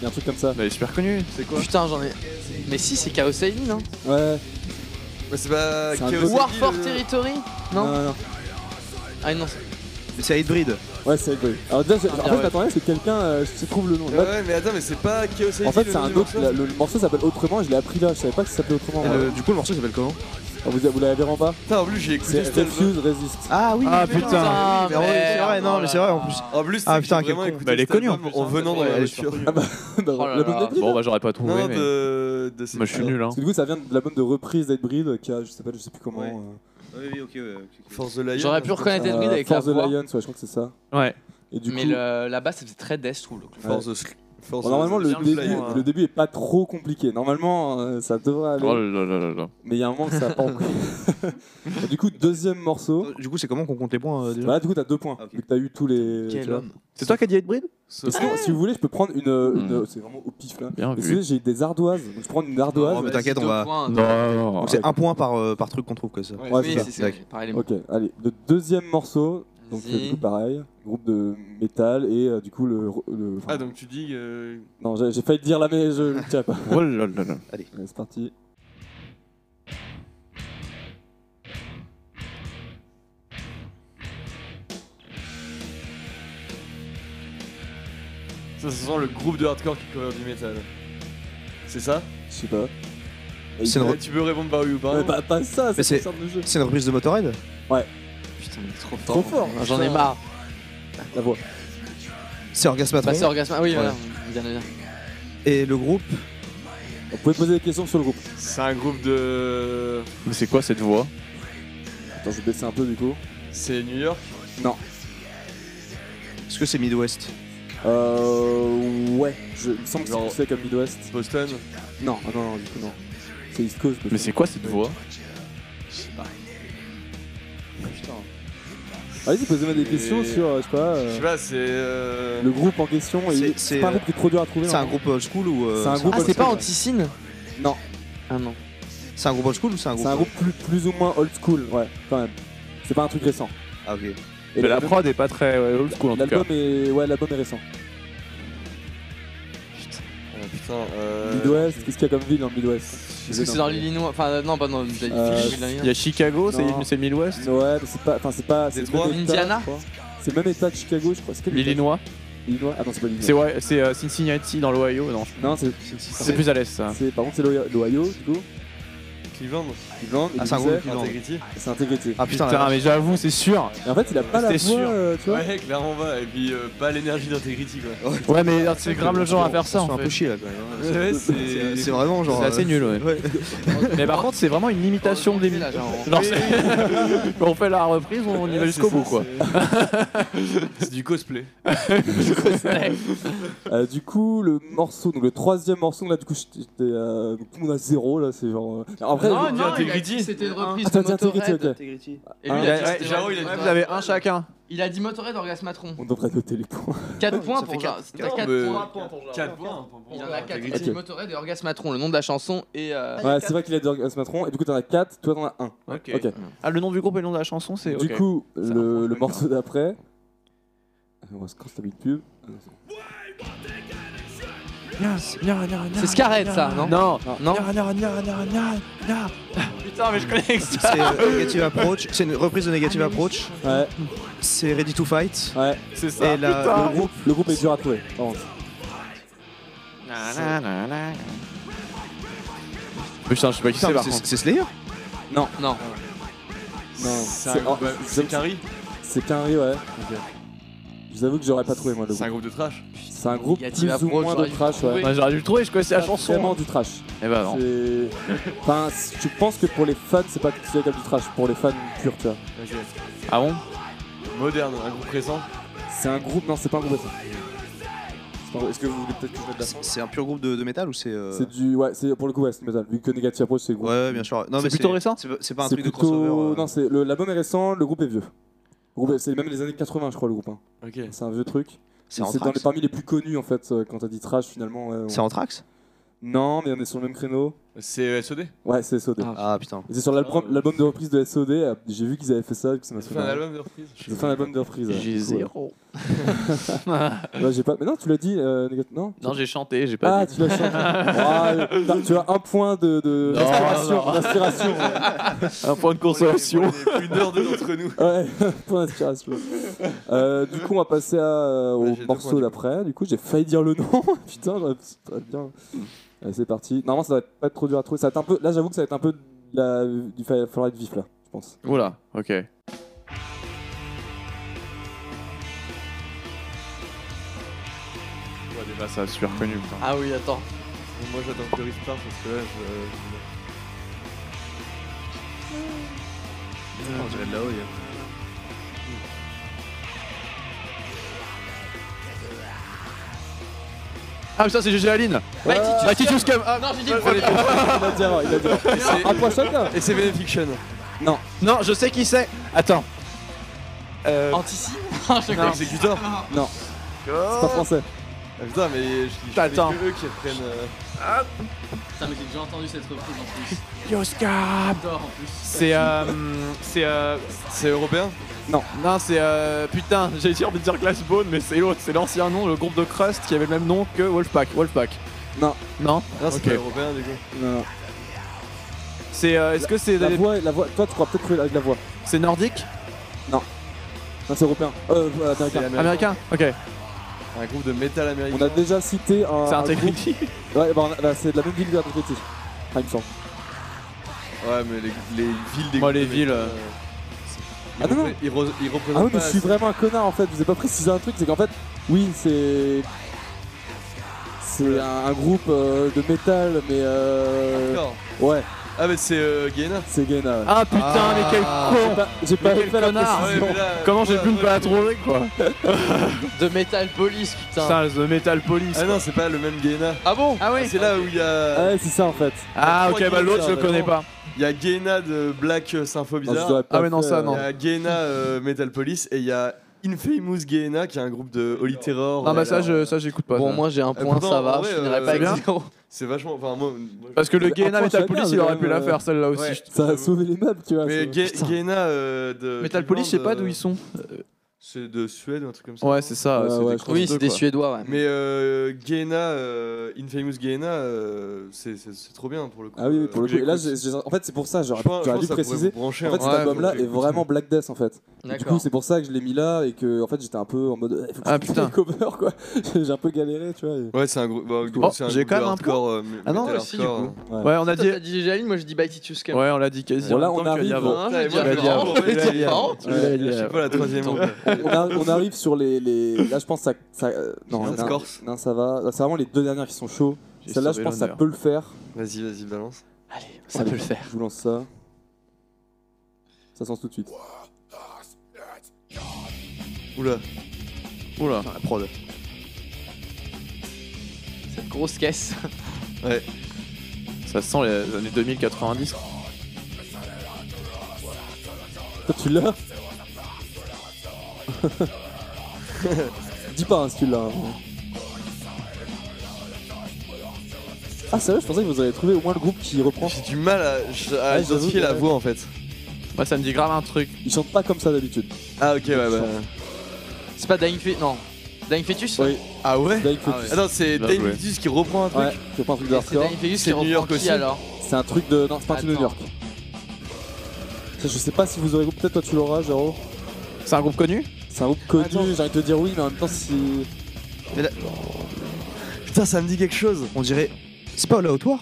Il y a un truc comme ça.
Mais est super connu.
c'est quoi
Putain, j'en ai. Mais si, c'est Chaos Heidi, non
Ouais.
Bah, C'est pas
C'est un
Chaos
gros-
War
Heidi,
for
le-
Territory
Non,
Non
non, non.
Ah non, c'est-
C'est Hatebreed.
Ouais, c'est Hellboy. Alors, déjà, je- en
Ah,
fait,
ouais.
je m'attendais à ce que quelqu'un euh, se trouve le nom. Là,
Ah Ouais mais attends mais c'est pas Chaos Heidi.
en fait,
le
c'est
nom
un
du
autre.
morceau
la- le, le morceau s'appelle autrement, je l'ai appris là, je savais pas que ça s'appelait autrement.
Et le- du coup, le morceau s'appelle comment
Ah, vous vous l'avez en bas
Putain, en plus, j'ai écouté
C'est
cet album.
Refuse Resist.
Ah oui,
Ah,
mais
putain.
non, mais
Putain,
oui, c'est
merde,
vrai, non, mais c'est vrai en plus.
En plus,
Ah,
c'est que
putain,
j'ai
quel
vraiment
con.
écouté
Bah, elle est
cet
connue, en
album
plus,
en
hein,
venant dans
elle
la
est
voiture.
Bah,
Oh là
l'album
là.
d'Hybrid.
Bon, bah j'aurais pas trouvé.
Non,
mais...
de. de
Moi je
euh,
suis nul. Hein.
Parce que du coup, ça vient de l'album de reprise d'Hybrid qui a, je sais pas, je sais plus comment.
Ouais.
euh,
Oui, oui, ok.
Force de Lion.
J'aurais pu reconnaître
euh,
Edwin avec la
Force the
voix,
Lions, ouais, je crois que c'est ça.
Ouais.
Et du
mais
coup,
le- la basse, ça faisait très death, je trouve. le coup.
Force de. Force
bon, normalement,
de-
le
Bien
début,
play, hein.
le début est pas trop compliqué. Normalement, euh, ça devrait aller.
Oh là là là là.
Mais il y a un moment que ça a pas encore. du coup, deuxième morceau.
Du coup, c'est comment qu'on compte les points euh, déjà
Voilà, du coup, t'as deux points.
Ah, ok.
Vu que t'as eu tous les. tu
Quel
vois.
homme.
C'est toi qui as dit Hatebreed
Et sinon, si vous voulez, je peux prendre une. une- C'est vraiment au pif là.
Hmm. Bien
Et
vu.
sinon, j'ai des ardoises. Donc, je prends une
Oh, mais
ardoise.
t'inquiète, on
Deux
va.
points.
Non, non, non.
Donc c'est un point par, euh, par truc qu'on trouve que ça.
Ouais,
Oui,
c'est ça.
c'est ça. Pareil, les mots.
Ok, allez. Le deuxième morceau. Donc, euh,
Vas-y.
du coup, pareil. Groupe de métal et euh, du coup, le. le- enfin,
Ah, donc tu dis. euh,
Non, j'ai j'ai failli te dire là, mais je le tiens pas.
Oh là là là.
Allez, c'est parti.
Ça, c'est vraiment le groupe de hardcore qui cover du métal. C'est ça
Je sais pas. Et il-
C'est drôle.
Ouais, Tu peux répondre par oui ou par
Mais
non
pas, pas ça, ça
Mais c'est-
concerne le jeu.
C'est une reprise de Motorhead
Putain, il est trop fort.
Trop fort.
J'en ai marre.
La voix.
C'est Orgasmatron.
Bah, c'est Orgasme. Ah oui,
Ouais.
voilà. Bien, bien.
et le groupe
Vous pouvez poser des questions sur le groupe.
C'est un groupe de.
Mais c'est quoi cette voix
Attends, je vais baisser un peu du coup.
C'est New York
Est-ce que c'est Midwest
Euh. Ouais, je, il me semble que c'est
Genre-
poussé comme Midwest.
Boston
Non, ah non, non, du coup, non. C'est East Coast.
Mais c'est quoi cette voix
Allez-y, posez-moi des
Et-
questions sur, euh, je sais pas, euh,
Je sais pas, c'est. euh,
le groupe en question. et-
C'est-
C'est
c'est,
pas un
euh,
groupe qui est trop dur à trouver.
C'est un
hein.
groupe old school ou euh,
C'est un groupe
Ah,
old
c'est pas
school,
Anticine
Non.
Ah non.
C'est un groupe old school ou c'est un
C'est
groupe
un groupe plus, plus ou moins old school, ouais, quand même. C'est pas un truc récent.
Ah ok.
Et
Mais la
l'album-
prod est pas très ouais, old school en tout cas.
L'album est, ouais, l'album est récent.
ah, putain, euh.
Midwest, qu'est-ce qu'il y a comme ville dans le Midwest
Est-ce que c'est dans l'Illinois Enfin, non, pas dans j'ai dit
Euh,
Philly,
Il y a Chicago, c'est
Non.
c'est Midwest
Ouais, mais c'est pas, enfin c'est pas, c'est le
Détroit,
même état,
Indiana
je crois. C'est le même état de Chicago, je crois. C'est quel état
L'Illinois
Illinois. Ah non, c'est pas l'Illinois.
C'est ouais, c'est, euh, Cincinnati dans l'Ohio, non je-
Non, c'est,
C'est plus à l'aise ça.
c'est- par contre c'est l'Ohio- l'Ohio, du coup.
Cleveland
Cleveland, et
Ah, c'est un
tu
groupe
disais,
Cleveland.
Integrity
c'est intégrité.
Ah putain,
Putain,
la vache.
mais j'avoue, c'est sûr.
Et en fait, il a pas la voix,
C'était sûr.
euh, tu vois.
Ouais, clairement pas, et puis euh, pas l'énergie d'Integrity quoi.
Ouais, mais c'est grave le genre à faire
Ils
ça
sont
en
un peu
fait.
chiés là quand même. hein.
Ouais,
C'est
c'est.
c'est vraiment genre.
C'est assez
euh,
nul, ouais. Mais par contre, c'est vraiment une imitation de
là,
l'imitation.
genre, en-
Genre, c'est- on fait la reprise, on y va
Ouais,
jusqu'au
c'est
bout
ça,
quoi.
c'est- C'est du cosplay.
Euh, du coup, le morceau, donc le troisième morceau, là, du coup, j'étais, euh, donc, tout le monde a zéro, là, c'est genre. euh, En vrai,
Non,
je-
non, il a dit-
C'était une reprise
Attends,
de
attends,
Motorhead.
ok, ok.
Et lui,
Ah,
il a dit
ouais,
c'était
j'avoue,
vraiment
il a
une
dit-
Vous
vraie-
avez un chacun.
Il a dit Motorhead Orgasmatron.
on devrait noter les points.
4 points
ça
pour
fait
Jean.
quatre-
C'était
quatre-
quatre
mais-
points.
4 points.
Il en a 4. Il a
Integrity.
dit Motorhead et Orgasmatron, le nom de la chanson. Et. euh,
Ouais, c'est vrai qu'il a dit Orgasmatron, et du coup, t'en as 4, toi, t'en as 1.
Ok.
Ok.
Ah, le nom du groupe et le nom de la chanson, c'est.
Du
ok.
coup,
Ça
le,
rapproche
le
le
morceau d'après. euh, On va se quand une pub.
C'est Scarhead, ça, non
Non.
Non
Putain, mais je connais que ça.
C'est euh, Negative Approach. C'est une reprise de Negative Approach.
Ouais,
C'est Ready to Fight.
ouais.
C'est ça.
Et la, le groupe.
Le groupe est dur à trouver. par contre.
Putain, je sais pas qui c'est
Putain,
par
c'est-
contre.
C'est Slayer
Non. Non.
Non,
C'est un groupe-
Bah,
oh,
C'est Carrie
C'est qu'un riz, ouais. Je vous avoue que j'aurais pas trouvé, moi, le
C'est un
groupe.
groupe de trash.
C'est un groupe
Négative
plus ou
approche,
moins de
j'aurais dû
trash,
trouver. hein.
ouais.
Ouais, J'aurais dû le trouver, je connaissais la
Vraiment
chanson.
du trash.
Eh bah non.
C'est- Enfin, c- je pense que pour les fans, c'est pas considéré comme du trash. Pour les fans purs, tu vois.
Ah bon
Moderne, un groupe récent.
C'est un groupe, non, c'est pas un groupe. ça. C'est pas un- Est-ce que vous voulez peut-être que je mette la fin
C'est un pur groupe de, de métal ou c'est. euh,
C'est du, ouais, c'est pour le coup, ouais, c'est du metal. Vu que Negative Approach, c'est le
Ouais,
groupe.
ouais, bien sûr. Non,
C'est
mais
plutôt récent
c'est pas- C'est pas un
c'est
truc de
plutôt,
crossover. euh,
non, c'est le- l'album est récent, le groupe est vieux. Le groupe, c'est même les années 80, je crois, le groupe. hein.
Ok.
C'est un vieux truc.
C'est
Et
en
dans les-
trax.
parmi les plus connus en fait. euh, Quand t'as dit trash, finalement. ouais, on-
C'est en trax
Non, mais on est sur le même créneau.
C'est SOD
Ouais, c'est SOD.
Ah putain.
Et C'est sur l'album l'album de reprise de SOD, euh, j'ai vu qu'ils avaient fait ça, que ça m'a
C'est
fait
un
marrer.
album de reprise
Ils ont fait un album de reprise. ouais.
J'ai
Cool.
zéro.
Ouais, j'ai pas... Mais non, tu l'as dit, euh, négatif- non
Non, j'ai chanté, j'ai pas
Ah,
dit.
tu l'as chanté. Ah, t'as- tu as un point de, de...
Non,
d'inspiration.
non.
d'inspiration, ouais.
Un point de consolation.
Plus nerveux d'entre nous.
Ouais, point d'inspiration. Euh, du coup, on va passer à,
Ouais,
euh, au
j'ai deux points,
morceau
du
d'après. Du coup, j'ai failli dire le nom. Putain, j'aurais- c'est pas bien. Allez, c'est parti. Normalement, ça va pas être trop dur à trouver. Ça va être un peu... Là, j'avoue que ça va être un peu la- il fa- faudra être vif là, je pense.
Voilà, ok. Ouais, déjà, ça a super connu, putain.
Ah oui, attends.
Moi j'attends que le restart parce que là je.
On dirait de là-haut, il y a-
Ah, putain, c'est GG Aline Ah, Titus Cam Ah,
Non, j'ai dit
ouais, ouais,
Il a dit erreur, il a dit erreur. Un point
Ah,
chacun
Et c'est Benefiction.
Non, je sais qui c'est Attends. Euh.
Antici Non, je
non.
crois.
C'est pas français.
Ah, putain, mais je je connais
Attends.
que eux qui apprennent. euh,
Putain, mais j'ai déjà entendu cette reprise en plus.
Yoska
J'adore en plus.
C'est euh. C'est euh.
C'est européen
Non, c'est euh. Putain, j'ai dit envie de dire Glassbone, mais c'est l'autre, c'est l'ancien nom, le groupe de Crust qui avait le même nom que Wolfpack. Wolfpack.
Non.
Non
Non, c'est
Ok.
pas européen du coup.
Non, non.
C'est. euh, Est-ce que c'est.
La voix, la voix, toi tu crois peut-être trouver avec la voix.
C'est nordique
Non, c'est européen. Euh, euh,
C'est
américain.
Américain Ok.
Un groupe de métal
On a
américain.
déjà cité un.
C'est un
un groupe-
Technique.
Ouais, bah, on a- bah, c'est de la même ville que la Technique. Ah, il me semble.
Ouais, mais les, les villes des
Moi,
groupes
les
de
villes,
métal,
euh,
Ils,
Ah, non,
repré- ils re- ils représentent
Ah oui,
pas
mais je suis
assez-
vraiment un connard en fait. Je vous ai pas précisé un truc, c'est qu'en fait, oui, c'est. C'est un, un groupe euh, de métal, mais euh.
D'accord.
Ouais,
Ah, mais c'est euh, Gaina.
c'est Gaina. ouais.
Ah putain, mais quel
J'ai
con
pas- J'ai pas
quel
fait la
Ah,
connard,
précision.
Comment j'ai pu ne pas la
trouver
trouver quoi
De Metal Police, putain.
Putain, The Metal Police.
Ah non, c'est pas le même Gaina.
Ah bon Ah oui
C'est là où il y
Ah
a.
ouais, c'est ça en fait.
Ah ok,
Trois
bah l'autre je le
guitares,
connais pas.
Il y a Gaina de Black Sympho
Non, je
Bizarre.
l'aurais pas
Ah ouais, non,
fait,
ça,
euh,
Il
non.
y a Gaina euh, Metal Police et il y a Infamous Gaina qui est un groupe de Holy Terror.
Non bah ça
Voilà.
je ça j'écoute pas.
Bon,
ça.
moi j'ai un point,
pourtant,
ça
en
va.
vrai,
Je finirai
euh,
pas
c'est bien.
avec zéro.
C'est vachement. Enfin, moi. moi,
Parce que le
Mais
Gaina
attends,
Metal
chacun,
Police
vous
il aurait
avez,
pu la
euh,
faire celle-là aussi.
Ouais.
je-
Ça a
j'avoue.
sauvé les meubles, tu vois.
Mais
ça.
Ga- Gaina euh, de.
Metal
Cleveland,
Police je sais pas
euh,
d'où ils sont.
C'est de Suède ou un truc comme ça.
Ouais c'est ça.
Ouais,
c'est
ouais,
des
je
crosses
Oui, c'est
deux,
des
quoi.
Suédois, ouais.
Mais euh, Gaina, euh, Infamous Gaina, euh, c'est c'est- c'est trop bien pour le coup.
Ah oui, oui, pour le
Euh,
coup. Et là, j'ai-
j'écoute.
j'ai- en fait, c'est pour ça, j'aurais
Je pense- je
j'aurais
pense que ça
dû
pourrait
préciser.
vous brancher,
En
hein.
fait, cet
Ouais,
album-là
faut que
est
j'écoute.
vraiment Black Death en fait. Du coup,
D'accord.
c'est pour ça que je l'ai mis là et que en fait, j'étais un peu en mode. euh, faut que
Ah,
je fasse
putain.
une cover quoi. J'ai un peu galéré, tu vois. et-
Ouais, c'est un groupe. Bah, du coup,
Oh,
c'est un
j'ai
groupe
quand
de
même un
hardcore. euh,
Ah non,
metal
aussi, du
hardcore,
coup.
Ouais on a
Toi,
dit.
t'as dit Géjaline, moi j'ai dit Baititus Camp.
Ouais on l'a dit quasi.
Bon,
en
là,
même
on
temps qu'il y a
arrive,
avant.
Hein,
Ouais,
j'ai dit
moi,
avant.
je l'ai dit avant.
J'ai dit
Ouais, j'ai
avant.
dit Je sais pas la troisième.
on, arri- on arrive sur les, les- Là, je pense que ça. ça- euh, non,
Ça se
non,
corse.
non, ça va. Là, C'est vraiment les deux dernières qui sont chauds.
J'ai
Celle-là, je
sauvé
pense que ça
l'honneur.
peut le faire.
Vas-y, vas-y, balance.
Allez, ça peut le faire.
Je vous lance ça. Ça sens tout de suite.
Oula.
Oula.
Ah,
Putain, la prod.
Cette grosse caisse.
Ça sent les années 2090.
Toi, tu l'as Dis pas hein, si tu l'as. hein. Ah, sérieux, je pensais que vous auriez trouvé au moins le groupe qui reprend.
J'ai du mal à, je- à
Ouais, j'avoue
identifier
que-
la voix en fait.
Moi ça me dit grave un truc.
Ils chantent pas comme ça d'habitude.
Ah, ok, ouais, bah.
C'est pas Dying Fetus Non. Dying Fetus ça
Oui,
Ah ouais
Dying Fetus.
Attends, c'est
Bien
Dave
joué.
Vitus qui reprend un truc.
Ouais, c'est pas un truc de
Mais C'est
hardcore.
Dying Fetus
C'est
qui
New York
reprend qui,
aussi.
alors
C'est un truc de. Non, c'est pas un truc de New
Attends.
York. Ça, je sais pas si vous aurez. Peut-être toi tu l'auras, Jaro.
C'est un groupe connu
C'est un groupe connu, j'ai envie de te dire oui, mais en même temps, si.
Putain, ça me dit quelque chose.
On dirait. C'est pas la hautoir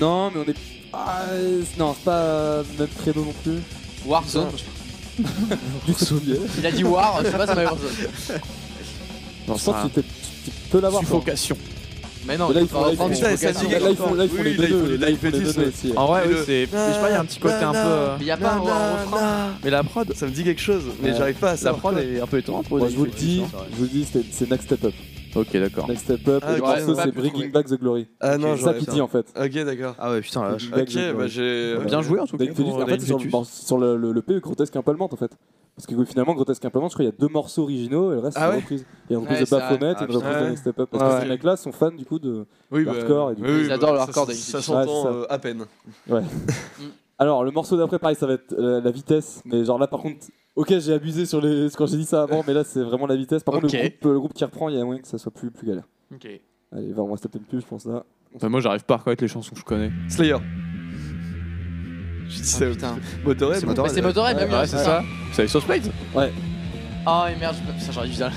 Non, mais on est. Ah, euh, non, c'est pas euh, même créneau non plus.
Warzone.
Du souvenir.
Il a dit War, je sais pas si c'est Warzone.
Je
Non,
pense
c'est
que
un-
tu, t'es- tu peux l'avoir. toi.
Suffocation.
Mais non,
Mais là,
il
il faut-
faut
là, il faut-
reprendre
Ah, Putain,
une
ça me dit
Là,
vocation.
là, ils font, là, ils font
Oui,
les
là, ils font
deux.
les
Là, ils font les
Live
deux
Fetus,
aussi.
En vrai
Et
oui
le-
c'est. Je sais pas il y a un petit côté un peu. euh,
Mais y a pas un un refrain.
Mais la prod.
Ça me dit quelque chose, mais
Ouais.
j'arrive pas à
La
savoir.
prod est un peu étonnante pour
Moi,
des-
je vous le dis, je vous le dis, c'est c'est Next Step Up.
Ok d'accord.
Next Step Up,
Ah,
et le
ouais,
morceau
pas
c'est
pu
Bringing
trouver.
Back the Glory.
Ah non,
C'est ça
j'aurais
qu'il
pas.
dit en fait.
Ok, d'accord.
Ah ouais, putain, la vache.
Bringing Back
Ok,
the
bah
Glory.
j'ai.
Voilà.
Euh, Bien joué en tout cas.
Dave Fetus,
pour euh,
en fait,
Dave
sur, le,
Fetus.
mor- sur le, le- le P, E Grotesque Impalement en fait. Parce que finalement, Grotesque Impalement, je crois qu'il y a deux morceaux originaux et le reste,
Ah
c'est
ouais
une reprise. Il y a une reprise
Ouais,
de
c'est vrai.
Baphomet
Ah,
et une reprise de
putain.
Next Step Up. Parce
Ouais,
que
ouais.
ces mecs-là sont fans du coup de.
Oui,
bah, hardcore, et du coup-
Ils adorent le hardcore,
ça-
Dave
Ça
Vitus.
Ouais,
s'entend
ça.
euh, à peine.
Alors, le morceau d'après, pareil, ça va être euh, la vitesse. Mais genre là, par contre, ok, j'ai abusé sur les... quand j'ai dit ça avant, mais là, c'est vraiment la vitesse. Par contre,
Ok.
le groupe, le groupe qui reprend, il y a moyen que ça soit plus, plus galère.
Ok.
Allez, va, on va se taper le plus, je pense là.
Enfin, moi j'arrive pas à reconnaître les chansons que je connais.
Slayer. J'ai dit
Ah,
ça au
putain.
Motorhead.
C'est
Mais c'est Motorhead,
Ouais,
bah oui,
ouais, c'est ça.
C'est les Saucepates
Ah, et merde, je- ça j'aurais dû dire.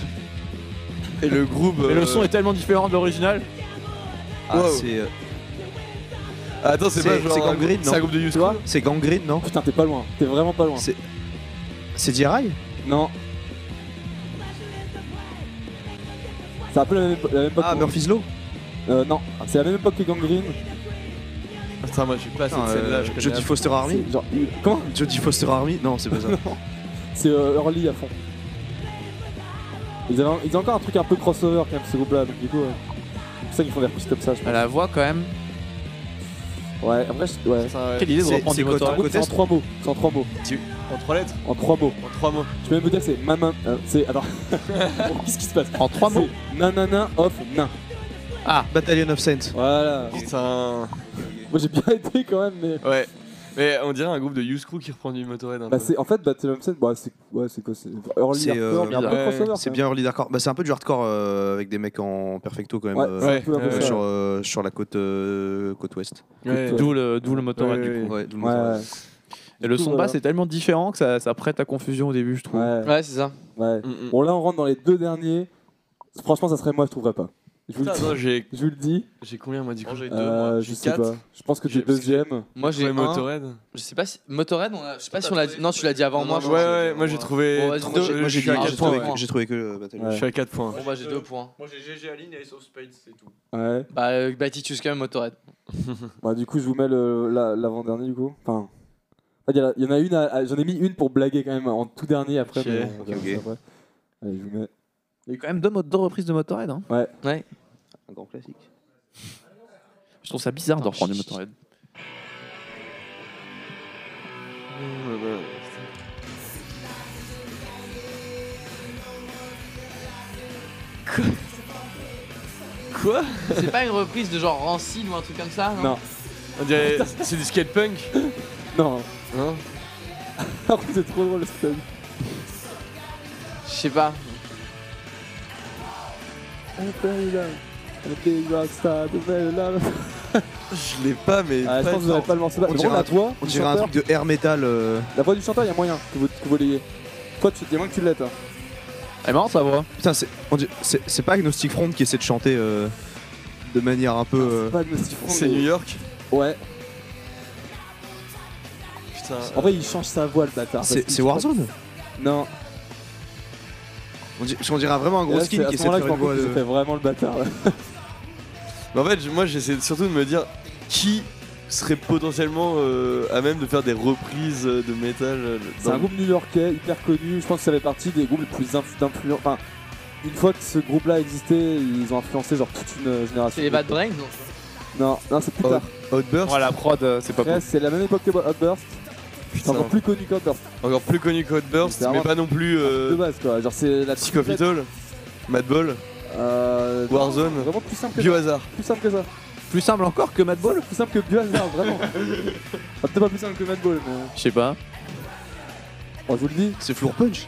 Et le groupe.
Mais
euh,
le son est tellement différent de l'original.
Ah,
Wow.
c'est. euh,
Attends, c'est pas
C'est-
genre.
c'est
un
Gangrene,
groupe- C'est un
non
groupe de
Tu
YouTube.
vois
C'est Gangrene, non
Putain, t'es pas loin. T'es vraiment pas loin.
C'est. C'est DRI
Non. C'est un peu la même, la même époque.
Ah,
que-
Murphy's Law
Euh, non, c'est la même époque que Gangrene.
Attends, moi j'ai pas
Putain,
cette scène-là.
euh,
je connais
Jodie
la-
Foster
Ah,
Army
C'est genre- Comment
Jodie Foster Army Non, c'est pas ça.
C'est euh, early à fond. Ils avaient, ils ont encore un truc un peu crossover quand même ce groupe là, donc du coup, ouais. c'est pour ça qu'ils font des reprises comme ça, je
À
pense.
la voix quand même.
Ouais, après, c'est- ouais.
Quelle idée de reprendre du
C'est un groupe, c'est en trois mots, c'est en trois mots,
En trois lettres
en trois mots.
En trois mots.
Je peux même vous dire que c'est maman, euh, c'est attends, qu'est-ce qui se passe
En trois mots.
C'est Nanana off nain.
Battalion of Saints.
Voilà.
Putain.
Moi j'ai bien été quand même, mais
Ouais. Mais on dirait un groupe de Youth Crew qui reprend du Motorhead un
bah
peu.
c'est en fait Battle of Sen, bah c'est ouais c'est quoi, c'est early
C'est, euh,
hardcore, mais un peu
bizarre.
crossover.
C'est
quand
bien early hardcore. Bah, c'est un peu du hardcore euh, avec des mecs en perfecto quand même.
même. Ouais,
euh,
c'est un
ouais,
peu un peu
euh,
ça,
sur,
ouais.
euh, sur la côte, euh, côte ouest.
Ouais.
D'où le, d'où le Motorhead
Ouais,
du
ouais,
coup.
Ouais, d'où le
Ouais,
moteur.
ouais.
Et le
Du coup,
son de
voilà.
basse est tellement différent que ça, ça prête à confusion au début, je trouve.
Ouais.
Ouais, c'est ça.
Ouais.
Mm, mm.
Bon, là, on rentre dans les deux derniers. Franchement, ça serait moi, je trouverais pas. Je vous, le
Putain,
dis,
non, j'ai
je vous le dis.
j'ai combien moi du coup J'ai
Euh, je sais pas. Je pense que tu es
J'ai- parce que-
deuxième.
Moi j'ai
J'ai
un.
Motorhead.
Je sais pas si Motorhead, on a... je sais pas si on l'a dit. Non, tu l'as dit avant
Ouais,
moi. je crois.
ouais, moi j'ai trouvé.
Bon, vas-y,
trois-
deux.
je-
Moi,
je
j'ai
suis à
j'ai
quatre
quatre
trouvé,
points.
points.
que- j'ai trouvé que euh, Battalion.
Ouais.
Je suis à 4 points.
Bon, bah j'ai deux points.
Moi j'ai GG Aline et Soft Spades, c'est tout.
Ouais.
Bah, euh, Batitude quand même Motorhead.
Bah, du coup, je vous mets le- la- l'avant-dernier, du coup. Enfin. Il y, en a- y en a une, à- à- j'en ai mis une pour blaguer quand même en tout dernier après.
Ok,
mais bon, on verra
ok,
ça
ok.
après. Allez, je vous mets.
Il y a eu quand même deux, mo- deux reprises de Motorhead. Hein.
Un grand classique.
Je trouve ça bizarre de reprendre du Motorhead.
Quoi
C'est pas une reprise de genre Rancid ou un truc comme ça
Non.
On dirait. C'est du skate punk
Non,
Hein
Alors, c'est trop drôle ce que t'as dit.
Je sais pas.
I'm very loud. I'm a big rockstar, I'm very loud.
Je l'ai pas, mais.
Ah, je pense que vous n'aurez pas le morceau là.
On
Vraiment,
dirait un
la voix
On
du
dirait un
chanteur-
truc de air metal. euh,
La voix du chanteur, il y a moyen que vous, que vous l'ayez. Toi, tu dis moins que tu l'aies, toi.
Elle est marrante sa voix.
Putain, c'est on dirait- c'est- c'est pas Agnostic Front qui essaie de chanter euh, de manière un peu. euh,
Ah, C'est pas Agnostic Front,
C'est
mais-
New York
Ouais.
Putain.
En vrai, il change sa voix, le bâtard. parce
C'est
qu'il-
c'est Warzone
Non.
on dirait, on dirait vraiment un
Et
gros
là,
skin
c'est
qui
à ce
essaie de
moment-là que
faire
je
une
me rends
voix
compte que j'ai
de.
fait vraiment le bâtard. là.
Mais en fait, je- moi j'essaie surtout de me dire qui serait potentiellement euh, à même de faire des reprises euh, de métal. euh,
C'est
dans-
un groupe new-yorkais, hyper connu. Je pense que ça fait partie des groupes les plus influ- influents. Enfin, une fois que ce groupe-là existait, ils ont influencé genre toute une euh, génération.
C'est les Bad Brains non
Non, non, c'est plus
Oh,
tard.
Outburst
Voilà, la prod, euh, c'est pas
Après, c'est la même époque que Outburst. C'est
Putain.
encore plus connu qu'Outburst
Encore plus connu
C'est
qu'Outburst, mais
vraiment-
pas non plus
de
euh,
base, quoi. Genre, c'est la
Psychopital, Madball,
Euh,
Warzone.
non, Vraiment plus simple que ça.
Biohazard.
Plus simple que ça.
Plus simple encore que Madball
Plus simple que Biohazard, vraiment. Enfin, Peut-être pas plus simple que Madball, mais.
Je sais pas.
Bon, je vous le dis.
C'est Floor Punch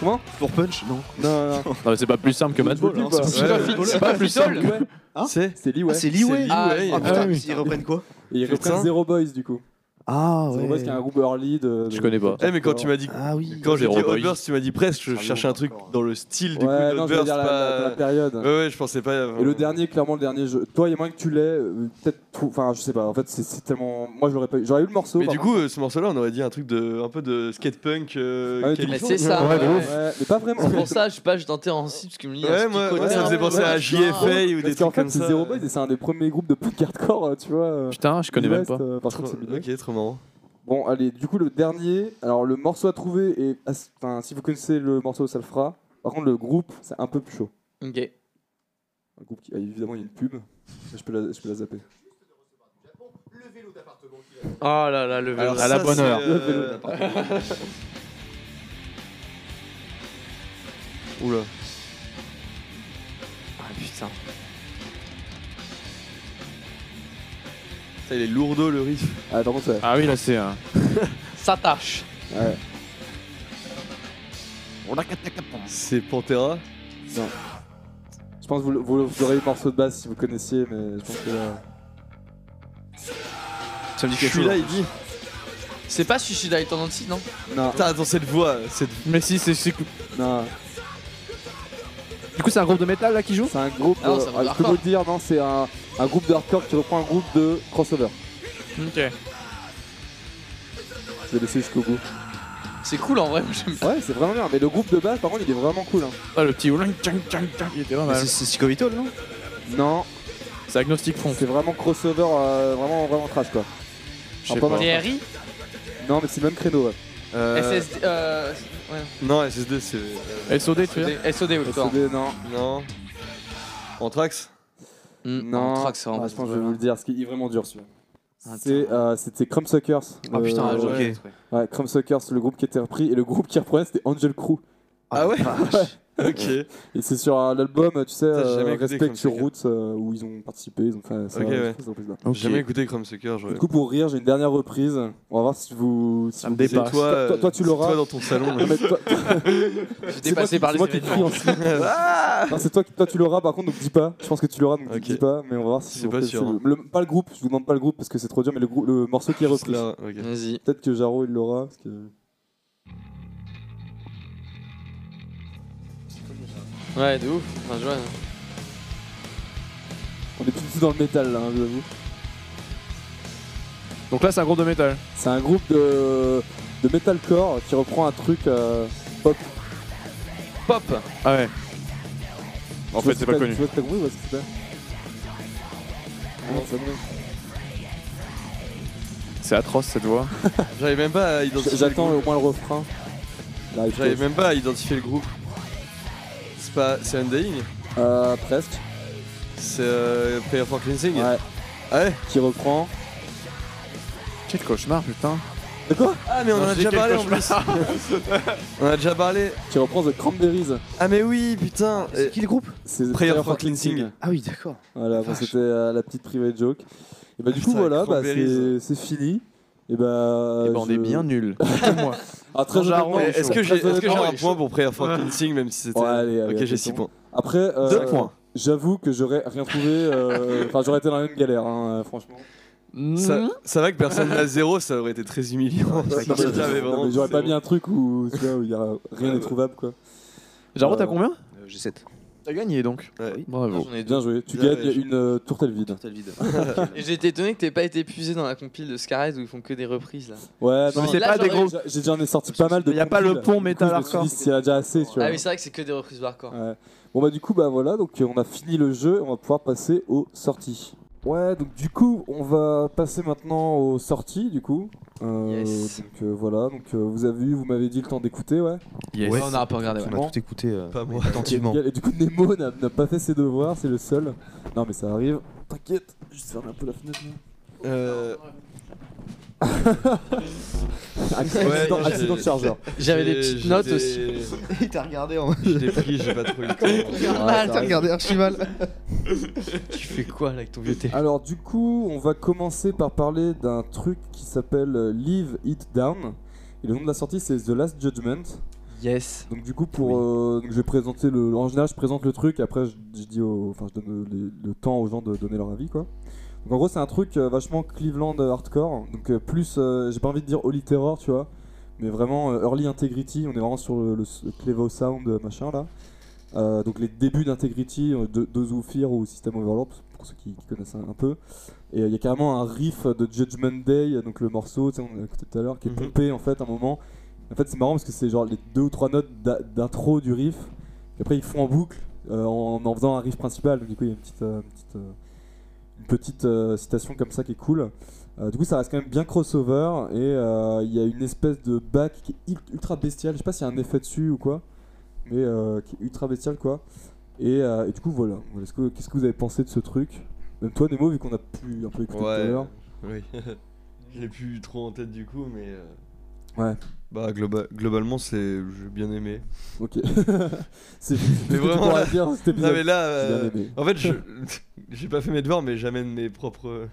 Comment
Floor Punch Non.
Non, non, non.
Non, mais c'est pas plus simple que
Je vous
Madball.
le dis,
hein.
quoi.
C'est pas- c'est pas plus simple.
Ouais,
Hein
C'est
C'est Lee, ouais.
Ah, c'est Leeway
Ah,
Leeway.
Ah, putain,
Ah oui.
ils reprennent quoi
Et ils
Putain.
reprennent Zero Boys du coup.
Ah
Zero Boys qui est un groupe early de.
Je
de-
connais pas.
Eh, mais quand tu m'as dit.
Ah oui.
Quand j'ai dit
Zero Boys.
Outburst, tu m'as dit presque, je
Ah,
cherchais un
Zero
truc
Boys.
dans le style du coup
Ouais, non, je veux
d'Outburst.
dire la, la- la
pas-
période.
Ouais, ouais, je pensais pas.
Et le dernier, clairement, le dernier jeu. Toi, il y a moins que tu l'aies. euh, Peut-être. tout- Enfin, je sais pas. En fait, c'est- c'est tellement. Moi, je l'aurais pas eu. J'aurais eu le morceau.
Mais
par
du
contre.
coup, euh, ce morceau-là, on aurait dit un truc de. un peu de skatepunk. euh,
Ah ouais,
quali-
Mais
du coup,
c'est ça.
Ouais,
ouais.
de ouf. Ouais, mais pas vraiment.
C'est pour ça, je sais pas, je tentais Rancid parce que je me dis, il y a
Ouais,
ce
moi,
petit
moi,
côté
ça
un
me faisait
peu-
penser à JFA ou des
Parce
trucs
qu'en
comme
fait,
ça. euh.
c'est Zero Boys et c'est un des premiers groupes de punk hardcore, euh, tu vois. euh,
Putain, je connais même
Midwest,
pas.
euh, Par contre,
Trop-
c'est Midwest.
Ok, trop marrant.
Bon, allez, du coup, le dernier. Alors, le morceau à trouver, est... as- enfin, si vous connaissez le morceau, ça le fera. Par contre, le groupe, c'est un peu plus chaud.
Ok.
Un groupe qui... ah, évidemment, il y a une pub. Je peux la, je peux la zapper.
Oh là là, le vélo.
Alors
à la
ça,
bonne
c'est,
heure.
euh, Oula.
Ah putain.
Ça, il est lourdeau le riff.
Ah, par contre, ouais.
Ah oui, là c'est un.
Ça tâche.
Ouais.
C'est Pantera.
Je pense que vous, le- vous, vous aurez le morceau de basse si vous connaissiez, mais je pense que euh, là.
Ça me dit
Je
quelque
suis
chose. hein.
là, il dit.
C'est pas Suicide Tendency, non
Non,
Putain, attends, cette voix. Cette...
Mais si, c'est. c'est- Du
non.
coup, c'est un groupe de métal là qui joue
C'est un groupe.
Ah non,
euh,
c'est
ah,
un
je peux
hardcore.
vous le dire, non, c'est un, un groupe de hardcore qui reprend un groupe de crossover.
Ok.
Je vais laisser jusqu'au bout.
C'est cool en vrai, moi, j'aime
Ouais, c'est vraiment bien. Mais le groupe de base, par contre, il est vraiment cool. hein.
Ah, le petit ouling, tchang, tchang, tchang, il était pas
Mais
mal.
c'est- C'est Sicovitol, non
Non,
C'est Agnostic Front.
c'est vraiment crossover, euh, vraiment, vraiment trash quoi.
Je sais
pas
pas.
mal.
DRI
Non, mais c'est le même créneau. ouais.
SSD euh, ouais.
Non, SSD, c'est.
SOD, tu veux dire
SOD, SOD ou quoi
SD, E non,
Non. Anthrax
Hmm.
non.
Trax, ça, en
Ah,
vrai,
je pense que
c'est
je vais vous
pas
le dire, parce qu'il est vraiment dur celui-là.
Attends.
C'est, euh, C'était Crumbsuckers.
Ah, putain,
euh,
ah,
ok.
ouais.
Ouais, Crumbsuckers, le groupe qui était repris. Et le groupe qui reprenait, c'était Angel Crew.
Ah ouais
vache.
Ok.
Et c'est sur euh, l'album, tu sais,
Putain, j'ai
euh,
jamais écouté
Respect Your
Crumbsuckers.
Roots, euh, où ils ont participé, ils ont fait ça.
Ok,
je
ouais.
pense que ça vous plaît pas.
J'ai jamais écouté Crumbsucker.
Du coup, pour rire, j'ai une dernière reprise. On va voir si vous. Si
Ça me
vous-
dépasse.
Toi, toi, toi, tu l'auras.
euh, Toi dans ton salon.
Non, mais toi-
J'étais
C'est moi
dépassé
qui-
par
c'est
les
moi qui crie
événements.
en slip. Non, c'est toi qui toi tu l'auras par contre donc dis pas. Je pense que tu l'auras donc
Ok.
dis pas mais on va voir si
C'est
vous
pas
reconnaissez
sûr, hein.
le, le- pas le groupe, je vous demande pas le groupe parce que c'est trop dur mais le, grou- le morceau qui est repris.
Là, ok.
Vas-y.
Peut-être que Jaro il l'aura parce que
Ouais, de ouf. Enfin, je vois. hein.
on est plus du tout dans le métal là, hein, je vous avoue.
Donc là, c'est un groupe de métal.
C'est un groupe de de metalcore qui reprend un truc euh, pop.
Pop
Ah ouais. En
Tu vois
fait,
ce
c'est
que
pas
t'as-
connu.
Tu vois ce que t'as compris ou est-ce que c'est pas Ah, c'est pas compris.
C'est atroce cette voix.
J'arrive même pas à
J-
identifier.
J'attends
le
au
groupe.
moins le refrain. Là, il faut-
J'arrive même pas à identifier le groupe. C'est pas. C'est Undying
Euh, presque.
C'est euh, Prayer for Cleansing
Ouais.
Ah ouais
Qui reprend.
Quel cauchemar, putain.
De quoi
Ah mais on en a déjà parlé en plus
Ah,
On en a déjà parlé
Qui reprend The Cranberries.
Ah mais oui putain
C'est qui le groupe
C'est The
Prayer for Cleansing.
Ah oui, d'accord.
Voilà, bon,
Vache.
c'était euh, la petite private joke. Et bah, du coup,
Putain,
voilà, bah,
Cranberries.
c'est c'est fini. Et bah.
Eh ben, on est
je-
bien nul. moi.
Ah, très
Jarron,
honnêtement,
Est-ce que
très
j'ai est-ce que j'ai
honnêtement,
un point pour Prayer for Cleansing même si c'était...
Ouais, allez, allez,
ok j'ai
mettons.
6 points.
Après, euh,
Deux points.
j'avoue que j'aurais rien trouvé. euh, Enfin, j'aurais été dans la même galère, hein, euh, franchement.
Ça, ça va que personne n'a zéro, ça aurait été très humiliant.
c'est
Ça
vrai.
j'avais
Non,
vraiment
mais J'aurais pas
zéro.
mis un truc où tu vois, où il y a rien de trouvable, quoi.
Jaro, t'as
Euh,
combien
J'ai 7.
T'as gagné donc.
Ouais.
Bravo.
J'en ai deux.
Bien joué. Tu
Bien
gagnes
joué.
une euh, tourtelle vide.
vide.
Et j'ai été étonné que t'aies pas été épuisé dans la compile de Scarrez où ils font que des reprises là.
Ouais,
Mais
non,
c'est
là,
pas des
j'aurais-
gros.
j'ai- j'ai- j'en ai sorti pas mal de.
Il y a pas le
compiles.
pont
Du coup,
métal
je me suis
hardcore.
dit, c'est déjà assez, tu vois.
Ah oui, c'est vrai que c'est que des reprises hardcore.
Ouais. Bon bah du coup bah voilà donc euh, on a fini le jeu et on va pouvoir passer aux sorties. Ouais donc du coup on va passer maintenant aux sorties du coup. Euh,
Yes.
Donc euh, voilà donc euh, vous avez vu vous m'avez dit le temps d'écouter ouais.
Ouais.
on a un peu regardé.
On
Ouais.
a tout écouté euh,
Pas moi.
attentivement.
Et du coup Nemo n'a n'a pas fait ses devoirs c'est le seul. Non mais ça arrive. T'inquiète juste fermer un peu la fenêtre. là.
Euh,
accident,
j'ai-
accident de chargeur.
J'avais des
j'ai-
petites notes
j'ai-
aussi.
Il t'a regardé en
Je l'ai pris, j'ai pas trop eu le temps.
mal, t'as
euh,
regardé
Archival.
Tu fais quoi là avec ton vieux téléphone
Alors du coup on va commencer par parler d'un truc qui s'appelle euh, Leave It Down. Et le nom de la sortie c'est The Last Judgment.
Yes.
Donc du coup pour euh, donc je vais présenter le en général je présente le truc après je, je dis au- enfin je donne le, le temps aux gens de donner leur avis quoi. Donc en gros c'est un truc euh, vachement Cleveland hardcore donc euh, plus euh, j'ai pas envie de dire Holy Terror tu vois mais vraiment euh, Early Integrity on est vraiment sur le, le, le Clevo Sound euh, machin là. Euh, donc les débuts d'Integrity euh, de, de Zoufir ou System Overlord pour ceux qui, qui connaissent un, un peu et euh, il y a carrément un riff de Judgment Day euh, donc le morceau tu sais on a écouté tout à l'heure qui est
Mhm.
pompé en fait à un moment en fait, c'est marrant parce que c'est genre les deux ou trois notes d'a- d'intro du riff. Et après, ils font en boucle euh, en, en faisant un riff principal. Donc, du coup, il y a une petite, euh, une petite, euh, une petite, euh, citation comme ça qui est cool. Euh, du coup, ça reste quand même bien crossover. Et euh, il y a une espèce de back qui est ult- ultra bestiale. Je sais pas s'il y a un effet dessus ou quoi. Mais euh, qui est ultra bestiale, quoi. Et, euh, et du coup, voilà. Voilà, est-ce que- Qu'est-ce que vous avez pensé de ce truc Même toi, Nemo, vu qu'on a pu un peu écouter tout à
Ouais.
l'heure.
Oui. Je l'ai plus trop en tête du coup, mais. euh,
Ouais.
Bah, globa- globalement, c'est. J'ai bien aimé.
Ok. c'est c'est
Mais
ce que tu
vraiment,
pourras
là-
dire dans cet
Non,
épisode.
mais là.
J'ai bien
euh,
aimé.
En fait, je j'ai pas fait mes devoirs, mais j'amène mes propres. euh,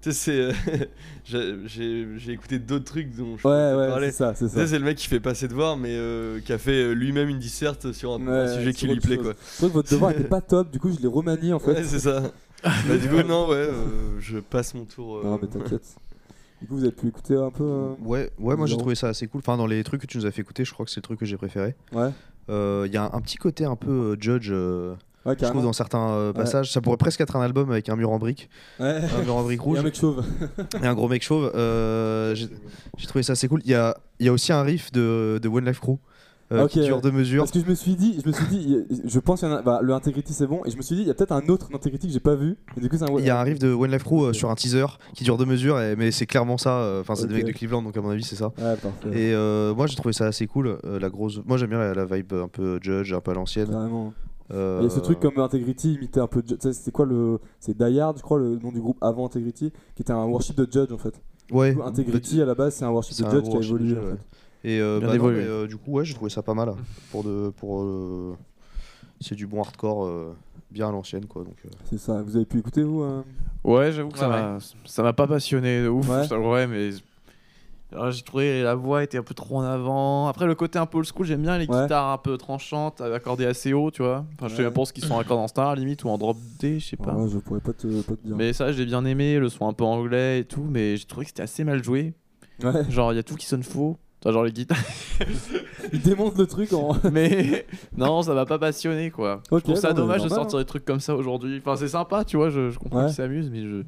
Tu sais, c'est. euh, j'ai- j'ai j'ai écouté d'autres trucs dont je
Ouais,
peux
ouais,
parler.
c'est ça, c'est
Tu
ça.
sais, c'est le mec qui fait pas ses devoirs, mais euh, qui a fait euh, lui-même une disserte sur un, un
Ouais,
sujet
sur
qui lui
autre
plaît,
chose.
quoi.
Je trouvais que votre devoir était pas top, du coup je l'ai remanié en fait.
Ouais, c'est ça. bah, du coup, non, ouais, euh, je passe mon tour. euh,
Non mais t'inquiète. Du coup vous avez pu écouter un peu. euh,
Ouais, ouais, moi j'ai
Non.
trouvé ça assez cool. Enfin, dans les trucs que tu nous as fait écouter, je crois que c'est le truc que j'ai préféré.
Ouais.
Euh, Il y a un, un petit côté un peu euh, judge. euh,
Ouais,
je trouve,
carrément.
dans certains euh, passages. Ça pourrait presque être un album avec un mur en briques,
Ouais.
un mur en briques
Il y
rouge
a un mec chauve.
et un gros mec chauve. Euh, J'ai j'ai trouvé ça assez cool. Il y a, il y a aussi un riff de, de One Life Crew euh,
Ah, Ok,
qui dure
ouais.
deux mesures.
Parce que je me suis dit, je me suis dit, il y a- je pense qu'il y en a. Bah, le Integrity c'est bon, et je me suis dit, il y a peut-être un autre Integrity que j'ai pas vu. Et du coup, c'est un.
Il y a un riff de One Life Crew euh, sur un teaser qui dure deux mesures, et- mais c'est clairement ça. euh, Enfin, c'est des
Ok.
mecs de Cleveland, donc à mon avis, c'est ça.
Ouais, parfait.
Et euh, moi, j'ai trouvé ça assez cool. euh, la grosse. Moi, j'aime bien la, la vibe un peu judge, un peu à l'ancienne.
Carrément.
Euh,
Il y a ce truc comme Integrity imitait un peu. Ju- tu sais, C'était quoi le. C'est Die Hard, je crois, le nom du groupe avant Integrity, qui était un worship de Judge en fait.
Ouais.
Du coup, Integrity à la base, c'est un worship
Eh, C'est
de
un
Judge
gros
qui a
worship de
évolué en
Judge,
fait.
ouais. Et euh,
Bien
bah non,
évolué.
mais, euh, du coup, ouais, j'ai trouvé ça pas mal. Pour de, pour, euh, c'est du bon hardcore euh, bien à l'ancienne, quoi. Donc, euh.
C'est ça. Vous avez pu écouter vous euh
Ouais, j'avoue que ça
Ouais,
m'a- ça m'a pas passionné de ouf.
Ouais.
ça, Ouais, mais. Alors, j'ai trouvé la voix était un peu trop en avant. Après, le côté un peu old school, j'aime bien les
Ouais.
guitares un peu tranchantes, accordées assez haut, tu vois. Enfin, je sais
Ouais.
même pas ce qu'ils sont accordés en star limite ou en drop D, je sais pas.
Ah ouais, je pourrais pas te, pas te dire.
Mais ça, j'ai bien aimé, le son un peu anglais et tout, mais j'ai trouvé que c'était assez mal joué.
Ouais.
Genre, il y a tout qui sonne faux. Enfin, genre les guitares.
Il démonte le truc en.
Mais non, ça m'a pas passionné quoi.
Ok,
je trouve ça
non, mais
dommage de
normal, hein.
sortir des trucs comme ça aujourd'hui. Enfin, c'est sympa, tu vois, je, je comprends
Ouais.
qu'ils s'amusent, mais je.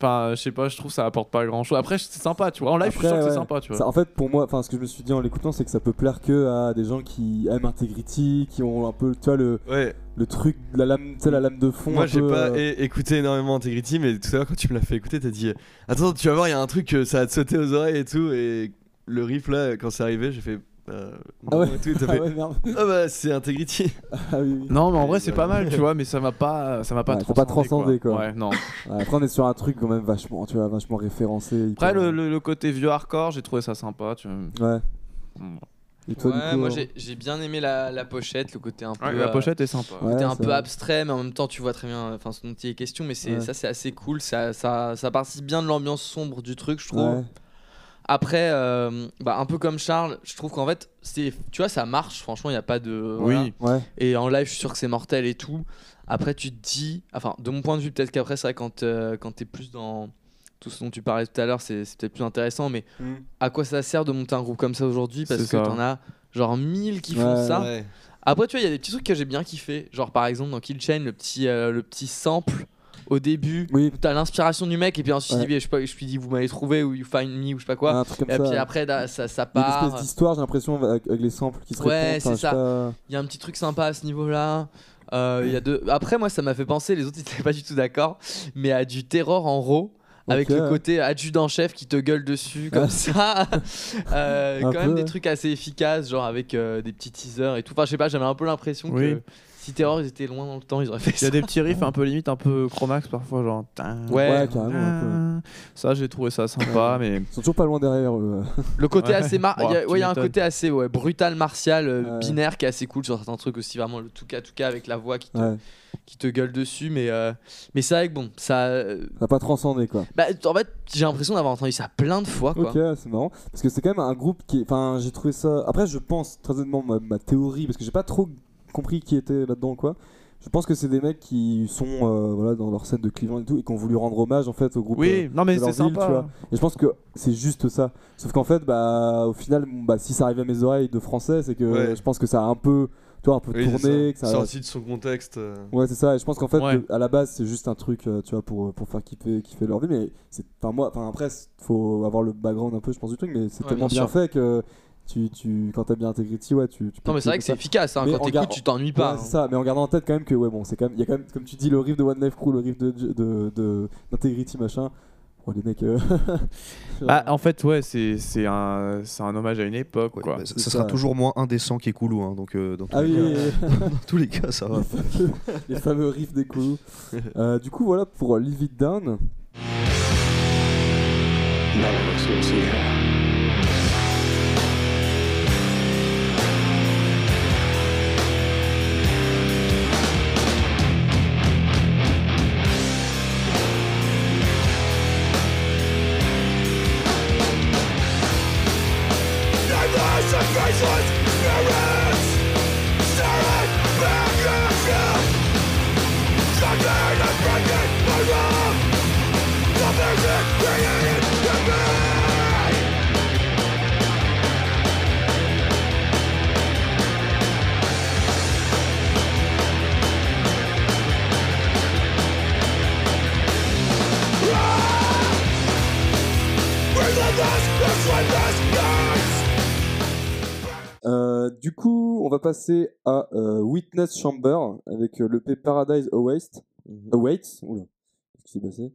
Enfin, je sais pas, je trouve que ça apporte pas grand chose. Après, c'est sympa, tu vois. En live, je suis
Après,
sûr que
ouais.
c'est sympa, tu vois.
Ça, en fait, pour moi, enfin, ce que je me suis dit en l'écoutant, c'est que ça peut plaire que à des gens qui aiment Integrity, qui ont un peu, tu vois, le,
Ouais,
le truc, la lame, tu sais, la lame de fond.
moi
un
j'ai
peu,
pas
euh,
é- écouté énormément Integrity, mais tout à l'heure quand tu me l'as fait écouter, t'as dit euh, Attends, tu vas voir, il y a un truc, euh, ça va te sauter aux oreilles et tout. Et le riff là, quand c'est arrivé, j'ai fait. euh,
Ah ouais.
non, et tout, et t'as
Ah
fait,
ouais, merde.
Ah bah c'est Integrity.
Ah oui, oui.
Non, mais en vrai,
Ouais,
c'est
voilà.
pas mal, tu vois, mais ça m'a pas, ça m'a pas,
Ouais, faut pas transcender, quoi.
Ouais, non.
Ouais, après, on est sur un truc quand même vachement, tu vois, vachement référencé. hyper- euh,
Après, le, le- le côté vieux hardcore, j'ai trouvé ça sympa, tu vois.
Ouais.
Mm.
Et toi,
Ouais,
du coup,
moi
euh,
j'ai j'ai bien aimé la, la pochette, le côté un peu.
Ouais, la
euh,
pochette est sympa.
ouais,
côté un
c'est
peu
vrai.
abstrait, mais en même temps, tu vois très bien enfin, ce dont il est question. Mais c'est
Ouais.
ça, c'est assez cool. Ça, ça, ça participe bien de l'ambiance sombre du truc, je trouve.
Ouais.
Après, euh, bah, un peu comme Charles, je trouve qu'en fait, c'est, tu vois, ça marche. Franchement, il n'y a pas de. voilà.
Oui.
Ouais.
Et en live, je suis sûr que c'est mortel et tout. Après, tu te dis. Enfin, de mon point de vue, peut-être qu'après, c'est vrai, quand, euh, quand t'es plus dans tout ce dont tu parlais tout à l'heure, c'est c'est peut-être plus intéressant. Mais
Mm.
à quoi ça sert de monter un groupe comme ça aujourd'hui Parce
C'est
que
ça.
t'en as genre 1000 qui font
Ouais,
ça.
Ouais.
Après, tu vois, il y a des petits trucs que j'ai bien kiffé. Genre, par exemple, dans Kill Chain, le petit, euh, le petit sample au début.
Oui.
où T'as l'inspiration du mec, et puis ensuite,
Ouais.
il dit, je sais pas, je lui dis, vous m'avez trouvé, ou you find me, ou je sais pas quoi.
un truc comme
et
ça.
puis après, da- ça, ça
Il y a une espèce
part. euh,
d'histoire, j'ai l'impression, avec, avec les samples qui se
Ouais,
répondent, enfin,
c'est
je sais
ça.
pas.
Il y a un petit truc sympa à ce niveau-là. Euh, il y a deux... Après, moi, ça m'a fait penser, les autres, ils étaient pas du tout d'accord, mais à du terror en raw. Avec
Ok,
le
euh,
ouais.
côté adjudant-chef qui te gueule dessus comme
Ouais.
ça. Euh,
Un
quand même
peu,
des
ouais.
trucs assez efficaces, genre avec euh, des petits teasers et tout. Enfin, je sais pas, j'avais un peu l'impression
Oui.
que si Terror ils étaient loin dans le temps, ils auraient fait
Il y
ça.
a des petits riffs un peu limite, un peu chromax parfois, genre.
Ouais.
Ouais, carrément. un peu.
Ça, j'ai trouvé ça sympa, mais.
Ils sont toujours pas loin derrière eux.
Le côté
Ouais.
assez mar...
Ouah,
il y a-
tu
ouais, il y a un
m'étonnes.
côté assez ouais, brutal, martial, euh,
Ouais.
binaire qui est assez cool sur certains trucs aussi. Vraiment le tout cas tout cas avec la voix qui te,
euh, Ouais.
qui te gueule dessus. Mais, euh, mais c'est vrai que bon, ça. euh,
Ça a pas transcendé quoi.
bah, en fait, j'ai l'impression d'avoir entendu ça plein de fois quoi.
Ok, c'est marrant. Parce que c'est quand même un groupe qui. est- Enfin, j'ai trouvé ça. Après, je pense, très honnêtement, ma, ma théorie, parce que j'ai pas trop compris qui était là-dedans, quoi. Je pense que c'est des mecs qui sont euh, voilà, dans leur scène de Cleveland et tout, et qui ont voulu rendre hommage, en fait, au groupe. euh,
Oui, non, mais
de leur
c'est
ville, tu vois.
sympa.
Et je pense que c'est juste ça. Sauf qu'en fait, bah, au final, bah, si ça arrive à mes oreilles de français, c'est que
Ouais.
je pense que ça a un peu, tu vois, un peu
Oui, c'est
tourné. Que
ça.
ça...
Sorti de son contexte. euh.
Ouais, c'est ça. Et je pense qu'en fait,
Ouais.
le- à la base, c'est juste un truc, euh, tu vois, pour, pour faire kiffer, kiffer leur vie. Mais c'est, enfin, moi, enfin, après, c'est- faut avoir le background un peu, je pense, du truc. Mais c'est
Ouais,
tellement
bien
bien, fait que tu, tu, quand t'as bien Integrity, ouais, tu, tu peux
Non, mais c'est vrai que c'est
kiffer
efficace. hein,
Mais
Quand
en
t'écoutes,
gardant-
tu t'ennuies
ça.
pas.
Ouais,
hein.
c'est ça. Mais en gardant en tête quand même que, ouais, bon, c'est quand même, il y a quand même, comme tu dis, le riff de One Life Crew, le riff de, de, de- d'Integrity, machin. Oh, les mecs. euh,
Bah,
Ah, en fait, ouais, c'est c'est un, c'est un hommage à une époque,
Ouais,
quoi.
bah, ça,
c'est
ça sera
ça.
toujours moins indécent qu'Ekulu, hein, donc euh, dans, tous
Ah
les
oui,
cas,
oui, oui.
dans tous les cas, ça va.
les, fameux, les fameux riffs des Koulou. Euh, du coup, voilà pour Leave It Down.
Something
Euh, du coup, on va passer à euh, Witness Chamber avec euh, l'EP Paradise Awaits.
Mhm.
Awaits Oula, qu'est-ce qui s'est passé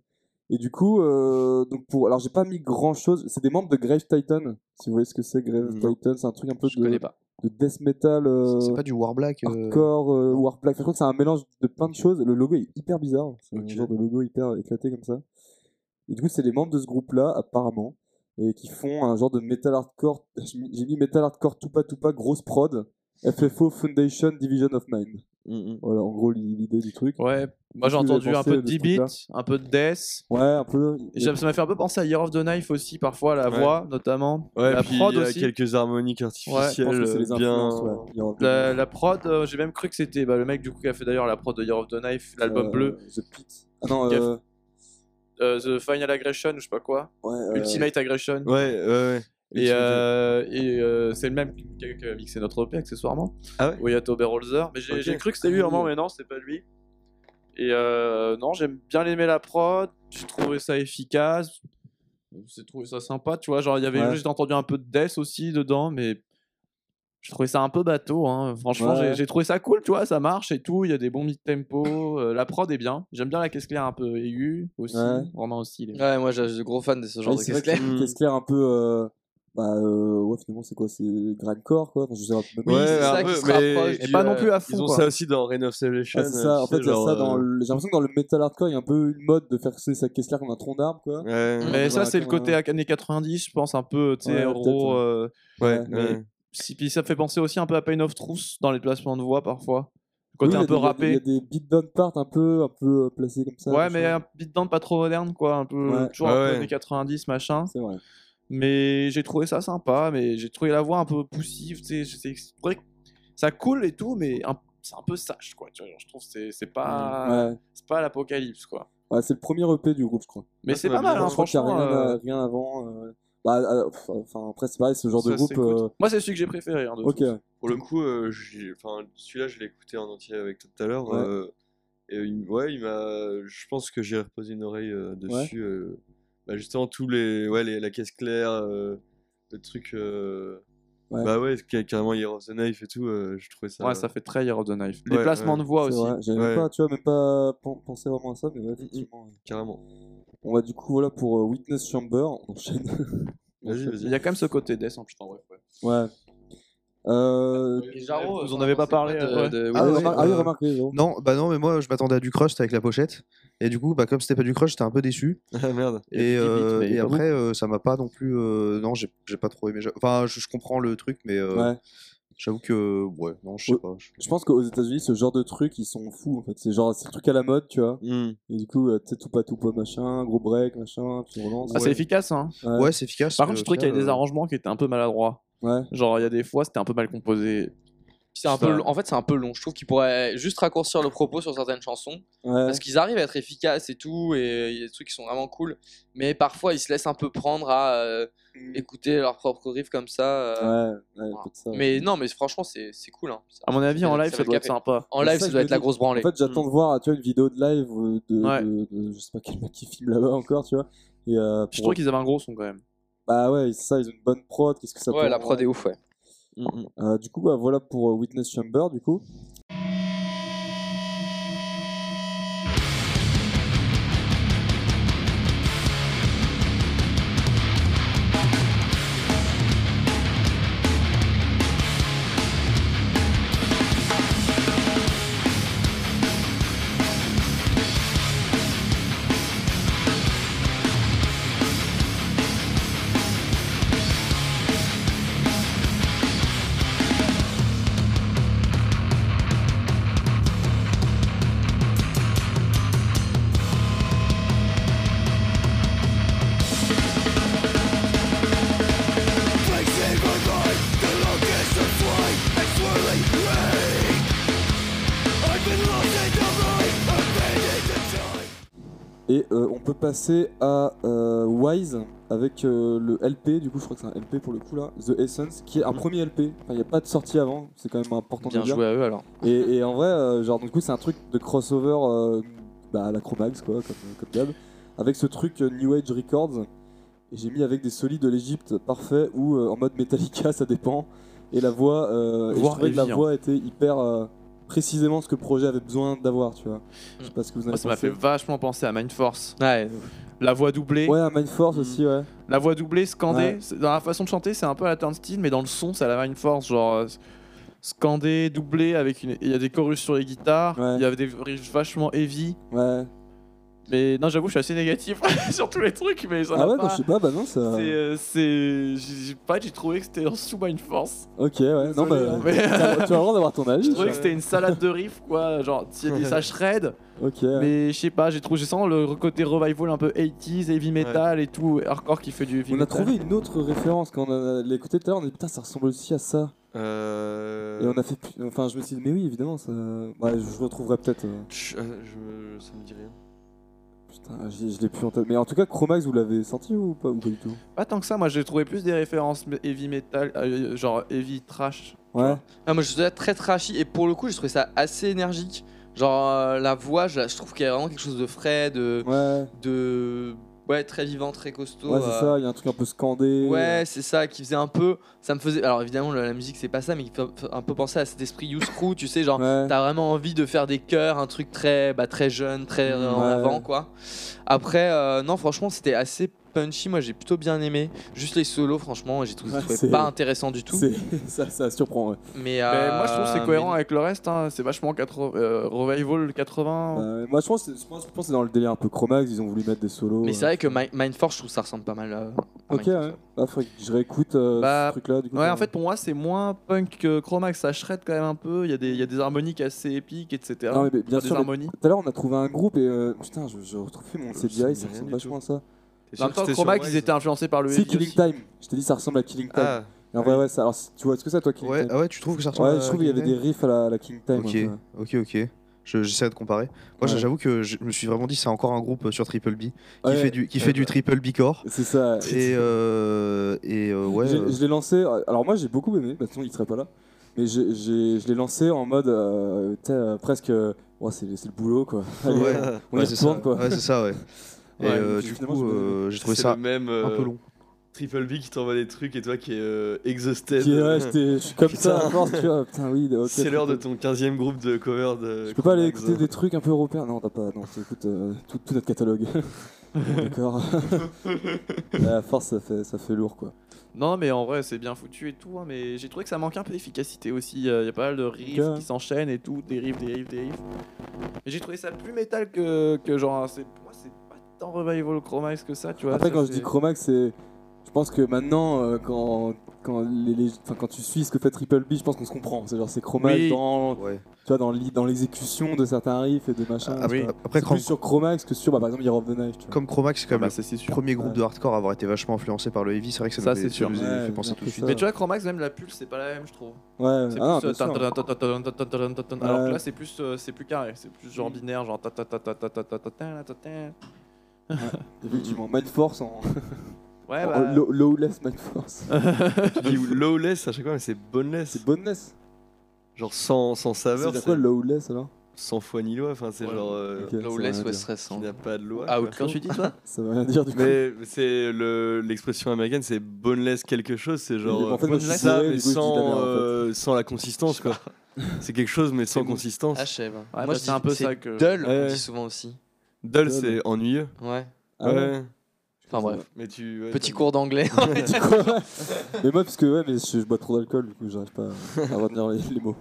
Et du coup, euh, donc pour, alors j'ai pas mis grand chose, c'est des membres de Grave Titan, si vous voyez ce que c'est Grave
Mhm.
Titan, c'est un truc un peu
Je
de,
connais pas.
de death metal. euh,
C'est pas du War Black. euh,
Hardcore, euh, Warplac. Enfin, Je crois que c'est un mélange de plein de choses. Le logo est hyper bizarre. C'est
Ok.
un genre de logo hyper éclaté comme ça. Et du coup, c'est les membres de ce groupe-là, apparemment, et qui font un genre de metal hardcore. J'ai mis- j'ai mis metal hardcore tout pas tout pas, grosse prod. FFO Foundation Division of Mind. Voilà, en gros, l'i- l'idée du truc.
Ouais, moi j'ai
Qu'est-ce que vous
entendu
avez
un
pensé
peu de
de ce
10
truc-là
bits, un peu de death.
Ouais, un peu.
Et j'aime- Ça m'a fait un peu penser à Year of the Knife aussi, parfois, la
Ouais.
voix notamment.
Ouais,
la
puis
prod
il y a
aussi.
quelques harmoniques
Je pense
artificielles euh,
que c'est les
bien.
influences, ouais. Il y aura-
La, la prod, euh, j'ai même cru que c'était bah, le mec du coup qui a fait d'ailleurs la prod de Year of the Knife, l'album
euh,
bleu,
The Pit. Ah non,
Gaffe.
euh,
euh, The Final Aggression ou je sais pas quoi,
ouais, euh,
Ultimate Aggression.
Ouais, ouais, ouais.
Et, euh, et euh, c'est le même qui qui- qui a mixé notre EP accessoirement.
Ah ouais
Oyato Berholzer. Mais j'ai
Ok.
j'ai cru que c'était lui vraiment, mais non, c'est pas lui. Et euh, non, j'aime bien aimer la prod. J'ai trouvé ça efficace. J'ai trouvé ça sympa, tu vois. Genre, il y avait
Ouais.
j'ai entendu un peu de death aussi dedans, mais je trouvais ça un peu bateau. hein. Franchement,
Ouais.
j'ai- j'ai trouvé ça cool, tu vois. Ça marche et tout. Il y a des bons mid-tempo. euh, la prod est bien. J'aime bien la caisse claire un peu aiguë aussi.
Ouais.
Romain aussi. il est-
Ouais, moi, j'ai j'ai gros fan de ce genre
Ouais,
de
c'est vrai
caisse
que c'est une
claire.
caisse claire un peu. euh, Bah, euh, ouais, finalement, c'est quoi C'est grindcore, quoi. Enfin, je sais pas. même-
ouais,
c'est
un
ça qui
peu,
se
mais euh,
rapproche euh,
Et pas non plus à
ils
fond.
ont
quoi.
ça aussi dans Reign of Salvation.
Ah, c'est ça, en
tu
fait,
sais,
il y a
genre,
ça dans
euh,
le... J'ai l'impression que dans le metal hardcore, il y a un peu une mode de faire cesser sa caisse là comme un tronc d'arbre, quoi.
Ouais,
Mm.
Mais
Dans
ça,
la
c'est le côté années 90, je pense, un peu, tu
Bah, euh, Ouais,
sais,
peut-être,
gros.
ouais.
euh,
ouais,
Ouais,
mais-
ouais.
si- Puis ça fait penser aussi un peu à Pain of Truth dans les placements de voix parfois. Le côté
Oui, il y
un
a
peu
des- Il y
rappé.
a des beatdown parts un peu, un peu euh, placés comme ça.
ouais,
machin.
mais un beatdown pas trop moderne, quoi. Un peu,
Ouais.
Toujours
Ouais,
un peu
ouais.
années 90, machin.
C'est vrai.
Mais j'ai trouvé ça sympa, mais j'ai trouvé la voix un peu poussive, tu sais. je- C'est c'est vrai que ça coule et tout, mais un- c'est un peu sage, quoi. Tu vois, genre, je trouve que c'est- c'est pas,
Mmh. Ouais.
c'est pas l'apocalypse, quoi.
Ouais, c'est le premier EP du groupe, je crois.
Mais
Ah,
c'est
ça
pas
m'a bien
mal, hein,
je crois qu'il n'y a
franchement.
rien, à-
euh,
rien avant. euh, Bah, euh, pff, enfin, après, c'est pareil, ce genre de
ça
groupe.
s'écoute.
euh,
Moi, c'est celui que j'ai préféré. hein, de
Ok.
tous.
Pour le coup, euh, j'ai- enfin, celui-là, je l'ai écouté en entier avec toi tout à l'heure.
Ouais.
euh, et il, m- ouais, il m'a. Je pense que j'ai reposé une oreille euh, dessus. euh, bah, justement, tous les, ouais, les- la caisse claire, euh, le truc. euh,
Ouais.
Bah ouais, ca- carrément Year of the Knife et tout. euh, je trouvais ça.
Ouais, ça fait très Year of the Knife. Les
Ouais,
placements
ouais.
de voix
c'est
aussi. Mm,
vrai, J'avais même
Ouais.
pas, tu vois, même pas pen- pensé vraiment à ça, mais ouais, effectivement.
carrément.
On va du coup, voilà, pour euh, Witness Chamber, on enchaîne.
Vas-y,
Il y
vas-y.
a quand même ce côté death en putain, bref. Ouais.
Ouais. Euh...
vous en avez pas parlé.
de-
ouais.
de-
Ah,
ouais,
remar- ah oui,
euh,
remarquez, Jérôme.
Non, bah non, mais moi je m'attendais à du crust avec la pochette. Et du coup, bah, comme c'était pas du crust, j'étais un peu déçu.
Ah merde.
Et,
du beat,
euh,
mais
et
pas
après, euh, ça m'a pas non plus. euh, non, j'ai j'ai pas trop aimé. J'a- Enfin, je, je comprends le truc, mais euh,
Ouais.
j'avoue que. Ouais, non, je sais
Ouais.
pas. je-
Je pense qu'aux États-Unis, ce genre de truc, ils sont fous en fait. C'est genre, c'est le truc à la mode, tu vois.
Hmm.
Et du coup, euh, tu sais, tout pas tout pas machin, gros break, machin, puis on relance.
Ah, c'est efficace. Hein.
Ouais.
Ouais, c'est efficace.
Par
mais
contre, je
au
trouvais qu'il y avait
final, euh,
des arrangements qui étaient un peu maladroits.
Ouais.
Genre, il y a des fois, c'était un peu mal composé.
C'est un peu, long- en fait, c'est un peu long. Je trouve qu'ils pourraient juste raccourcir le propos sur certaines chansons
Ouais.
parce qu'ils arrivent à être efficaces et tout, et il y a des trucs qui sont vraiment cool. Mais parfois, ils se laissent un peu prendre à euh, écouter leur propre riff comme ça. euh.
Ouais, ouais, peut-être ça.
Mais non, mais franchement, c'est c'est cool. hein. Ça-
À mon avis,
ça-
en live,
va
ça
le
doit être
café.
sympa.
En
C'est
live,
ça
ça
que
doit
je
être
me
la
dis.
grosse branlée.
En fait, j'attends de voir, tu vois, une vidéo de live euh, de,
Ouais.
de, de- je sais pas quel mec qui filme là-bas encore, tu vois. Et euh,
Je
pour-
trouve qu'ils avaient un gros son quand même.
bah ouais, c'est ça, ils ont une bonne prod. Qu'est-ce que ça
ouais,
peut-
la prod est ouf, ouais.
Euh, du coup, bah voilà pour euh, Witness Chamber, du coup. Et euh, on peut passer à euh, Wise avec euh, le LP, du coup, je crois que c'est un LP pour le coup là, The Essence, qui est
Mm.
un premier LP. Enfin, il n'y a pas de sortie avant, c'est quand même important
Bien
de le dire.
joué à eux alors.
Et, et en vrai, euh, genre, du coup, c'est un truc de crossover euh, bah, à la Chromax, quoi, comme, comme d'hab, avec ce truc euh, New Age Records. Et j'ai mis avec des solides de l'Egypte, parfait, ou euh, en mode Metallica, ça dépend. et la voix, euh, et je
Voire
trouvais que la
évident.
voix était hyper euh, précisément ce que le projet avait besoin d'avoir, tu vois. Je sais pas ce que vous
Mm.
en
Moi,
avez
ça m'a fait
pensé.
vachement penser à Mindforce.
Ouais,
La voix doublée,
Ouais, à Mindforce
Hmm.
Mhm.
aussi, ouais.
la voix doublée, scandée.
Ouais.
c'est- Dans la façon de chanter, c'est un peu à la Turnstile, mais dans le son, c'est à la Mindforce. Genre euh, scandé, doublé, avec une. Il y a des chorus sur les guitares.
Ouais.
Il y avait des riffs vachement heavy.
Ouais.
Mais non, j'avoue, je suis assez négatif sur tous les trucs, mais ça
Ah
m'a
ouais, non,
pas.
je sais pas, bah non, ça.
C'est, euh, c'est, j'ai- j'ai pas, j'ai trouvé que c'était un sous Mindforce.
Ok, ouais. Non, bah.
Mais-
hein.
t'as- Tu as le droit d'avoir ton avis.
J'ai trouvé
tu
que c'était une salade de riffs, quoi. Genre, il y a des- ça shred,
vois. Ok. ouais.
mais je sais pas, j'ai trouvé, je sens le côté revival un peu 80s, heavy metal et tout, hardcore qui fait du heavy
On a
metal.
trouvé une autre référence quand on a l'écouté tout à l'heure. On a dit putain, ça ressemble aussi à ça.
Euh,
Et on a fait. plus- Enfin, je me suis dit, mais oui, évidemment, ça. Ouais, je retrouverai peut-être. euh,
tch, euh, je, ça me dit rien.
Putain, je, l'ai- je l'ai plus en tête. Mais en tout cas, Chromax, vous l'avez senti ou pas, ou pas du tout
Pas tant que ça, moi j'ai trouvé plus des références me- heavy metal, euh, genre heavy trash.
Ouais.
Ah, moi, je suis très trashy et pour le coup, j'ai trouvé ça assez énergique. Genre, euh, la voix, je, la- je trouve qu'il y a vraiment quelque chose de frais, de.
Ouais,
de ouais, très vivant, très costaud.
ouais c'est
euh,
ça. Il y a un truc un peu scandé.
Ouais, c'est ça qui faisait un peu. Ça me faisait. Alors évidemment, la la musique c'est pas ça, mais qui fait un peu- un peu penser à cet esprit Youth Crew, tu sais, genre
euh, Ouais.
t'as vraiment envie de faire des chœurs, un truc très, bah, très jeune, très euh, en
Ouais.
avant quoi. Après, euh, non, franchement, c'était assez punchy. Moi, j'ai plutôt bien aimé. Juste les solos, franchement, j'ai trouvé,
Ouais,
trouvé
c'est-
pas intéressant du tout.
C'est- ça, ça surprend. Ouais.
Mais,
Mais
euh,
moi je trouve que c'est
mais
cohérent
non.
avec le reste, hein, c'est vachement 80, euh, revival 80.
Euh, moi, je pense, que c'est- je pense, je pense que c'est dans le délire un peu Chromax. Ils ont voulu mettre des solos.
Mais
euh.
c'est vrai que Mi- Mindforce, je trouve que ça ressemble pas mal. euh, à
Ok,
Mindforce.
ouais. Ah, faudrait que je réécoute euh,
Bah,
ce truc-là. du coup,
Ouais,
quand
en fait, pour moi, c'est moins punk que Chromax, ça shred quand même un peu. Il y, a des- il y a des harmoniques assez épiques, etc.
Non, mais bien
Enfin, des
sûr, les-
harmonies.
Tout à l'heure, on a trouvé un groupe et euh, putain, je, je retrouve plus mon
Je
CGI,
sais
ça
rien
ressemble
du
vachement à ça.
En même temps, Chromax, ils étaient influencés par le
C'est
heavy
Killing
aussi.
Time. Je t'ai dit, ça ressemble à Killing Time.
Ah,
Et en vrai, ouais, ça, alors, c- tu vois, est-ce que ça, toi, Killing
Ouais,
Time
ah ouais, tu trouves que ça ressemble
Ouais,
à
je trouve qu'il y avait des
Gameplay
riffs à la, à la Killing Time.
Ok.
un peu.
Ok, ok. Je- J'essaie de comparer. Moi,
Ouais.
j'avoue que je me suis vraiment dit, c'est encore un groupe euh, sur Triple B qui
Ouais,
fait du qui fait du Triple B core.
C'est ça.
Et euh, et euh, ouais.
J'ai-
euh,
Je l'ai lancé. euh, Alors, moi, j'ai beaucoup aimé. Bah, sinon, il serait pas là. Mais j'ai- j'ai- je l'ai lancé en mode, euh, tu sais, euh, presque. euh, ouais, c'est c'est le boulot, quoi. Allez,
euh, Ouais.
on
ouais,
y
c'est ça.
retourne, quoi.
Ouais, c'est ça, ouais. Et
Ouais,
euh,
donc,
du
finalement,
coup,
j'ai pas
euh, j'ai trouvé
C'est
ça
le même
un
euh,
peu long.
Triple B qui t'envoie des trucs et toi qui est euh, exhausted.
Qui, ouais, j'étais- je suis comme ça
Putain.
à force, tu vois. Putain, oui. ok,
c'est l'heure de
putain.
ton 15 e groupe de cover de.
Je peux pas aller
Chromax.
écouter des trucs un peu européens. Non, t'as pas. Non, t'écoutes euh, tout, tout notre catalogue. D'accord. à force, ça fait, ça fait lourd, quoi.
Non, mais en vrai, c'est bien foutu et tout, hein, mais j'ai trouvé que ça manque un peu d'efficacité aussi. Il y a pas mal de riffs
Ok.
qui s'enchaînent et tout, des riffs, des riffs, des riffs. Et j'ai trouvé ça plus métal que, que genre, hein, c'est, pour moi, c'est pas tant revival Chromax que ça, tu vois.
Après,
ça,
quand je
c'est-
dis Chromax, c'est. Je pense que maintenant, euh, quand, quand, les, les- enfin, quand tu suis ce que fait Triple B, je pense qu'on se comprend. C'est genre, c'est Chromax
Oui.
dans,
Ouais.
tu vois, dans, l'i- dans l'exécution de certains riffs et de machins.
Ah
Après,
tu vois.
après,
C'est
Chrome-
plus sur Chromax que sur, bah, par exemple, Year of the Knife. Tu vois.
comme Chromax, c'est quand
Ah
même
bah, ça,
le
c'est sûr.
premier groupe
Ouais.
de hardcore à avoir été vachement influencé par le heavy. C'est vrai que ça,
Ça,
nous, avait-
c'est sûr.
nous avait
Ouais,
fait penser
bien
tout de
plus
suite.
ça.
Mais tu vois, Chromax, même la pulse, c'est pas la même, je trouve.
Ouais,
C'est
ah, non,
plus.
bien
euh,
sûr.
tin, tin, tin, tin, tin, tin, tin, tin, tin. Alors que
Ouais.
là, c'est plus, euh, c'est plus carré, c'est plus genre
Mm.
binaire, genre. ta, ta, ta, ta, ta, ta, ta, ta, ta, ta, ta. Ouais,
Effectivement, Mind Force en. en
bah.
low- lowless Mind Force.
Tu dis lowless à chaque fois, mais c'est boneless.
c'est boneless.
Genre sans, sans saveur,
C'est quoi
c'est
lowless alors
sans foi ni loi. Enfin, c'est
Ouais.
genre. euh,
Ok, ça veut
Lawless
rien
ouais,
dire.
stressant.
Qui n'a pas de loi.
Ah,
quoi.
Outlaw.
dis, toi
Ça veut rien dire du coup.
Mais c'est le- l'expression américaine, c'est boneless quelque chose, c'est genre
Mais en fait,
euh,
moi, je suis
ça,
bourré,
mais
du coup, je dis de la merde, en
sans,
fait.
euh, sans la consistance quoi. C'est quelque chose mais sans
mou.
consistance.
Achève.
Ouais, bah, c'est un peu ça que.
Dull,
Ouais,
on
ouais.
dit souvent aussi.
Dull,
Dull.
c'est ennuyeux.
Ouais.
Ah
euh,
ouais.
Enfin bref,
Mais tu. ouais,
petit
t'as-
cours d'anglais.
mais moi, parce que ouais, mais je, je bois trop d'alcool, du coup, j'arrive pas à à retenir les, les mots.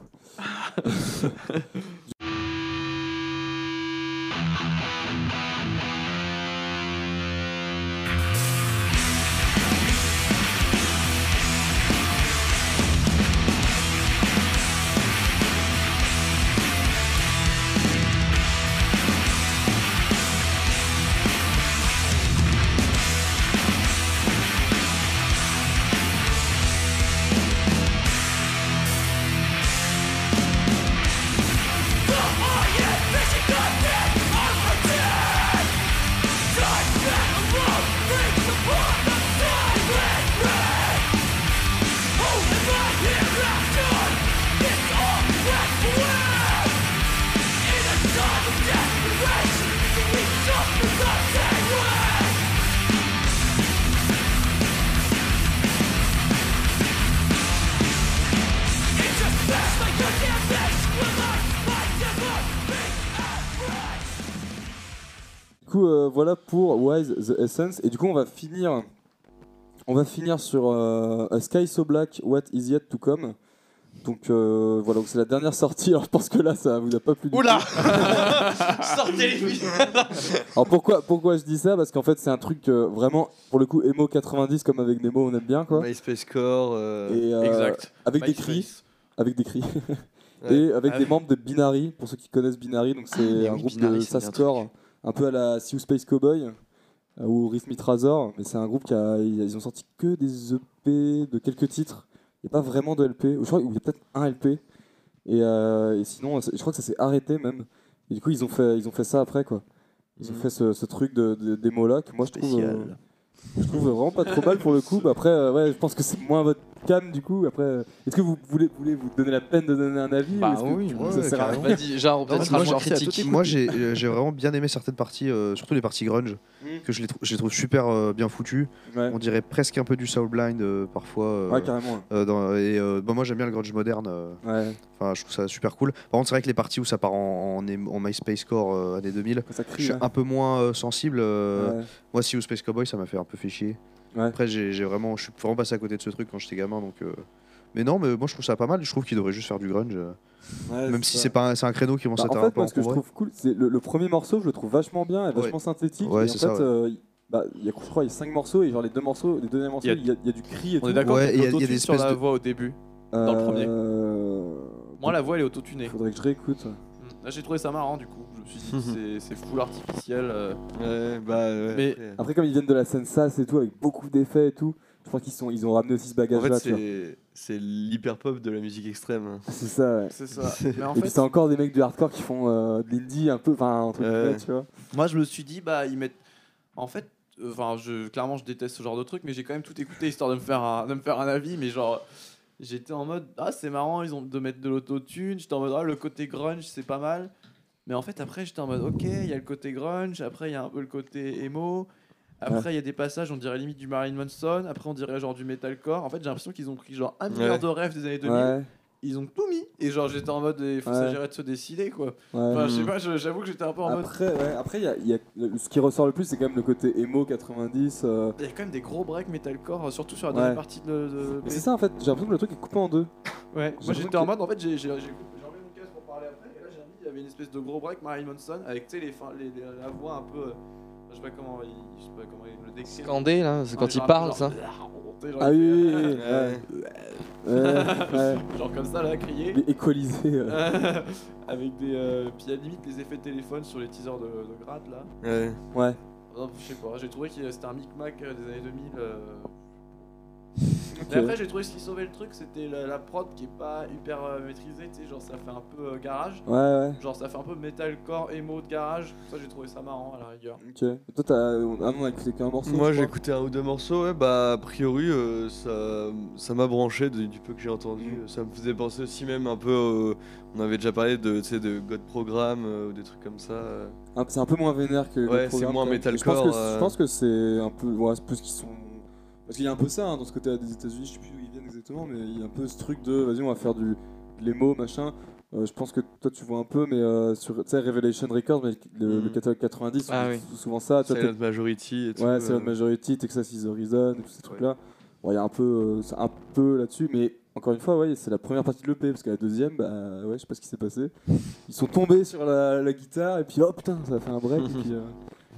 We're
Du coup, euh, voilà pour Wise the Essence. Et du coup, on va finir, on va finir sur euh, A Sky So Black, What Is Yet To Come. Donc euh, voilà, donc c'est la dernière sortie. Alors je pense que là, ça vous a pas plu. du
Oula
tout.
Sortez les filles
Alors pourquoi, pourquoi je dis ça Parce qu'en fait, c'est un truc euh, vraiment, pour le coup, émo 90 comme avec Nemo, on aime bien quoi.
MySpace Core. euh,
Et, euh,
Exact.
Avec des cris, avec des cris. et avec des membres de Binary, pour ceux qui connaissent Binary, donc c'est
Ah, mais
un
oui,
groupe
Binary,
de
ça me dit un
Sascore, un peu à la Sea of Space Cowboy euh, ou Rhythmic Razor, mais c'est un groupe qui a, ils ont sorti que des EP de quelques titres, il n'y a pas vraiment de LP, je crois qu'il y a peut-être un LP, et, euh, et sinon c'est- je crois que ça s'est arrêté même, et du coup ils ont fait, ils ont fait ça après quoi. Ils ont fait ce, ce truc de, de- démo là que moi je trouve, euh,
Mm. Spécial.
je trouve vraiment pas trop mal pour le coup. Bah, après, euh, ouais, je pense que c'est moins votre cam du coup. Après, euh, est-ce que vous voulez, voulez vous donner la peine de donner un avis
Bah
ou est-ce que
oui,
vous-
ouais,
ça sert à rien
carrément.
Vas-y, genre, on peut être
moi,
moins
j'ai-
critique.
Moi, j'ai euh, j'ai vraiment bien aimé certaines parties, euh, surtout les parties grunge, que je les, trou- je les trouve super euh, bien foutues.
Ouais.
On dirait presque un peu du Soul Blind euh, parfois. euh,
Ouais, carrément.
euh, dans- et euh, bon, moi, j'aime bien le grunge moderne. euh,
Ouais,
Enfin, je trouve ça super cool. Par contre, c'est vrai que les parties où ça part en, en, em- en MySpace Core euh, années 2000,
quand ça
je
crie. hein.
suis
ouais.
un peu moins euh, sensible. euh,
Ouais.
Moi, si ou Space Cowboy, ça m'a fait un peu fait chier.
Ouais.
Après, j'ai j'ai vraiment, je suis vraiment passé à côté de ce truc quand j'étais gamin, donc. euh, Mais non, mais moi je trouve ça pas mal. Je trouve qu'ils devraient juste faire du grunge, euh,
Ouais,
même si
ça.
c'est pas, un- c'est un créneau qui commence
Bah,
à
en
taper un
fait,
peu
moi, ce que je
en
trouve cool, c'est le, le premier morceau, je le trouve vachement bien et vachement
Ouais.
synthétique.
Ouais,
et en
c'est
fait,
ça, ouais.
euh, y- bah, il y a, je crois, il y a 5 morceaux et genre les deux morceaux, les deux derniers morceaux,
Il y a-
il y, a- il y a du cri et
On
tout.
est d'accord
Ouais,
qu'il
il y a-
y a,
il y a des
sur
espèces
la
de-
voix au début.
Euh,
dans le premier. Moi,
donc,
la voix, elle est autotunée.
Euh, Faudrait que je réécoute.
Mm. Là, j'ai trouvé ça marrant, du coup. Je me suis dit, c'est- c'est full artificiel. euh,
Ouais, bah, ouais,
Mais-
après.
Après, comme ils viennent de la scène sas et tout, avec beaucoup d'effets et tout, je crois qu'ils sont, ils ont ramené aussi ce
En fait,
bagage-là. tu vois.
c'est- c'est l'hyper pop de la musique extrême. hein.
c'est ça. ouais.
C'est ça. Mais en
et puis
fait,
c'est encore des mecs du hardcore qui font euh, de l'indie un peu, enfin un truc
Ouais.
Euh,
de bête, tu vois.
moi, je me suis dit, bah, ils mettent. En fait, euh, enfin, je clairement, je déteste ce genre de truc, mais j'ai quand même tout écouté histoire de me faire un, de me faire un avis. Mais genre, j'étais en mode, ah, c'est marrant, ils ont de mettre de l'autotune. J'étais en mode, ah, le côté grunge, c'est pas mal. Mais en fait, après, j'étais en mode, ok, il y a le côté grunge. Après, il y a un peu le côté emo. Après, il y a des passages, on dirait limite du Marilyn Manson. Après, on dirait genre du metalcore. En fait, j'ai l'impression qu'ils ont pris genre un milliard
Ouais.
de rêves des années 2000.
Ouais,
ils ont tout mis et genre j'étais en mode il faut
Ouais.
s'agirait de se décider quoi
ouais.
enfin je
Mm.
sais pas je- j'avoue que j'étais un peu en mode
Après, ouais, après, il y a- il y a, le- ce qui ressort le plus, c'est quand même le côté emo 90. euh,
il y a quand même des gros breaks metalcore euh, surtout sur la
Ouais.
dernière partie de, de-
Mais c'est ça en fait, j'ai l'impression que le truc est coupé en deux.
ouais
J'ai
moi
l'impression
j'étais en mode en fait j'ai j'ai- j'ai- j'ai enlevé mon casque pour parler après et là j'ai remis il y avait une espèce de gros break Marilyn Manson avec tu sais les, fins- les, les- la voix un peu euh, je sais pas comment il, je sais pas comment il le décrit
Scandé, là, c'est
Non,
quand
mais
il
genre-
parle,
genre-
ça.
genre-
Ah oui, oui, oui, oui,
Ouais.
ouais, ouais, ouais.
genre comme ça là crier
Mais équalisé. euh.
avec des euh, puis à la limite les effets téléphone sur les teasers de, de grade là
Ouais.
Ouais.
Non, je sais pas, j'ai trouvé que c'était un micmac euh, des années 2000. euh.
Ok.
Mais après, j'ai trouvé ce qui sauvait le truc, c'était la, la prod qui est pas hyper euh, maîtrisée, tu sais, genre ça fait un peu euh, garage.
Ouais, ouais,
Genre ça fait un peu metalcore, emo de garage. Ça, j'ai trouvé ça marrant à la rigueur.
ok. Et toi, t'as. Ah non, on a écouté qu'un morceau.
Moi
je
j'ai
crois.
écouté un ou deux morceaux, ouais, bah a priori euh, ça ça m'a branché du, du peu que j'ai entendu.
Mm.
Ça me faisait penser aussi même un peu, euh, on avait déjà parlé de, tu sais, de God Program euh, ou des trucs comme ça. euh.
Un- Ah, C'est un peu moins vénère que. le
Ouais, c'est
programme,
moins
quand même. Je pense
metalcore,
que,
euh.
je pense que c'est un peu. Ouais, c'est plus qu'ils sont. Parce qu'il y a un peu ça hein, dans ce côté des États-Unis, je sais plus d'où ils viennent exactement, mais il y a un peu ce truc de vas-y, on va faire du de l'émo, machin. Euh, je pense que toi tu vois un peu, mais euh, sur tu sais, Revelation Records, mais le,
Mm.
le catalogue 90,
Ah
c'est
oui.
souvent ça. Tu vois,
Silent Majority et tout.
Ouais, c'est
euh.
la majorité, Texas is the Reason, et tous ces trucs-là. Bon, il y a un peu, euh, c'est un peu là-dessus, mais encore une fois, ouais, c'est la première partie de l'EP, parce que la deuxième, bah ouais, je sais pas ce qui s'est passé. Ils sont tombés sur la, la guitare, et puis oh putain, ça a fait un break, et puis, euh,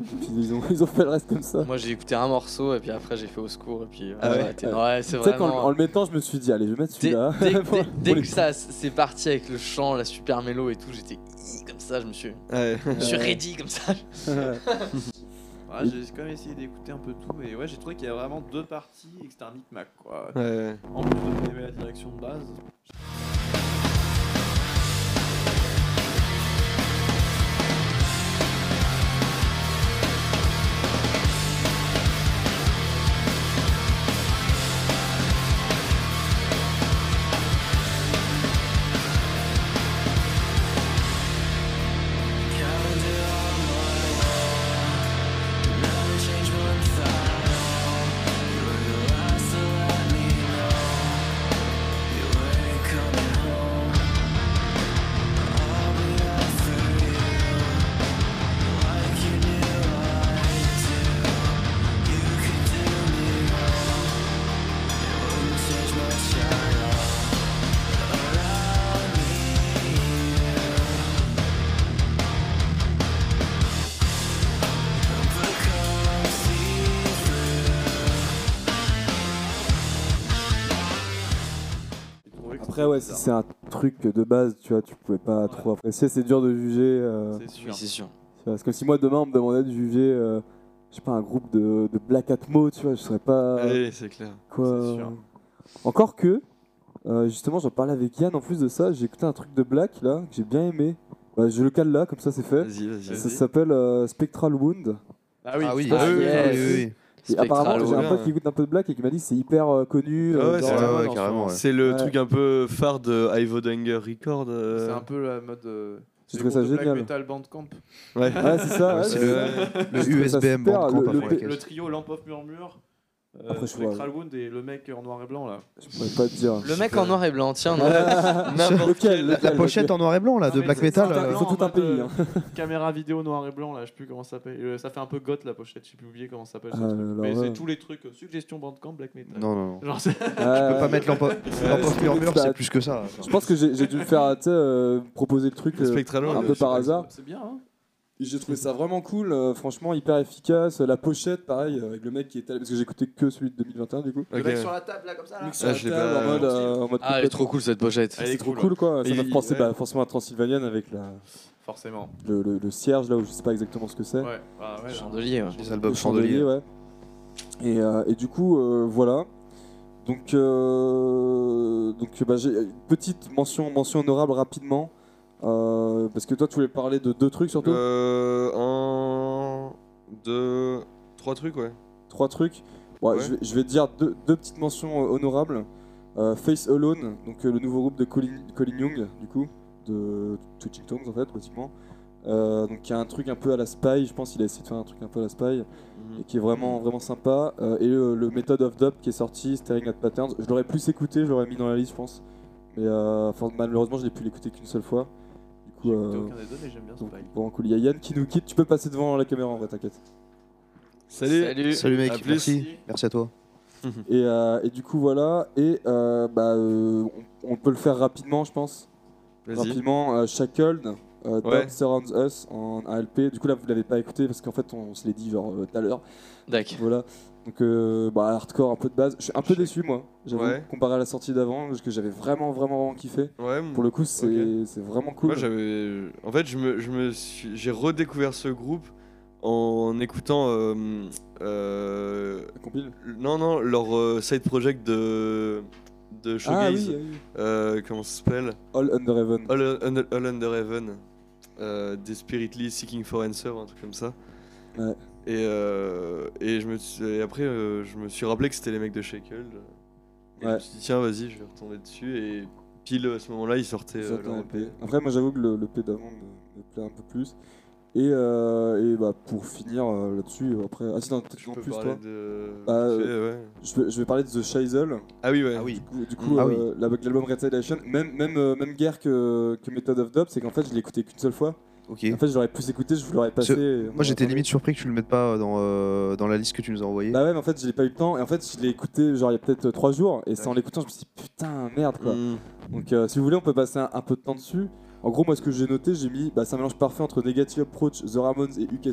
et puis ils, ont, ils ont fait le reste comme ça.
euh, Moi, j'ai écouté un morceau, et puis après, j'ai fait au secours, et puis.
Ah
j'ai
ouais
arrêté.
Ouais.
Ouais, c'est
Tu sais, qu'en
vraiment.
en le mettant, je me suis dit, allez, je vais mettre
Dès,
celui-là.
dès-
pour-
dès-
pour
dès
les-
que ça c'est parti avec le chant, la super mélo et tout, j'étais Ih comme ça, je me suis,
Ouais.
je me suis
Ouais.
ready comme ça.
Ouais, j'ai quand même essayé d'écouter un peu tout, et ouais, j'ai trouvé qu'il y a vraiment deux parties et que c'était un micmac quoi.
Ouais.
En plus de donner la direction de base.
You wouldn't come
Après, ouais, si c'est un truc de base, tu vois, tu pouvais pas trop apprécier. C'est dur de juger. euh,
C'est sûr.
c'est sûr.
tu vois. Parce que si moi demain on me demandait de juger, euh, je sais pas, un groupe de, de Black Atmo, tu vois, je serais pas.
Ouais, c'est clair.
quoi.
c'est sûr.
Encore que, euh, justement, j'en parlais avec Yann en plus de ça. J'ai écouté un truc de Black là, que j'ai bien aimé. Bah, je le cale là, comme ça c'est fait.
Vas-y, vas-y.
Ça s'appelle euh, Spectral Wound.
Ah oui,
Ah oui,
ah
ah
oui,
oui,
oui,
oui, oui.
Et apparemment, j'ai un
Wound.
pote qui écoute un peu de Black et qui m'a dit c'est hyper euh, connu.
Ah
euh,
ouais,
dans-
c'est
Ouais,
vraiment
ouais,
dans ce
carrément,
moment.
ouais.
C'est le
Ouais.
truc un peu phare de Ivo Danger Record. euh.
C'est un peu la mode. euh,
Je
des
trouvais ça
groupes de black
génial. hein.
metal bandcamp.
Ouais.
Ouais, c'est ça. ouais,
c'est
c'est
le-
ça.
Le
Je trouve ça
USBM
super,
Bandcamp,
le- le-
après,
Le
qu'est-ce-
trio Lamp of Murmur. Euh,
Après, je vois.
Spectral Wound et le mec en noir et blanc là.
Je pourrais pas te dire.
Le mec en noir et blanc, tiens, non
Lequel, lequel,
La
lequel
pochette en noir et
Ah,
blanc là de
Non, mais
Black
Ah c'est-
Metal.
c'est
euh,
Ils sont tout un pays. hein.
Caméra vidéo noir et blanc là, je sais plus comment ça s'appelle. Euh, ça fait un peu goth la pochette, j'ai plus oublié comment ça s'appelle. ce
Ah,
truc.
alors,
Mais
ouais.
c'est tous les trucs. euh, Suggestion Bandcamp, Black Metal.
Non, non, non.
Genre, c'est-
Je peux
Euh,
pas mettre l'empo- l'emporte murmure, c'est plus que ça.
Je pense que j'ai j'ai dû le faire, tu sais, euh, proposer le truc
Le
euh,
Spectral
un
Wound, je
peu
sais
par
pas.
hasard.
c'est bien hein.
Et J'ai trouvé ça vraiment cool, euh, franchement hyper efficace. La pochette, pareil, euh, avec le mec qui était parce que j'écoutais que celui de 2021 du coup.
Le
Ok.
mec sur la table là comme ça là.
Le mec sur la
je l'ai
table,
pas-
Ah, en mode, euh, en mode
Ah, elle est
complète.
trop cool cette pochette.
Elle est
C'est trop
cool.
cool quoi. Ça
Et
m'a
il-
fait penser
ouais.
bah, forcément à Transylvanian avec la,
Forcément.
le, le- le cierge là où je sais pas exactement ce que c'est.
Ouais. Ah, ouais, là.
Chandelier, ouais.
Les
Le
albums
chandelier,
chandeliers.
ouais. Et, euh, et du coup, euh, voilà. Donc, euh, donc bah, j'ai une petite mention, mention honorable rapidement. euh, parce que toi, tu voulais parler de deux trucs surtout.
Euh, un, deux, trois trucs, ouais.
trois trucs. Ouais,
Ouais.
Je, vais, je vais dire deux, deux petites mentions euh, honorables. Euh, Face Alone, donc euh, le nouveau groupe de Colin, Colin Young, du coup, de Twitching Tongues en fait, pratiquement. Euh, donc il y a un truc un peu à la Spy, je pense qu'il a essayé de faire un truc un peu à la
Mhm.
Spy, et qui est vraiment, vraiment sympa. Euh, et le, le Method of Dub qui est sorti, Staring at Patterns, je l'aurais plus écouté, je l'aurais mis dans la liste, je pense. Mais euh, enfin, malheureusement, je l'ai pu l'écouter qu'une seule fois. Du coup,
J'ai écouté
euh,
aucun des deux, mais j'aime bien ce
donc,
bail.
bon, cool. Il y a Yann qui nous quitte, tu peux passer devant la caméra en vrai, t'inquiète.
Salut.
Salut
À
mec,
plus.
merci. Merci à toi.
Et, euh, et du coup, voilà. Et euh, bah, euh, on, on peut le faire rapidement, je pense.
Vas-y.
Rapidement, euh, Shackled, euh, Doubt
Ouais.
Surrounds Us en ALP. Du coup, là, vous l'avez pas écouté parce qu'en fait, on se l'est dit genre euh, tout à l'heure.
Dac.
Voilà. Donc, euh, bah, hardcore, un peu de base. Je suis un peu déçu, moi. J'avoue,
Ouais.
comparé à la sortie d'avant, parce que j'avais vraiment, vraiment, vraiment kiffé.
Ouais,
Pour le coup, c'est c'est vraiment cool.
Moi, j'avais. En fait, je me, je me suis, j'ai redécouvert ce groupe en écoutant. euh, euh,
La compile.
non, non, leur euh, side project de de
Ah
Showgaze.
oui, ah oui.
Euh, comment ça s'appelle
All Under Heaven.
All, Un- All Under Heaven. Euh, Desperately Seeking for Answer, un truc comme ça.
Ouais.
Et, euh, et, je me suis- et après, euh, je me suis rappelé que c'était les mecs de Shackle. Et je
Ouais.
me suis dit, tiens, vas-y, je vais retourner dessus. Et pile à ce moment-là, ils sortaient
Ils
euh,
sortent
leur
un
EP.
EP. Après, moi j'avoue que le, le P d'avant me, me plaît un peu plus. Et, euh, et bah, pour finir euh, là-dessus, euh, après. Ah, si, non, peut-être
Je
en
peux
plus,
parler
toi.
de.
Bah,
vite fait, ouais.
Je vais, je vais parler de The Shizel.
Ah oui, ouais.
Du
oui.
coup, du coup,
Ah
euh, la- l'album Red Side Action, même, même, euh, même guerre que, que Method of Dub, c'est qu'en fait, je l'ai écouté qu'une seule fois.
Ok.
En fait, je l'aurais plus écouté, je vous l'aurais passé. euh,
Ce-
et on
Moi j'étais
aurait parlé.
limite surpris que tu le mettes pas dans, euh, dans la liste que tu nous as envoyée.
Bah ouais, mais en fait, je l'ai pas eu le temps. Et en fait, je l'ai écouté, genre, il y a peut-être 3 jours. Et c'est en l'écoutant, je me suis dit, putain, merde, quoi.
Mm.
Donc euh, si vous voulez, on peut passer un, un peu de temps dessus. En gros, moi, ce que j'ai noté, j'ai mis, bah, c'est un mélange parfait entre Negative Approach, The Ramones et UK Subs.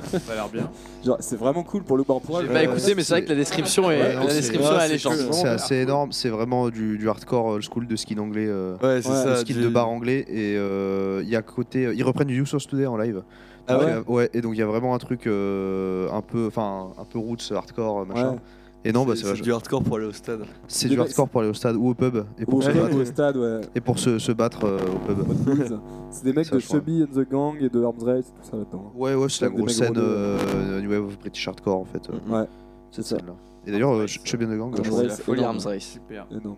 Ça a l'air bien.
Genre, c'est vraiment cool pour le bar pour
J'ai
elle.
pas
euh,
écouté, mais c'est vrai que la description est,
Ouais, non,
la
c'est-
description
ouais,
elle est
c'est cool.
gentille.
C'est assez énorme, c'est vraiment du, du hardcore old school de skin anglais, euh,
Ouais, c'est
Ouais,
ça.
de skin
du-
de bar anglais. Et euh, il y a côté, ils reprennent du You Source Today en live.
Ah
Donc,
ouais
euh, Et donc il y a vraiment un truc euh, un peu, enfin un peu roots hardcore machin.
Ouais.
Et non, bah
c'est
c'est
c'est du hardcore pour aller au stade.
c'est
Mais
du
bah,
hardcore pour aller au stade ou au pub et
Au
pour se
pub,
battre,
au stade, ouais.
et pour se, se battre euh, au pub.
Hot Wheels. c'est des mecs
Ça,
de
je crois.
Chubby and the Gang et de Arms Race, tout ça là-dedans.
Ouais, ouais, c'est la
Des
grosse
mecs
scène
relous, ouais.
euh, New Wave of British Hardcore en fait. euh,
Ouais, c'est
cette
ça.
scène-là. Et d'ailleurs, euh, je je suis bien de gang.
Arms
je
C'est
crois.
la
Race,
folie
énorme.
Arms Race.
Super.
Énorme.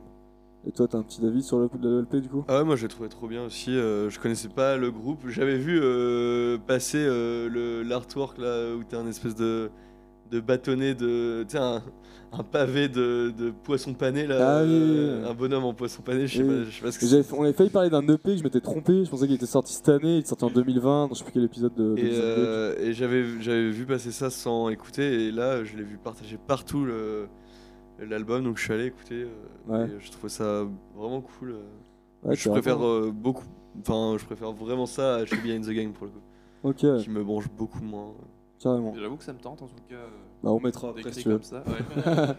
Et toi, t'as un petit avis sur le, le LP du coup
Ah ouais, moi je l'ai trouvé trop bien aussi. euh, je connaissais pas le groupe. J'avais vu euh, passer euh, le- l'artwork là où t'as un espèce de, de bâtonnet de. Tu sais, un, un pavé de, de poisson pané là.
Ah oui,
euh,
oui, oui.
Un bonhomme en poisson pané, je sais pas,
Oui.
je sais pas ce que
J'avais-
c'est.
On avait failli parler d'un EP que je m'étais trompé, je pensais qu'il était sorti cette année, il est sorti en 2020, donc je sais plus quel épisode de. de
Et,
Disney.
euh, et j'avais j'avais vu passer ça sans écouter. Et là, je l'ai vu partager partout le- l'album. Donc je suis allé écouter. euh,
Ouais.
et je trouvais ça vraiment cool. euh.
Ouais,
je
c'est
préfère
vraiment-
euh, beaucoup. Enfin, je préfère vraiment ça à Chubby and the Gang pour le coup.
Ok,
Qui me branche beaucoup moins.
carrément.
J'avoue que ça me tente en tout cas. euh,
Bah, on mettra après si
d'écrire
tu veux.
comme ça. Ouais.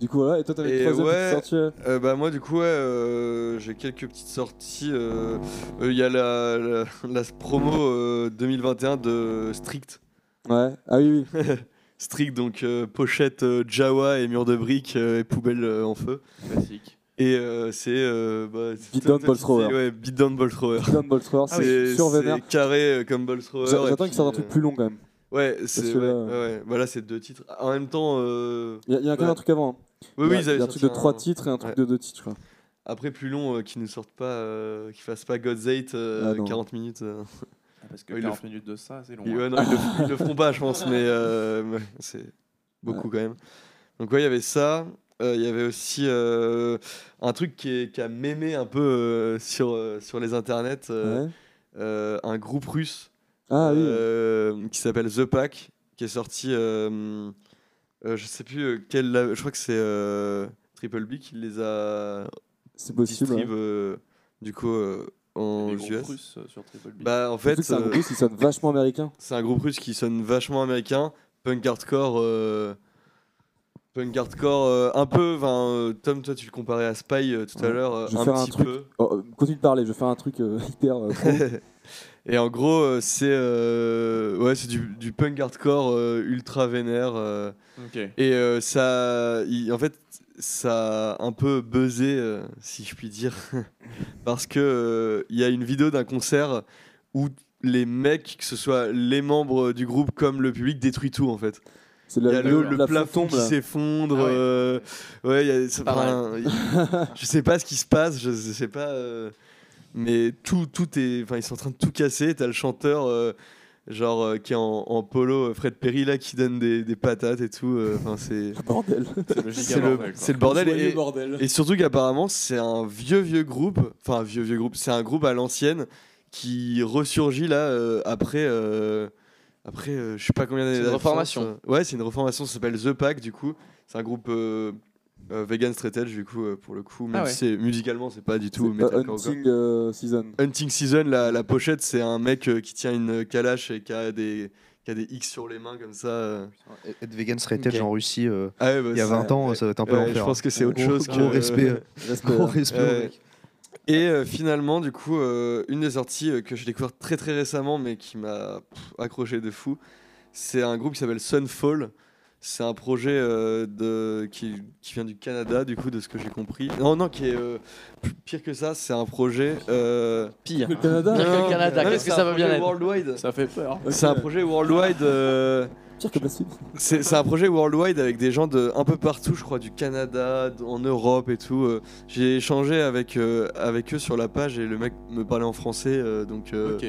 Du coup, voilà, et toi, t'avais
Et
une troisième
ouais.
petite sortie, euh.
Euh, bah moi du coup ouais, euh, j'ai quelques petites sorties. euh, euh, Il y a la, la, la promo euh, 2021 de Strict.
Ouais, ah oui, oui.
Strict donc euh, pochette euh, Jawa et mur de briques euh, et poubelle euh, en feu.
Classique.
Et euh, c'est... Euh, bah,
Beat down
c'est-
ball thrower.
Ouais, beat down ball thrower.
John Bolstrower, c'est
C'est
sur
Ah c'est
Vénère.
carré euh, comme ball thrower.
J'a-
et
J'attends
puis,
qu'il sorte un truc
euh,
plus long quand même.
Ouais, c'est
que
ouais,
là, euh,
ouais, ouais. Bah là, c'est deux titres. En même temps, euh,
Il y a, il y a quand même
ouais.
un truc avant. hein.
oui,
il y
oui,
a,
ils avaient
il y a un truc de
sorti
3
un-
titres et un truc
ouais.
de 2 titres, je crois.
Après, plus long, euh, qui ne sortent pas, euh, qui fassent pas God's Eight
Ah, non.
40 minutes. euh.
Parce
Ah,
que
Oui, le
40 minutes de ça, c'est long.
Ils-
hein.
ouais, non, ils, le, ils le feront pas, je pense, mais euh, mais c'est beaucoup quand même. Donc, ouais, il y avait ça. Euh, Il y avait aussi euh, un truc qui, est- qui a mémé un peu euh, sur, euh, sur les internets. euh,
Ouais.
euh, un groupe russe
Ah oui.
euh, qui s'appelle The Pack, qui est sorti, euh, euh, je sais plus euh, quel, la- je crois que c'est euh, Triple B qui les a
C'est possible.
distrib,
ouais.
euh, du coup euh, en
Des
US.
groupes russes, euh, sur Triple B.
Bah en
Surtout
fait,
que c'est un
euh,
groupe qui sonne vachement américain.
c'est un groupe russe qui sonne vachement américain, punk hardcore. euh, Punk hardcore, euh, un peu. 'fin, euh, Tom, toi, tu le comparais à Spy euh, tout à
Ouais,
l'heure, euh,
je vais
un
faire un
petit
truc.
peu.
Oh, euh, continue de parler, je vais faire un truc euh, hyper. euh, pro.
Et en gros, euh, c'est euh, ouais, c'est du, du punk hardcore euh, ultra vénère. euh,
Ok.
Et euh, ça, il- en fait, ça a un peu buzzé, euh, si je puis dire, parce que euh, il y a une vidéo d'un concert où les mecs, que ce soit les membres du groupe comme le public, détruit tout en fait.
c'est
Il
la
y a
vidéo
le,
de
le
la
plafond
fantôme,
qui
là.
s'effondre.
Ah ouais.
euh, ouais, il y a- c'est-
Pas mal.
enfin, il- je sais pas ce qui se passe, je sais pas. euh, mais tout, tout est, enfin, ils sont en train de tout casser. T'as le chanteur, euh, genre euh, qui est en, en polo, euh, Fred Perry là, qui donne des, des patates et tout. euh, Enfin, c'est
Bordel.
C'est le
c'est
giga
le,
bordel, quoi.
c'est le bordel.
Joyeux
Et,
bordel.
et surtout qu'apparemment, c'est un vieux, vieux groupe. Enfin, un vieux, vieux groupe. C'est un groupe à l'ancienne qui ressurgit là euh, après. euh, après, euh, je sais pas combien d'années.
C'est une
d'absence. euh,
reformation.
Ouais, c'est une reformation. Ça s'appelle The Pack, du coup. C'est un groupe. euh, euh, vegan Straight Edge, du coup, euh, pour le coup, même
Ah ouais.
si c'est- musicalement, c'est pas du
C'est, euh,
tout metalcore ou quoi.
Hunting euh, Season.
Hunting Season, la, la pochette, c'est un mec euh, qui tient une calache et qui a des, qui a des X sur les mains comme ça. euh.
Être vegan straight edge
Ok.
en Russie euh,
Ah ouais, bah,
il y a
c'est-
20 ans, ça doit être un peu
ouais,
l'enfer. hein.
Je pense que c'est autre
Gros-
chose que.
Gros respect. euh,
Respect,
Gros
hein.
respect.
Euh,
au mec.
Et euh, finalement, du coup, euh, une des sorties euh, que j'ai découvert très très récemment, mais qui m'a pff, accroché de fou, c'est un groupe qui s'appelle Sunfall. C'est un projet euh, de, qui, qui vient du Canada, du coup, de ce que j'ai compris. Non, non, qui est euh, plus- pire que ça, c'est un projet. euh,
Pire.
Le Canada.
Pire que le
non,
Canada,
mais
qu'est-ce que
c'est
ça
un
va bien
projet
être
worldwide.
Ça fait peur.
Ok.
C'est un projet worldwide. euh,
Pire que Bastille.
c'est c'est un projet worldwide avec des gens de un peu partout, je crois, du Canada, d- en Europe et tout. euh. J'ai échangé avec, euh, avec eux sur la page et le mec me parlait en français, euh, donc euh,
Ok.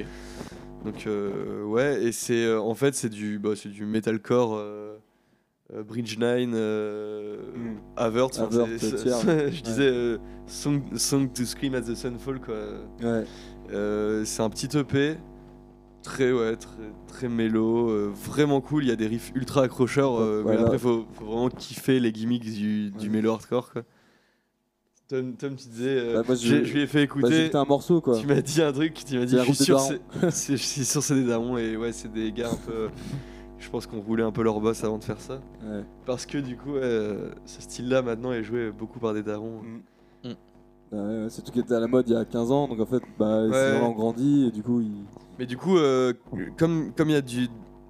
donc euh, ouais. Et c'est euh, en fait c'est du bah, c'est du metalcore. euh, euh, Bridge Nine, euh, Avert, enfin,
Avert,
c'est-
euh,
c'est-
tiers, ouais.
je disais euh, song, Song to Scream at the Sunfall quoi.
Ouais. Bah,
Euh, c'est un petit EP très ouais très très mélo euh, vraiment cool il y a des riffs ultra accrocheurs euh,
Voilà.
mais après faut, faut vraiment kiffer les gimmicks du, du
Ouais.
mélo hardcore quoi Tom, Tom tu disais euh,
Bah, moi, je-
j'ai- je lui ai fait
Bah, j'ai
écouter
écouté un morceau quoi.
tu m'as dit un truc tu m'as
C'est
dit
un
je suis sûr
groupe de
c'est- c'est je suis sûr c'est des darons et ouais c'est des gars un peu je pense qu'on roulait un peu leur boss avant de faire ça
Ouais.
parce que du coup euh, ce style là maintenant est joué beaucoup par des darons
Bah, ouais, ouais, c'est tout qui était à la mode il y a 15 ans, donc en fait, bah, ces
Ouais.
gens-là ont grandi et du coup, ils...
Mais du coup, euh, comme comme il y a du-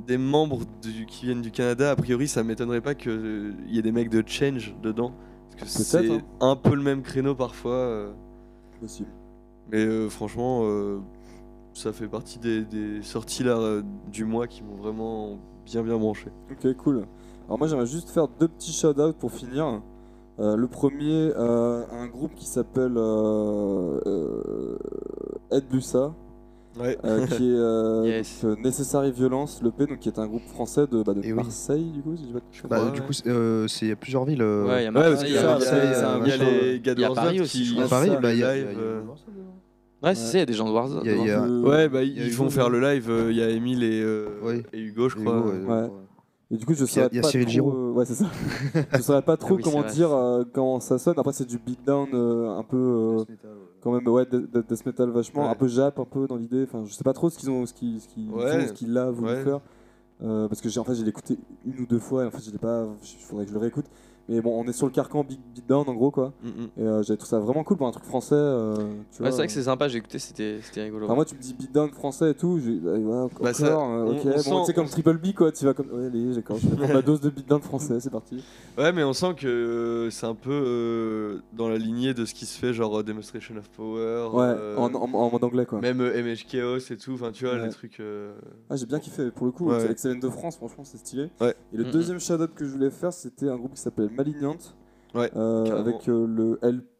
des membres du- qui viennent du Canada, a priori, ça m'étonnerait pas qu'il y ait des mecs de Change dedans. Parce que c'est
Peut-être, hein.
un peu le même créneau parfois. euh.
possible.
mais euh, franchement, euh, ça fait partie des, des sorties là, euh, du mois qui m'ont vraiment bien bien branché.
Ok, cool. Alors moi j'aimerais juste faire deux petits shout-outs pour finir. Euh, le premier, euh, un groupe qui s'appelle euh, euh, Ed Bussa,
Ouais.
euh, qui est euh,
Yes.
donc, euh, Necessary Violence, le P, donc, qui est un groupe français de, bah, de
Eh oui.
Marseille, du coup, si je dis pas de conneries.
Bah,
Ouais,
du
ouais.
coup, c'est- euh, c'est- il y a plusieurs villes. euh,
Ouais, il y a
Ouais,
Marseille,
parce qu'il
il
y
y a
ça,
a,
Marseille,
c'est un
il y a
machin.
les gars de
Il y a
Warzone
Paris aussi,
qui
je
crois.
à Paris,
ça,
bah, il y a-
live,
il y a-
euh,
Ouais, c'est ça, il y a des gens de Warzone.
Il y a- il y a-
Donc, euh,
Ouais, bah,
y a
ils
Hugo,
vont faire
ouais.
le live. euh, Il y a Emile et, euh,
Ouais.
et Hugo, je crois.
Hugo, ouais.
Ouais. Et du coup, je saurais
il y a
pas
Cyril
trop,
Giraud.
euh, ouais, c'est ça. je saurais pas trop
oui, c'est
comment
vrai.
dire euh, comment ça sonne. Après, c'est du beatdown euh, un peu euh, quand même ouais de- de- death metal vachement
Ouais.
un peu jap un peu dans l'idée. Enfin, je sais pas trop ce qu'ils ont ce qu'ils ce qu'ils
Ouais.
ont, ce qu'ils là voulu
Ouais.
faire. Euh, parce que j'ai en fait j'ai écouté une ou deux fois et en fait je l'ai pas il faudrait que je le réécoute mais bon on est sur le carcan Big Beatdown en gros quoi et euh, j'avais trouvé ça vraiment cool pour un truc français euh, tu vois
Ouais, c'est vrai que c'est sympa, j'ai écouté, c'était c'était rigolo.
Enfin, moi, tu me dis beatdown français et tout, j'ai. ah, ouais, encore,
Bah, ça-
euh, ok.
on- on
bon,
sent-
tu sais, comme Triple B, quoi, tu vas comme. Ouais, allez, d'accord, je vais prendre ma dose de beatdown français, c'est parti.
Ouais, mais on sent que euh, c'est un peu euh, dans la lignée de ce qui se fait, genre euh, Demonstration of Power,
Ouais,
euh,
en, en, en mode anglais, quoi.
même euh, MH Chaos et tout, enfin tu vois,
Ouais.
les trucs. euh,
Ah, j'ai bien kiffé, pour le coup,
Ouais.
avec avec Céline de France, franchement, c'est stylé.
Ouais.
Et le
Mhm.
deuxième shout-out que je voulais faire, c'était un groupe qui s'appelait Malignante.
Ouais,
euh,
carrément.
avec euh, le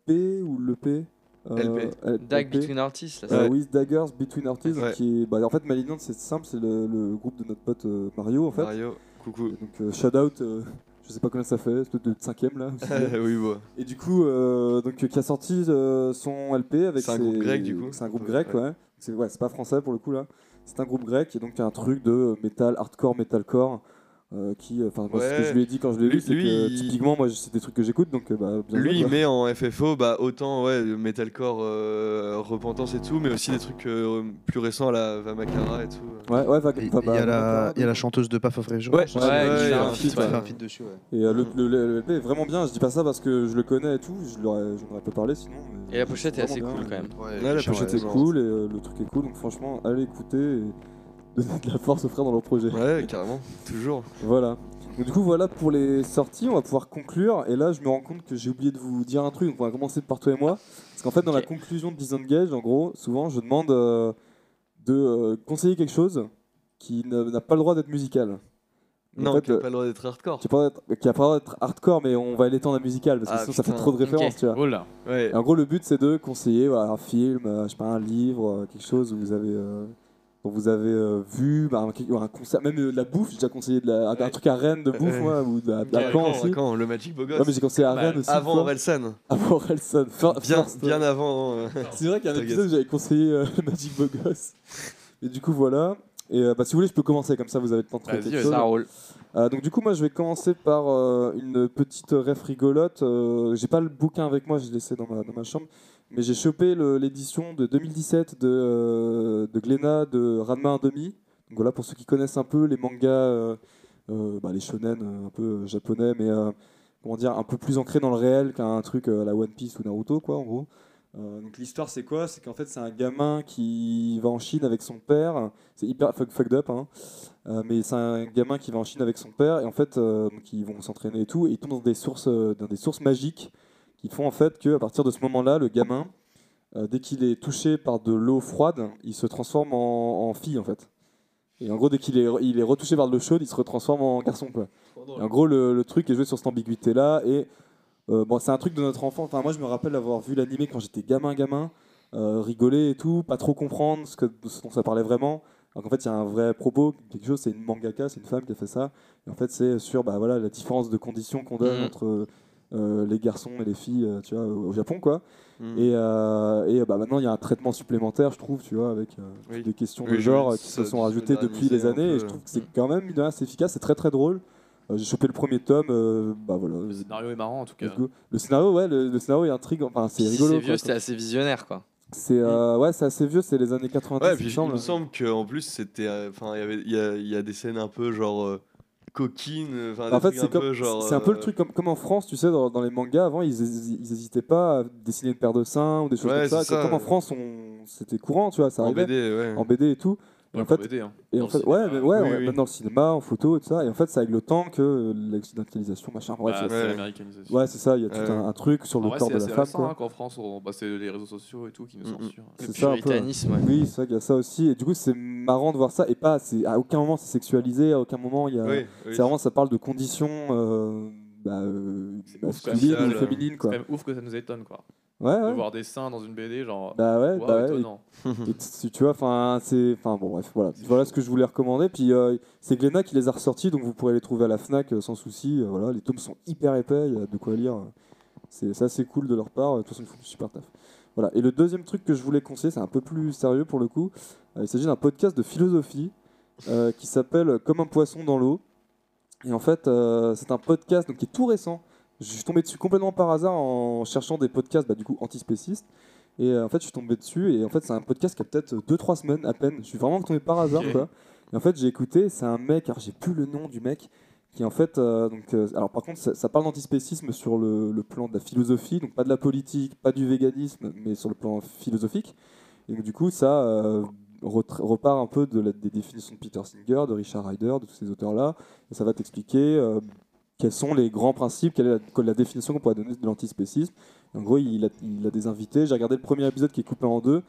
LP ou l'EP
LP.
Dag Between Artists, là,
Euh,
ça-
With Daggers Between Artists,
Ouais.
qui est, bah, en fait, Malignante, c'est simple, c'est le, le groupe de notre pote euh, Mario, en fait.
Mario, coucou.
Et Donc euh, shout out, euh, je sais pas combien ça fait, c'est peut-être le cinquième là. ou sixième.
oui, bon.
et du coup, euh, donc euh, qui a sorti euh, son LP avec.
C'est un
ses-
groupe grec, du coup.
C'est un groupe
Ouais.
grec, ouais. C'est ouais, c'est pas français pour le coup là. C'est un groupe grec et donc il y a un truc de euh, metal, hardcore, metalcore. euh, qui, euh, enfin, moi, ce que
Ouais.
je lui ai dit quand je l'ai
Lui-
vu, c'est
lui,
que
il-
typiquement, moi, c'est des trucs que j'écoute, donc euh, bah, bien joué,
Lui, il
quoi.
met en FFO bah, autant ouais, le metalcore, euh, repentance et tout, mais aussi des trucs euh, plus récents à la Vamakara et tout. euh.
Ouais, ouais, va-
Il
va-
il y
bah,
a la-
Vampire,
il y a la
donc.
chanteuse de Paf of Rage.
Ouais,
Ouais,
Ouais,
il
il
fait
a
un
un
feat,
feat,
ouais.
ouais.
Faire un feat dessus, ouais.
Et euh, le, le- le LP est vraiment bien, je dis pas ça parce que je le connais et tout, je l'aurais- j'en aurais pas parlé sinon. mais
Et la pochette est
vraiment
assez
bien,
cool
et-
quand même.
la
La pochette
Ouais,
est
genre,
cool et euh, le truc est cool, donc franchement, allez écouter et donner de la force aux frères dans leur projet.
Ouais, carrément, toujours.
Voilà. Donc, du coup, voilà pour les sorties, on va pouvoir conclure. Et là, je me rends compte que j'ai oublié de vous dire un truc, donc on va commencer par toi et moi. Parce qu'en fait, dans
Ok.
la conclusion de Disengage, en gros, souvent, je demande euh, de euh, conseiller quelque chose qui ne- n'a pas le droit d'être musical. Donc, en
Non,
fait,
qui a
euh,
pas le droit d'être hardcore.
qui n'a pas, le droit d'être- qui a pas le droit d'être hardcore, mais on va l'étendre à musical parce que
Ah,
sinon ça
putain.
fait trop de références, tu vois.
Voilà.
Ouais.
Et en gros, le but, c'est de conseiller voilà, un film, euh, je sais pas, un livre, euh, quelque chose où vous avez, euh, dont vous avez euh, vu, bah, un, ou un concert, même euh, de la bouffe. J'ai déjà conseillé de la- un, un truc à Rennes de bouffe,
Ouais.
moi, ou de la, de la
Ouais,
Caen
Caen,
aussi.
Caen, Oh, le Magic Bogos.
Non, mais j'ai conseillé à
Bah,
Rennes aussi. une
avant
fois.
Orelsan.
Avant Relson. Fir-
Bien,
first,
bien
euh,
avant. euh,
C'est vrai qu'il y a un
Target.
épisode où j'avais conseillé euh, le Magic Bogos. Et du coup, voilà. Et euh, bah, si vous voulez, je peux commencer comme ça, vous avez le temps de trouver
Vas-y,
quelque
vas-y.
chose.
Ça roule.
Euh, donc du coup, moi, je vais commencer par euh, une petite ref rigolote. Euh, j'ai pas le bouquin avec moi, je l'ai laissé dans ma, dans ma chambre. Mais j'ai chopé le- l'édition de 2017 de, euh, de Glénat de Ranma 1,5. Donc voilà, pour ceux qui connaissent un peu les mangas, euh, euh, bah, les shonen euh, un peu euh, japonais, mais euh, comment dire, un peu plus ancré dans le réel qu'un truc euh, à la One Piece ou Naruto, quoi, en gros. Euh, donc l'histoire c'est quoi C'est qu'en fait c'est un gamin qui va en Chine avec son père, c'est hyper fuck- fucked up, hein. Euh, mais c'est un gamin qui va en Chine avec son père et en fait euh, donc ils vont s'entraîner et tout et ils tombent dans des sources euh, dans des sources magiques qui font en fait que à partir de ce moment-là le gamin euh, dès qu'il est touché par de l'eau froide il se transforme en, en fille en fait et en gros dès qu'il est il est retouché par de l'eau chaude il se retransforme en garçon quoi et en gros le, le truc est joué sur cette ambiguïté là et euh, bon c'est un truc de notre enfant enfin moi je me rappelle avoir vu l'animé quand j'étais gamin gamin euh, rigoler et tout pas trop comprendre ce que ce dont ça parlait vraiment alors qu'en fait, il y a un vrai propos, quelque chose, c'est une mangaka, c'est une femme qui a fait ça. Et en fait, c'est sur bah, voilà, la différence de conditions qu'on donne
Mhm.
entre euh, les garçons et les filles euh, tu vois, au au Japon. quoi.
hmm.
Et, euh, et, bah, maintenant, il y a un traitement supplémentaire, je trouve, tu vois, avec euh,
Oui.
des questions de
Oui, je
genre
vais
euh, qui se
se
sont rajoutées depuis
moderniser
les
un
années.
peu. euh, mm.
Et je trouve que c'est quand même mine de rien, assez efficace, c'est très très drôle. Euh, J'ai chopé le premier tome, euh, bah voilà.
Le scénario est marrant en tout
du
cas.
coup, le scénario, ouais, le, le scénario est intriguant, enfin c'est
Si
rigolo.
c'est
quoi.
vieux, c'était assez visionnaire quoi.
C'est euh, ouais, c'est assez vieux, c'est les années
Mm.
90.
Ouais,
il me
puis il
semble.
me semble qu'en plus, c'était. euh, Enfin, il y avait- il y, a, il y a des scènes un peu genre. euh, coquines. Enfin, des
En fait,
trucs
c'est
un
comme-
peu genre.
c'est un peu le
euh,
truc comme, comme en France, tu sais, dans, dans les mangas avant, ils n'hésitaient pas à dessiner une paire de seins ou des choses
Ouais,
comme ça.
c'est ça.
Comme en France, on- c'était courant, tu vois, ça
En
arrivait
BD, ouais.
en BD et tout. Et
Ouais,
en
pour
fait,
BD, hein.
et
Dans
en
le
fait
cinéma.
ouais, mais ouais,
Oui,
ouais,
oui.
même dans le cinéma, en photo et tout ça. Et en fait, c'est avec le temps que euh, l'accidentalisation, machin. bref,
Bah,
c'est-
ouais.
c'est l'américanisation.
ouais, c'est ça. Il y a tout
Ah, Ouais.
un, un truc sur
En
le
vrai,
corps
c'est
de la
assez
femme,
récent hein,
quoi.
qu'en France, on... bah, c'est les réseaux sociaux et tout qui nous
Mm, mm.
censurent.
Le
C'est ça, un peu.
puritanisme, ouais.
Oui, c'est vrai qu'il y a ça aussi. Et du coup, c'est marrant de voir ça. Et pas, c'est- à aucun moment c'est sexualisé, à aucun moment il y a.
Oui, oui.
hein. C'est vraiment, ça parle de conditions euh, bah, euh,
C'est ouf, quand même,
masculines
ça,
ou
le-
féminines, quoi.
C'est même ouf que ça nous étonne quoi.
Ouais,
De
ouais.
voir des seins dans une BD, genre.
Bah ouais,
waouh,
bah ouais.
étonnant.
Et tu- tu vois, enfin, c'est. Enfin, bon, bref, voilà. Voilà ce que je voulais recommander. Puis euh, c'est Glénat qui les a ressortis, donc vous pourrez les trouver à la Fnac euh, sans souci. Euh, voilà, les tomes sont hyper épais, il y a de quoi lire. C'est ça, c'est cool de leur part. Euh, De toute façon, ils font du super taf. Voilà. Et le deuxième truc que je voulais conseiller, c'est un peu plus sérieux pour le coup. Euh, il s'agit d'un podcast de philosophie euh, qui s'appelle Comme un poisson dans l'eau. Et en fait, euh, c'est un podcast donc, qui est tout récent. Je suis tombé dessus complètement par hasard en cherchant des podcasts bah, du coup antispécistes. Et euh, en fait, je suis tombé dessus. Et en fait, c'est un podcast qui a peut-être 2-3 semaines à peine. Je suis vraiment tombé par hasard.
Ok.
quoi. Et en fait, j'ai écouté. C'est un mec, alors j'ai plus le nom du mec, qui en fait. euh, donc, euh, alors, par contre, ça, ça parle d'antispécisme sur le, le plan de la philosophie. Donc, pas de la politique, pas du véganisme, mais sur le plan philosophique. Et donc, du coup, ça. euh, retra- repart un peu de la- des définitions de Peter Singer, de Richard Ryder, de tous ces auteurs-là, et ça va t'expliquer euh, quels sont les grands principes, quelle est la, quelle est la définition qu'on pourrait donner de l'antispécisme. En gros, il a, il a des invités. J'ai regardé le premier épisode qui est coupé en deux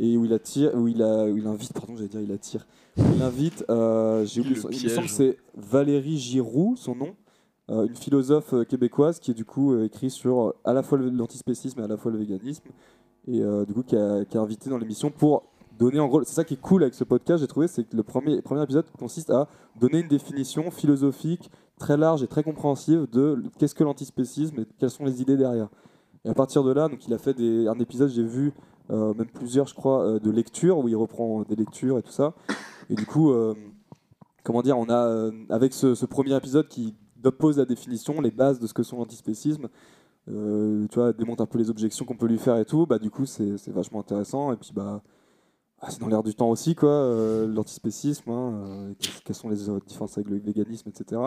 et où il attire, où il, a, où il invite, pardon, j'allais dire, il attire, Où il invite. euh, j'ai oublié
Le
son- il me semble que
piège.
c'est Valérie Giroux, son nom, euh, une philosophe euh, québécoise qui est du coup euh, écrit sur euh, à la fois le- l'antispécisme et à la fois le véganisme et euh, du coup qui a, qui a invité dans l'émission pour donner en gros c'est ça qui est cool avec ce podcast j'ai trouvé c'est que le premier, le premier épisode consiste à donner une définition philosophique très large et très compréhensive de l- qu'est-ce que l'antispécisme et quelles sont les idées derrière et à partir de là donc il a fait des, un épisode j'ai vu euh, même plusieurs je crois euh, de lectures où il reprend des lectures et tout ça et du coup euh, comment dire on a euh, avec ce, ce premier épisode qui oppose la définition les bases de ce que sont l'antispécisme euh, tu vois, démonte un peu les objections qu'on peut lui faire et tout, bah du coup c'est c'est vachement intéressant et puis bah ah, c'est dans l'air du temps aussi quoi, euh, l'antispécisme, hein, euh, qu'est- quelles sont les euh, différences avec le véganisme, etc.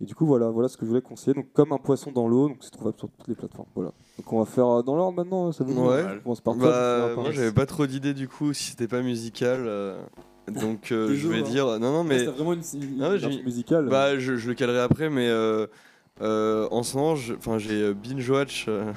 Et du coup voilà, voilà ce que je voulais conseiller. Donc comme un poisson dans l'eau, donc c'est trouvable sur toutes les plateformes. Voilà. Donc on va faire euh, dans l'ordre maintenant, ça vous dit
Ouais.
On commence par toi. tu
Bah,
fais un
moi
par-
j'avais pas trop d'idées du coup si c'était pas musical. euh, donc euh, je
Désolé,
vais
hein.
dire. Non, non, mais.
c'est vraiment une, une,
Ah ouais, j'ai
marche
mis-
musicale.
Bah, je, je le calerai après, mais euh, euh, en ce moment, je- enfin, j'ai euh, binge watch euh,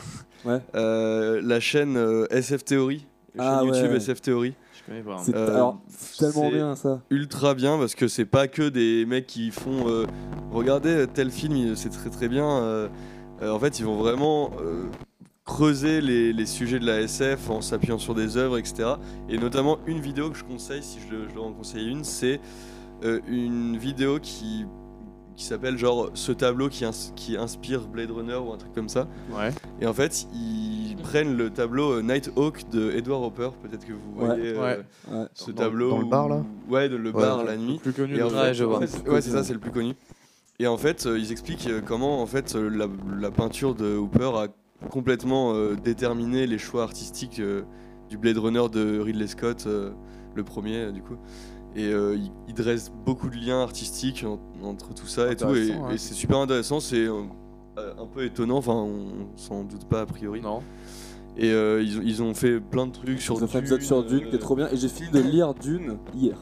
Ouais.
euh, la chaîne euh, SF Theory, la
Ah
chaîne YouTube
ouais.
SF Theory.
Je connais pas. hein.
c'est
Euh,
alors tellement
c'est
bien ça.
Ultra bien parce que c'est pas que des mecs qui font. euh, regardez euh, tel film, il- c'est très très bien. euh, euh, en fait, ils vont vraiment euh, creuser les, les sujets de la SF en s'appuyant sur des œuvres, etc. Et notamment une vidéo que je conseille, si je, le- je dois en conseiller une, c'est euh, une vidéo qui, qui s'appelle genre ce tableau qui, ins- qui inspire Blade Runner ou un truc comme ça.
Ouais.
Et en fait, ils prennent le tableau euh, Nighthawk de Edward Hopper, peut-être que vous
Ouais.
voyez euh,
Ouais.
Ouais.
ce
Dans-
tableau.
dans le bar, là
où- Ouais, de- le
Ouais.
bar la nuit.
Plus connu.
Et en
de-
fait-
je vois.
en fait, ouais, c'est ça, c'est le plus connu. Et en fait, euh, ils expliquent euh, comment en fait euh, la, la peinture de Hooper a complètement euh, déterminé les choix artistiques euh, du Blade Runner de Ridley Scott, euh, le premier euh, du coup. Et euh, ils ils dressent beaucoup de liens artistiques en- entre tout ça et tout. Et,
Intéressant,
et
ouais.
c'est super intéressant, c'est euh, euh, un peu étonnant, enfin on, s'en doute pas a priori.
Non.
Et euh, ils, ont- ils ont fait plein de trucs sur
Ils ont fait un épisode sur Dune qui est
euh,
trop bien et j'ai fini de lire Dune hier.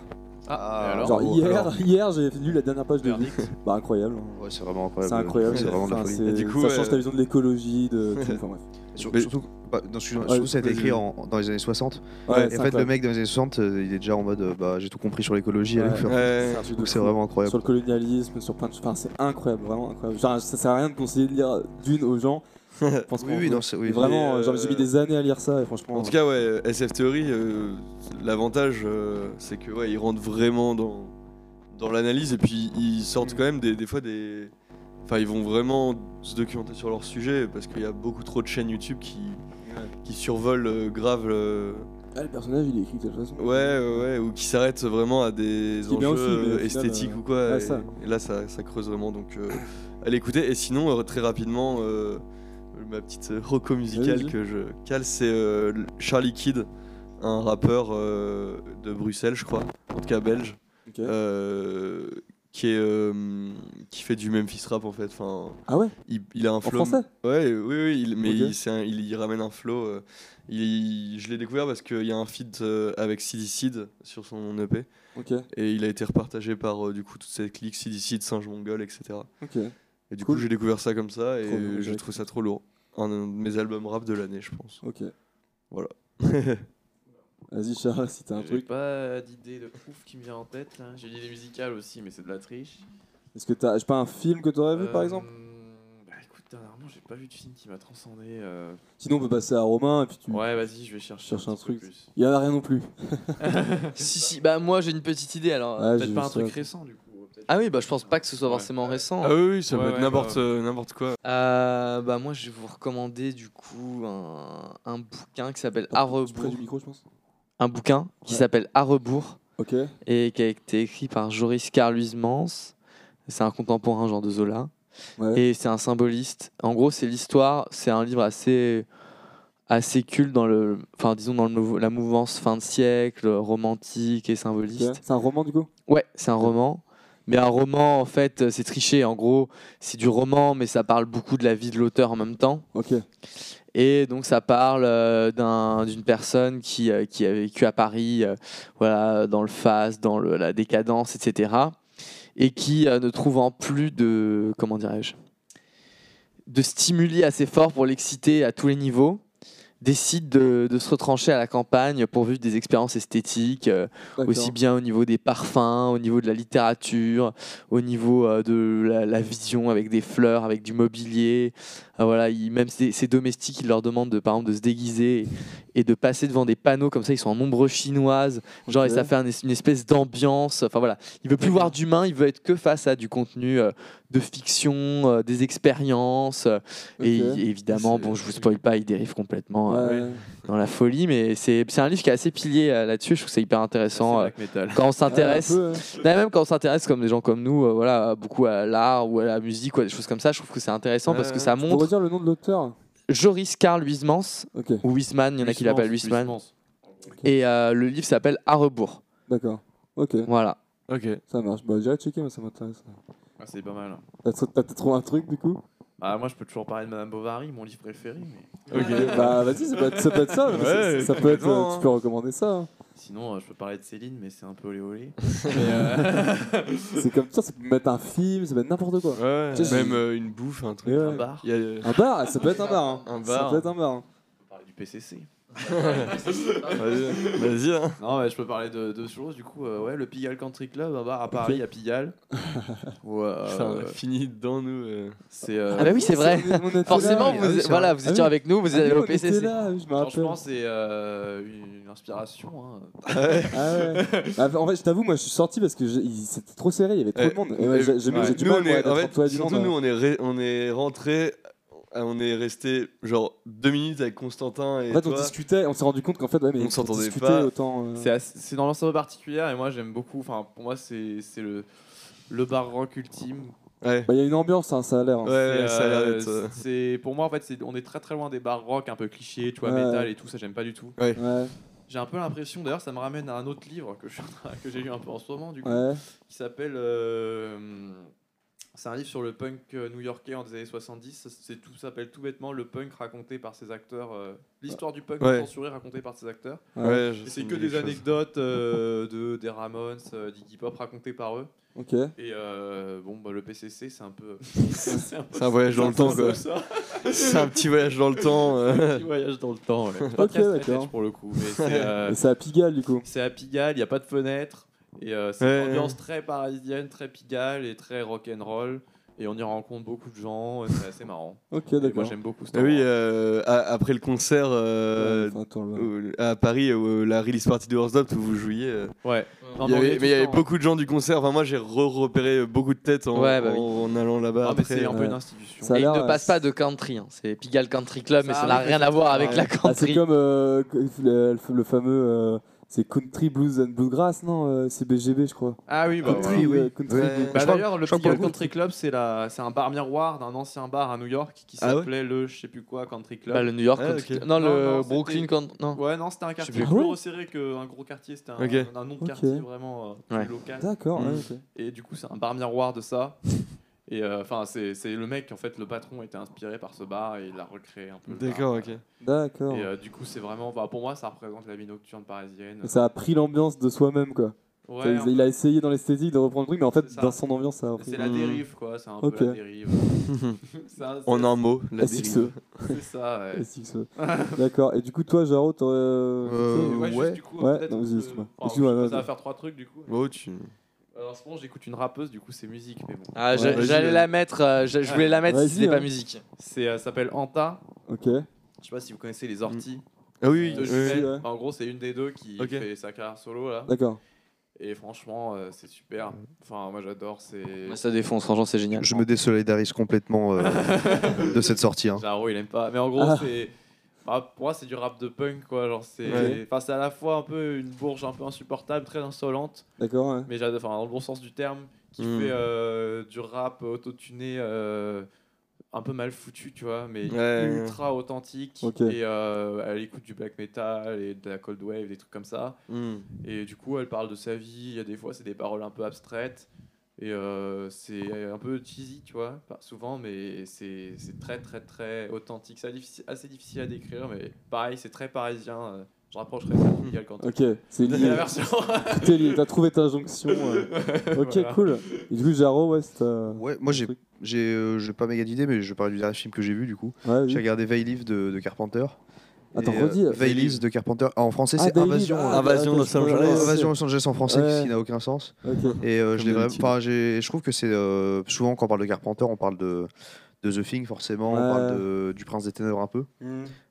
Et alors
Genre
Oh,
hier,
alors.
hier j'ai lu la dernière page de Dune.
Verdict.
Bah incroyable.
Ouais, c'est vraiment incroyable.
C'est incroyable.
C'est vraiment de la
Enfin,
folie.
c'est-
Et du coup,
ça
ouais.
change ta vision de l'écologie, de tout. Enfin, bref.
Sur-
Mais-
Surtout, bah, dans- surtout,
Ouais,
ça a été
vas-y.
écrit en- dans les années 60.
Ouais,
et
c'est
en fait, le
incroyable.
mec dans les années 60, euh, il est déjà en mode euh, bah, j'ai tout compris sur l'écologie.
Ouais.
allez vous faire-
Ouais.
un truc de
Donc, C'est
fou.
vraiment incroyable.
Sur le colonialisme, sur plein de choses. Enfin, c'est incroyable, vraiment incroyable. Genre, ça sert à rien de conseiller de lire Dune aux gens. Je pense
Oui,
qu'on-
oui, non, c'est- oui.
Mais vraiment,
Et, euh,
genre, j'ai mis des années à lire ça et franchement.
En tout cas, ouais, euh, SF Theory, euh, l'avantage, euh, c'est que ouais, ils rentrent vraiment dans, dans l'analyse et puis ils sortent quand même des, des fois des. Enfin, ils vont vraiment se documenter sur leur sujet parce qu'il y a beaucoup trop de chaînes YouTube qui, qui survolent euh, grave. euh,
ah, le personnage il est écrit de telle façon.
ouais, ouais, ouais, ou qui s'arrêtent vraiment à des
Ce qui
enjeux
est bien aussi, mais au
euh,
final,
esthétiques
euh,
ou quoi.
ouais,
et,
ça.
et là, ça, ça creuse vraiment. Donc, euh, allez écouter. Et sinon, euh, très rapidement, euh, ma petite euh, reco musicale
Vas-y.
que je cale, c'est euh, le- Charlie Kidd, un rappeur euh, de Bruxelles, je crois, en tout cas belge,
Ok.
euh, qui est euh, qui fait du Memphis rap en fait. Enfin,
Ah ouais
il, il a un flow.
français
Ouais, oui, oui, il- mais
Ok.
il, c'est un- il y ramène un flow. euh, il- je l'ai découvert parce qu'il y a un feat euh, avec CD Sid sur son EP
Ok,
et il a été repartagé par euh, du coup toute cette clique CD Sid, Singe Mongol, etc.
ok.
Et du
Cool.
coup, j'ai découvert ça comme ça
Trop bien,
et je
Jack.
trouve ça trop lourd. Un de mes albums rap de l'année, je pense.
Ok.
Voilà.
Vas-y, Charles, si t'as un
J'ai
truc.
pas d'idée de ouf qui me vient en tête. là. J'ai dit des musicales aussi, mais c'est de la triche.
Est-ce que t'as, je sais pas, un film que t'aurais vu par
Euh,
exemple
Bah écoute, dernièrement, j'ai pas vu de film qui m'a transcendé. euh.
Sinon, on peut passer à Romain et puis tu.
Ouais, vas-y, je vais chercher
Cherche un
petit peu
truc.
plus.
Il y en a rien non plus.
Si, si, bah moi j'ai une petite idée alors.
Ouais, j'ai
Peut-être pas
vu
un
ça.
truc récent du coup. peut-être.
Ah oui, bah je pense pas que ce soit
Ouais.
forcément récent.
Ah oui, oui, ça
Ouais,
peut être
ouais,
n'importe
bah
euh, n'importe quoi.
Euh, bah moi je vais vous recommander du coup un, un bouquin qui s'appelle À
Attends, tu prends
rebours.
du micro, je pense.
Un bouquin qui
Ouais.
s'appelle À rebours
Ok.
et qui a été écrit par Joris Carluismans. C'est un contemporain genre de Zola.
Ouais.
Et c'est un symboliste. En gros, c'est l'histoire. C'est un livre assez assez culte dans le, enfin disons dans le mou- la mouvance fin de siècle, romantique et
Ok.
symboliste.
C'est un roman du coup
Ouais, c'est un roman. Mais un roman, en fait, euh, c'est triché. En gros, c'est du roman, mais ça parle beaucoup de la vie de l'auteur en même temps.
Ok.
Et donc, ça parle euh, d'un- d'une personne qui, euh, qui a vécu à Paris, euh, voilà, dans le phase, dans le- la décadence, etc. Et qui, euh, ne trouvant plus de. Comment dirais-je De stimuli assez forts pour l'exciter à tous les niveaux, décide de, de se retrancher à la campagne pour vivre des expériences esthétiques. euh,
d'accord.
aussi bien au niveau des parfums, au niveau de la littérature, au niveau euh, de la, la vision avec des fleurs, avec du mobilier. Ah, voilà, il- même ses, ses domestiques, il leur demande de, par exemple de se déguiser et, et de passer devant des panneaux comme ça. Ils sont en ombre chinoise, genre et
Ok.
ça fait un es- une espèce d'ambiance. Enfin voilà, il veut plus voir d'humain, il veut être que face à du contenu euh, de fiction, euh, des expériences. euh, Et,
Ok.
il- évidemment,
C'est-
bon, je vous spoil pas, il dérive complètement. euh,
Ouais.
dans la folie, mais c'est c'est un livre qui est assez pilier euh, là-dessus. Je trouve que c'est hyper intéressant. euh,
black metal.
quand on
Ouais,
s'intéresse,
un peu, hein.
Non, même quand on s'intéresse comme des gens comme nous, euh, voilà, beaucoup à l'art ou à la musique ou à des choses comme ça, je trouve que c'est intéressant parce que ça
Pour
montre
redire le nom de l'auteur.
Joris Karl Huysmans
Ok,
ou Huysman, il y en a qui l'appellent Huysman,
Huysmans.
et euh, le livre s'appelle À rebours.
d'accord. Ok,
Voilà.
Ok.
ça marche. Bah, j'irai checker, mais ça m'intéresse.
Ah, c'est pas mal.
T'as tr- T'as trouvé un truc du coup
Bah, moi, je peux toujours parler de Madame Bovary, mon livre préféré. Mais...
Bah, vas-y, ça peut être ça. Peut être ça,
Ouais,
ça, ça peut être,
complètement,
euh,
hein.
tu peux recommander ça. hein.
Sinon, euh, je peux parler de Céline, mais c'est un peu olé olé.
C'est comme ça, ça peut mettre un film, ça peut être n'importe quoi.
Ouais,
Tu sais,
même
c'est-
euh, une bouffe, un truc.
Et ouais.
Un bar.
Il y a, euh,
Un bar, ça peut être un bar. hein.
Un
Ça
bar.
peut être un bar. hein.
Je peux parler du PCC.
Vas-y, vas-y, hein.
Non, mais je peux parler de deux choses. Du coup, euh, ouais, le Pigalle Country Club, un bar à Paris, à Pigalle. Où, euh,
Putain, on a fini dedans, nous. euh.
c'est. euh,
Ah bah oui, c'est vrai.
On était là.
Forcément,
Ah
vous,
oui, c'est
voilà,
vrai.
vous
Ah
étiez
oui.
avec nous, vous
Ah
êtes
oui,
au
on était
PCC.
là, oui, je me rappelle.
Franchement, c'est euh, une, une inspiration. hein.
Ah ouais. Ah, en fait, je t'avoue, moi, je suis sorti parce que j'ai- il- c'était trop serré, il y avait trop
Euh,
de monde. Et
Euh,
ouais, j'ai j'ai-
ouais.
j'ai du
Nous,
mal
on
moi,
est-
d'être
en fait,
entouré du
surtout
monde, hein.
nous,
ouais.
on est, ré- on est rentré, on est resté genre deux minutes avec Constantin et
En fait, on
toi.
discutait, on s'est rendu compte qu'en fait, ouais, mais
On
pour
s'entendait
discuter,
pas.
autant. euh,
C'est assez- c'est dans l'ensemble particulier et moi j'aime beaucoup. Enfin, pour moi, c'est c'est le, le bar rock ultime.
Ouais,
Bah, il y a une ambiance, hein, ça a l'air. hein.
ouais, ouais,
C'est,
ça a l'air
euh,
d'être, euh,
c'est- pour moi en fait, c'est- on est très très loin des bars rock un peu clichés, tu vois,
Ouais.
métal et tout ça, j'aime pas du tout.
Ouais,
J'ai un peu l'impression, d'ailleurs, ça me ramène à un autre livre que je suis en train- que j'ai lu un peu en ce moment, du coup,
ouais.
qui s'appelle. euh, c'est un livre sur le punk euh, new-yorkais en des années 70. C'est tout ça s'appelle tout bêtement le punk raconté par ses acteurs, euh, l'histoire du punk
Ouais.
censuré racontée par ses acteurs.
ouais, je-
Et
ça
C'est
me
que
dit
des
quelque chose.
anecdotes euh, de, des Ramones, euh, d'Iggy Pop racontées par eux.
Ok.
Et euh, bon, bah, le PCC, c'est un peu. c'est un peu
C'est un voyage dans le temps, quoi.
ça.
C'est un petit voyage dans le temps. euh.
Petit voyage dans le temps, ouais. Pas
Ok,
très straight
d'accord.
edge pour le coup. Mais c'est, euh,
Et c'est à Pigalle, du coup.
c'est à Pigalle, il n'y a pas de fenêtre. Et euh, c'est
Ouais,
une ambiance très parisienne, très Pigalle et très rock'n'roll. Et on y rencontre beaucoup de gens, euh, c'est assez marrant.
Ok,
Et moi,
d'accord.
j'aime beaucoup ce
Ah oui, euh, a- après le concert euh,
Enfin, attends, là.
au- à Paris, où la release party de Horse Up où vous jouiez. euh,
Ouais. Non,
il y
mais on
avait-
est tout
mais il y
le
avait
temps, hein.
beaucoup de gens du concert. Enfin, moi, j'ai re-repéré beaucoup de têtes en,
Ouais, bah oui.
en- en allant
Ah,
là-bas.
mais
après.
c'est un peu
euh,
une institution.
ça a
Et il
l'air,
ne
euh,
passe pas de country, hein. c'est Pigalle Country Club, mais
Ça
ça n'a
arrive,
rien à voir
effectivement,
avec la
Ah, c'est
country.
comme euh, le, le fameux. euh, c'est Country Blues and Bluegrass, non euh, C'est BGB, je crois.
Ah oui, bah,
country,
oui.
euh, country
Ouais.
Blues.
Bah
Je crois-
d'ailleurs, le
je crois que pour
Pigalle
le coup,
Country Club, c'est la, c'est un bar miroir d'un ancien bar à New York qui
Ah ouais
s'appelait le, je sais plus quoi, Country Club.
Bah, le New York,
Ah,
Country-
ok.
non,
Non,
le
non, c'était-
Brooklyn, Country- non.
Ouais, non, c'était un quartier
plus.
plus
Ah ouais
resserré qu'un gros quartier, c'était un,
Ok.
un nom de
Ok.
quartier vraiment euh,
Ouais.
plus local.
D'accord, ouais, ok.
Et du coup, c'est un bar miroir de ça. Et euh, enfin, c'est c'est le mec, en fait, le patron était inspiré par ce bar et il l'a recréé un peu. le bar.
D'accord, ok.
Ah, D'accord.
Et euh, du coup, c'est vraiment, bah, pour moi, ça représente la vie nocturne parisienne.
Et Ça a pris l'ambiance de soi-même, quoi.
Ouais,
Ça, il-
en
il, a essayé dans l'esthétique de reprendre le truc, mais en fait,
C'est ça.
dans son ambiance, ça a
fait,
repris.
c'est la
Mm.
dérive, quoi. C'est un
Ok.
peu la dérive. C'est un-
En un mot,
Ah,
la dérive.
SXE.
C'est ça, ouais.
SXE. D'accord. Et du coup, toi, Jaro, t'aurais.
Et
euh,
ouais,
ouais.
juste, du coup,
Ouais,
peut-être
non, vas-y,
que-
excuse-moi.
Enfin,
Excuse-moi,
je sais pas, ça
vas-y.
va faire trois trucs du coup.
Oh, tu...
Alors, en ce moment, j'écoute une rappeuse, du coup, c'est musique, mais bon.
Ah, j'ai-
vas-y,
J'allais
vas-y.
la mettre, euh, je je voulais la mettre si
Vas-y,
c'était pas
hein.
musique.
C'est, euh, ça s'appelle Anta.
Ok. Ouais,
Je sais pas si vous connaissez les orties
Ah oui,
de
oui,
Jumelles.
si, Mm. ouais.
Enfin, en gros, c'est une des deux qui
Ok.
fait sa carrière solo là.
D'accord.
Et franchement, euh, c'est super. Enfin, moi, j'adore. C'est.
Ouais, Ça défonce, franchement, c'est génial.
Je me désolidarise complètement euh, de cette sortie. hein.
Jaro, il aime pas. Mais en gros,
Ah.
c'est. bah, pour moi, c'est du rap de punk, quoi. Genre, c'est.
Ouais.
Enfin, c'est à la fois un peu une bourge un peu insupportable, très insolente,
D'accord, ouais.
mais j'adore. Enfin, dans le bon sens du terme, qui
Mm.
fait euh, du rap autotuné euh, un peu mal foutu, tu vois, mais
Ouais.
ultra authentique.
Ok.
Et euh, elle écoute du black metal et de la cold wave, des trucs comme ça.
Hmm.
Et du coup, elle parle de sa vie. Il y a des fois, c'est des paroles un peu abstraites. Et euh, c'est un peu cheesy, tu vois, pas souvent, mais c'est c'est très, très, très authentique. C'est difficile- assez difficile à décrire, mais pareil, c'est très parisien. euh, Je rapprocherai ça de Miguel Cantor.
Ok, c'est
C'est la
lié.
version.
T'es lié, T'as trouvé ta jonction. euh. Ok,
Voilà.
cool. Et du coup, Jaro, ouais, c'est. euh,
Ouais, moi j'ai
truc.
j'ai euh, j'ai pas méga d'idées, mais je vais parler du dernier film que j'ai vu du coup.
ouais, oui.
J'ai regardé Veilif de, de Carpenter.
Attends,
Et, euh,
redis.
Veilif de Carpenter. Ah, en français,
Ah,
c'est
Daily,
Invasion.
ah,
euh,
Invasion
d'accord,
Los
je comprends,
Angeles.
ouais,
Invasion Los Angeles en français,
Ouais.
ce qui n'a aucun sens.
Ok.
Et euh, je
Comme
l'ai vraiment.
d'habitude.
enfin, j'ai- je trouve que c'est euh, souvent quand on parle de Carpenter, on parle de, de The Thing forcément, on parle
Ouais. Hmm.
de- du Prince des Ténèbres un peu.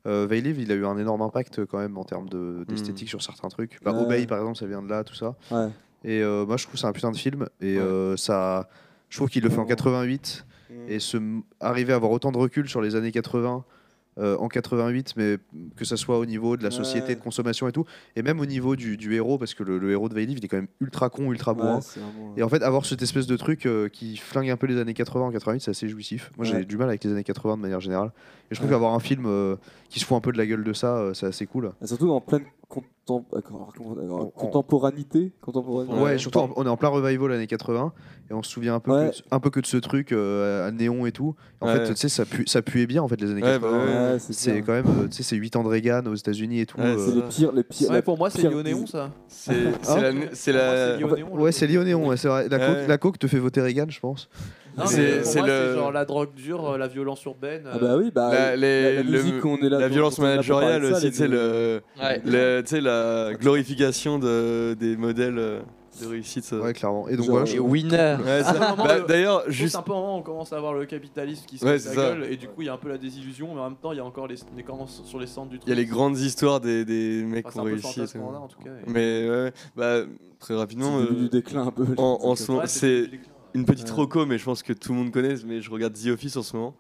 Euh, Veilif, il a eu un énorme impact euh, quand même en termes de- d'esthétique sur certains trucs. Bah,
Hmm. Ouais.
Obey par exemple, ça vient de là, tout ça.
Ouais.
Et euh, moi, je trouve que c'est un putain de film. Et euh, ça, je trouve qu'il le fait en 88.
Mm.
Et se m- arriver à avoir autant de recul sur les années 80 euh, en 88, mais que ça soit au niveau de la société
Ouais.
de consommation et tout, et même au niveau du, du héros, parce que le, le héros de Veilif, il est quand même ultra con, ultra bourrin.
Ouais, c'est vraiment,
hein. Et en fait, avoir cette espèce de truc euh, qui flingue un peu les années 80 en 88, c'est assez jouissif. Moi,
Ouais.
j'ai du mal avec les années 80 de manière générale. Et je trouve
Ouais.
qu'avoir un film euh, qui se fout un peu de la gueule de ça, euh, c'est assez cool.
Et surtout en pleine contem- d'accord, comment- d'accord,
On- on-
contemporanité. contemporanité.
Ouais, et surtout, on est en plein revival années 80 et on se souvient un peu,
Ouais.
que, un peu que de ce truc euh, à néon et tout. En
Ouais.
fait, tu sais, ça, pu- ça puait bien en fait les années
Ouais,
80.
bah ouais.
Ouais, c'est
C'est
clair.
quand même, euh, tu sais, c'est 8 ans de Reagan aux États-Unis et tout.
Ouais,
euh,
C'est les pires, les pires.
Ouais, pour moi, c'est
Pierre
lié au néon,
Dis-
ça.
C'est c'est
Hein
la. né- C'est
Ah,
Pour moi,
la.
lié au néon, le
ouais,
truc.
c'est lié au néon, ouais, c'est vrai. La, coke,
Ouais.
la coke te fait voter Reagan, je pense.
Non,
C'est-
mais pour
c'est
moi,
le-
c'est genre la drogue dure, euh, la violence urbaine. euh,
Ah bah oui, bah.
la-
la,
les-
la
le-
musique, on est là
la
pour-
violence
on est là pour parler
managériale
de ça,
aussi,
les-
tu sais, le, le- tu sais, la glorification de, des modèles euh, de réussite. euh.
Ouais, clairement. Et donc
Genre- euh,
voilà, je-
Winner.
Ouais, ça-
Ah, non,
bah,
le-
Oh,
D'ailleurs,
Juste
juste.
un peu en on commence à avoir le capitalisme qui se
Ouais,
casse
c'est
la
ça.
gueule et du coup il y a un peu la désillusion mais en même temps il y a encore les, les camps sur les centres du truc.
Il y a les grandes histoires des, des
Oh,
mecs
Enfin,
qui
c'est
ont
un peu le
réussi.
fantasme
tu vois.
qu'on a, en tout cas. et-
Mais ouais, bah, très
C'est
rapidement,
le début
euh,
du déclin un peu. là,
en- en
c'est
ce moment-
Ouais,
c'est-
le déclin.
une petite
Ouais.
roco, mais je pense que tout le monde connaît. Mais je regarde The Office en ce moment.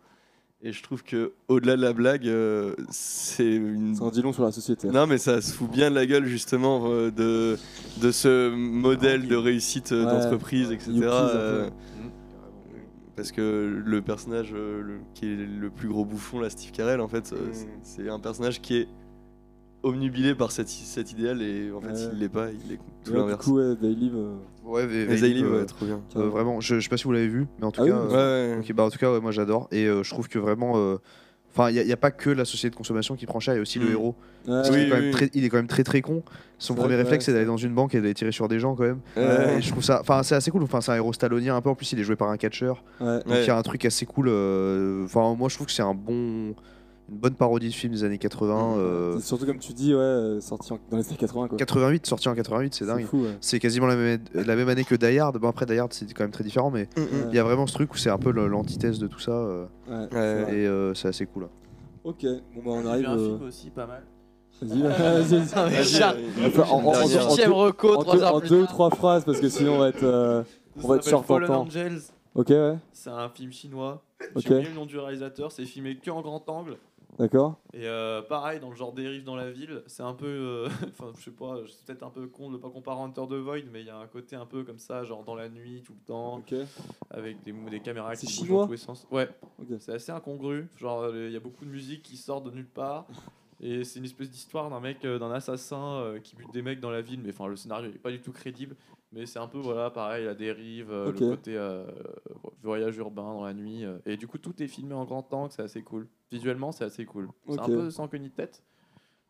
Et je trouve que au-delà de la blague, euh, c'est une
Ça en dit long sur la société.
Non, mais ça se fout bien de la gueule, justement, euh, de, de ce modèle de réussite euh,
Ouais.
d'entreprise, etc.
Yuppies, un peu.
euh, parce que le personnage euh, le- qui est le plus gros bouffon, là, Steve Carell, en fait, euh, c'est- c'est un personnage qui est omnubilé par cet, i- cet idéal et en fait,
Ouais.
il l'est pas, il est tout
Ouais, du
l'inverse.
coup, ouais, Daily. euh,
ouais, Ve-
Mais
Veilif,
Zayli,
euh,
ouais, trop bien.
euh, vraiment, je, je sais pas si vous l'avez vu, mais en tout
Ah oui,
cas,
oui.
Ouais,
euh,
ouais.
Ok, bah en tout cas, ouais, moi j'adore. Et euh, je trouve que vraiment. euh, Enfin, il n'y a, pas que la société de consommation qui prend cher, il y a aussi le
Mm.
héros.
ouais,
Parce qu'il
Oui,
est quand même
oui.
très- il est quand même très très con. Son
C'est
premier
vrai,
réflexe,
ouais,
c'est d'aller dans une banque et d'aller tirer sur des gens quand même.
Ouais.
Et je trouve ça. Enfin, c'est assez cool. Enfin, c'est un héros stallonien un peu. En plus, il est joué par un catcheur.
ouais.
Donc, il
Ouais.
y a un truc assez cool. euh, Enfin, moi je trouve que c'est un bon. Une bonne parodie de film des années 80. euh,
C'est surtout comme tu dis, ouais, euh, sorti en- dans les années 80, quoi.
88, sorti en 88, c'est dingue.
fou, ouais.
C'est quasiment la même, la même année que Die Hard. Bon, après, Die Hard, c'est quand même très différent, mais il y a vraiment ce truc où c'est un peu le- l'antithèse de tout ça. euh,
Ouais, c'est
Ouais.
vrai.
et euh, c'est assez cool.
Ok, bon bah on
J'ai vu
arrive.
un
euh,
film aussi pas mal.
Vas-y, vas-y, vas-y.
Ah, mais
Vas-y,
Charles,
euh,
Enfin, en- en- en-
dernière.
en-
huitième reco,
En
trois
deux,
heures
en
plus
deux ou
tard.
trois phrases, parce que sinon on va être. euh,
Ça
On va être
s'appelle Fallen
charpentant.
Angels.
Ok, ouais,
C'est un film chinois.
Ok.
J'ai oublié le nom du réalisateur. C'est filmé que en grand angle.
d'accord.
Et euh, pareil, dans le genre dérive dans la ville, c'est un peu. euh, Enfin, je sais pas, c'est peut-être un peu con de ne pas comparer Hunter the Void, mais il y a un côté un peu comme ça, genre dans la nuit, tout le temps,
Ok.
avec des, mou- des caméras
C'est
qui bougent
chinois
dans tous les sens. Ouais,
Ok.
c'est assez incongru. Genre, euh, il y a beaucoup de musique qui sort de nulle part. Et c'est une espèce d'histoire d'un mec, euh, d'un assassin euh, qui bute des mecs dans la ville, mais enfin, le scénario n'est pas du tout crédible. Mais c'est un peu, voilà, pareil, la dérive, euh,
Ok.
le côté euh, voyage urbain dans la nuit. euh. et du coup, tout est filmé en grand angle, c'est assez cool. Visuellement, c'est assez cool. C'est un
Ok.
peu sans queue ni tête.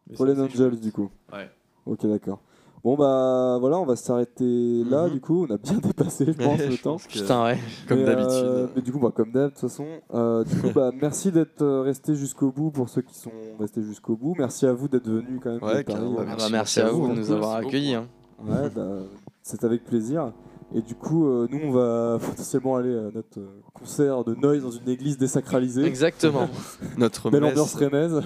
mais
Pour
c'est
les
assez cool.
Angels, du coup.
Ouais.
Ok, d'accord. Bon, bah voilà, on va s'arrêter là,
Mhm.
du coup. On a bien dépassé, je pense,
Je
le temps.
pense que-
Putain, ouais.
comme
Mais, euh,
d'habitude.
mais du coup, bah, comme d'hab, de toute façon. Euh, du coup, bah, merci d'être euh, resté jusqu'au bout pour ceux qui sont restés jusqu'au bout. Merci à vous d'être venus quand même.
Ouais,
de Paris.
carrément.
Ah bah, Merci,
merci
à
à
vous
vous,
de nous
merci
avoir accueillis. hein.
Ouais, bah, c'est avec plaisir. Et du coup, euh, nous, on va potentiellement aller à notre euh, concert de Noise dans une église
hein.
désacralisée.
Exactement.
Notre
Belle ambiance
messe,
rémaise.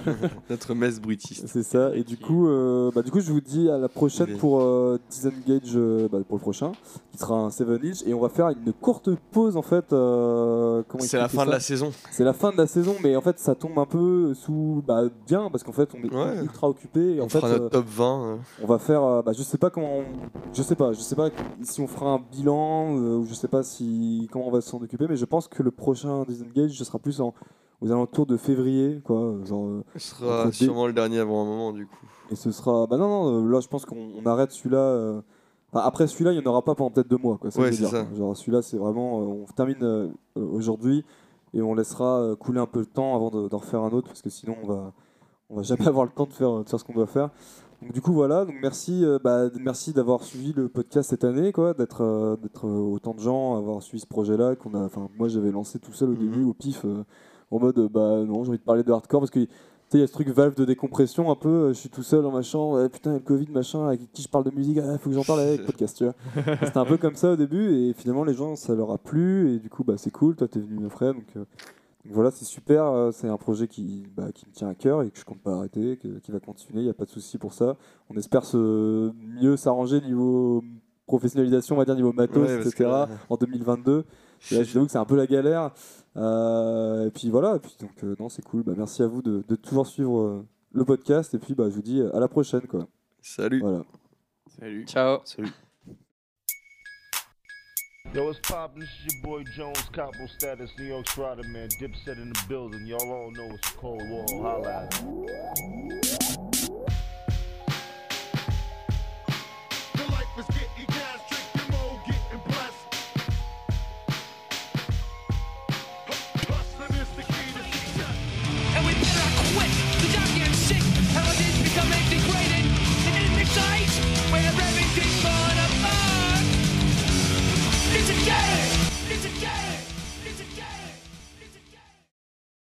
notre messe bruitiste.
C'est ça. Et du coup, euh, bah, du coup, je vous dis à la prochaine
Allez.
pour euh, Disengage euh, bah, pour le prochain, qui sera un 7 inch. Et on va faire une courte pause en fait. euh, comment
C'est la
expliquer
fin de
ça
la saison.
C'est la fin de la saison, mais en fait, ça tombe un peu sous bah, bien parce qu'en fait, on est
Ouais.
ultra occupé. Et en
On
fait,
fera
euh,
hein.
notre top 20. euh.
on va faire. euh, bah, je sais pas comment. on- Je sais pas. Je sais pas si on fera un bilan, euh, ou je sais pas si comment on va s'en occuper, mais je pense que le prochain Disengage, ce sera plus en, aux alentours de février, quoi. euh, Genre, euh,
Ce sera
Entre
sûrement le dernier avant un moment, du coup.
et ce sera. Bah non, non, euh, là je pense qu'on on arrête celui-là. euh, enfin, après celui-là, il n'y en aura pas pendant peut-être deux mois. Quoi, ça
Ouais,
veut
c'est
dire.
ça.
Genre celui-là, c'est vraiment. euh, on termine euh, euh, aujourd'hui et on laissera euh, couler un peu le temps avant de- d'en refaire un autre parce que sinon on va, on va jamais avoir le temps de faire, de faire ce qu'on doit faire. Donc du coup voilà, donc merci, euh, bah, d- merci d'avoir suivi le podcast cette année, quoi, d'être, euh, d'être euh, autant de gens, avoir suivi ce projet-là qu'on a. Enfin moi j'avais lancé tout seul au
Mm-hmm.
début au pif euh, en mode euh, bah non j'ai envie de parler de hardcore parce que tu sais, il y a ce truc valve de décompression un peu. euh, je suis tout seul en machin. Ouais, putain, il y a le Covid, machin. Avec qui je parle de musique Il faut que j'en parle avec podcast, tu vois. C'était un peu comme ça au début. Et finalement, les gens, ça leur a plu. Et du coup, bah, c'est cool. Toi, t'es venu me frère. Donc, euh, donc voilà, c'est super. euh, c'est un projet qui, bah, qui me tient à cœur et que je compte pas arrêter. que- qui va continuer. Il n'y a pas de souci pour ça. On espère se mieux s'arranger niveau professionnalisation, on va dire niveau matos,
Ouais, parce
etc.
que là-
En 2022. Et là, je t'avoue que c'est un peu la galère. Euh, et puis voilà, et puis donc euh, non, c'est cool. Bah, merci à vous de, de toujours suivre euh, le podcast. Et puis bah, je vous dis euh, à la prochaine quoi.
Salut.
Voilà.
Salut.
Ciao.
Yo, what's poppin'? This is your boy Jones, Capo Status, New York Strider, man. Dipset in the building. Y'all all know it's the Cold War. Holla at me.
The life is getting gas, drinking more, getting blessed. Hustling is the key to success.
and we better quit. Cause I'm getting sick, how it is becoming degraded. And in the sights, where Ah! everything's but a bug. It's a game, it's a game.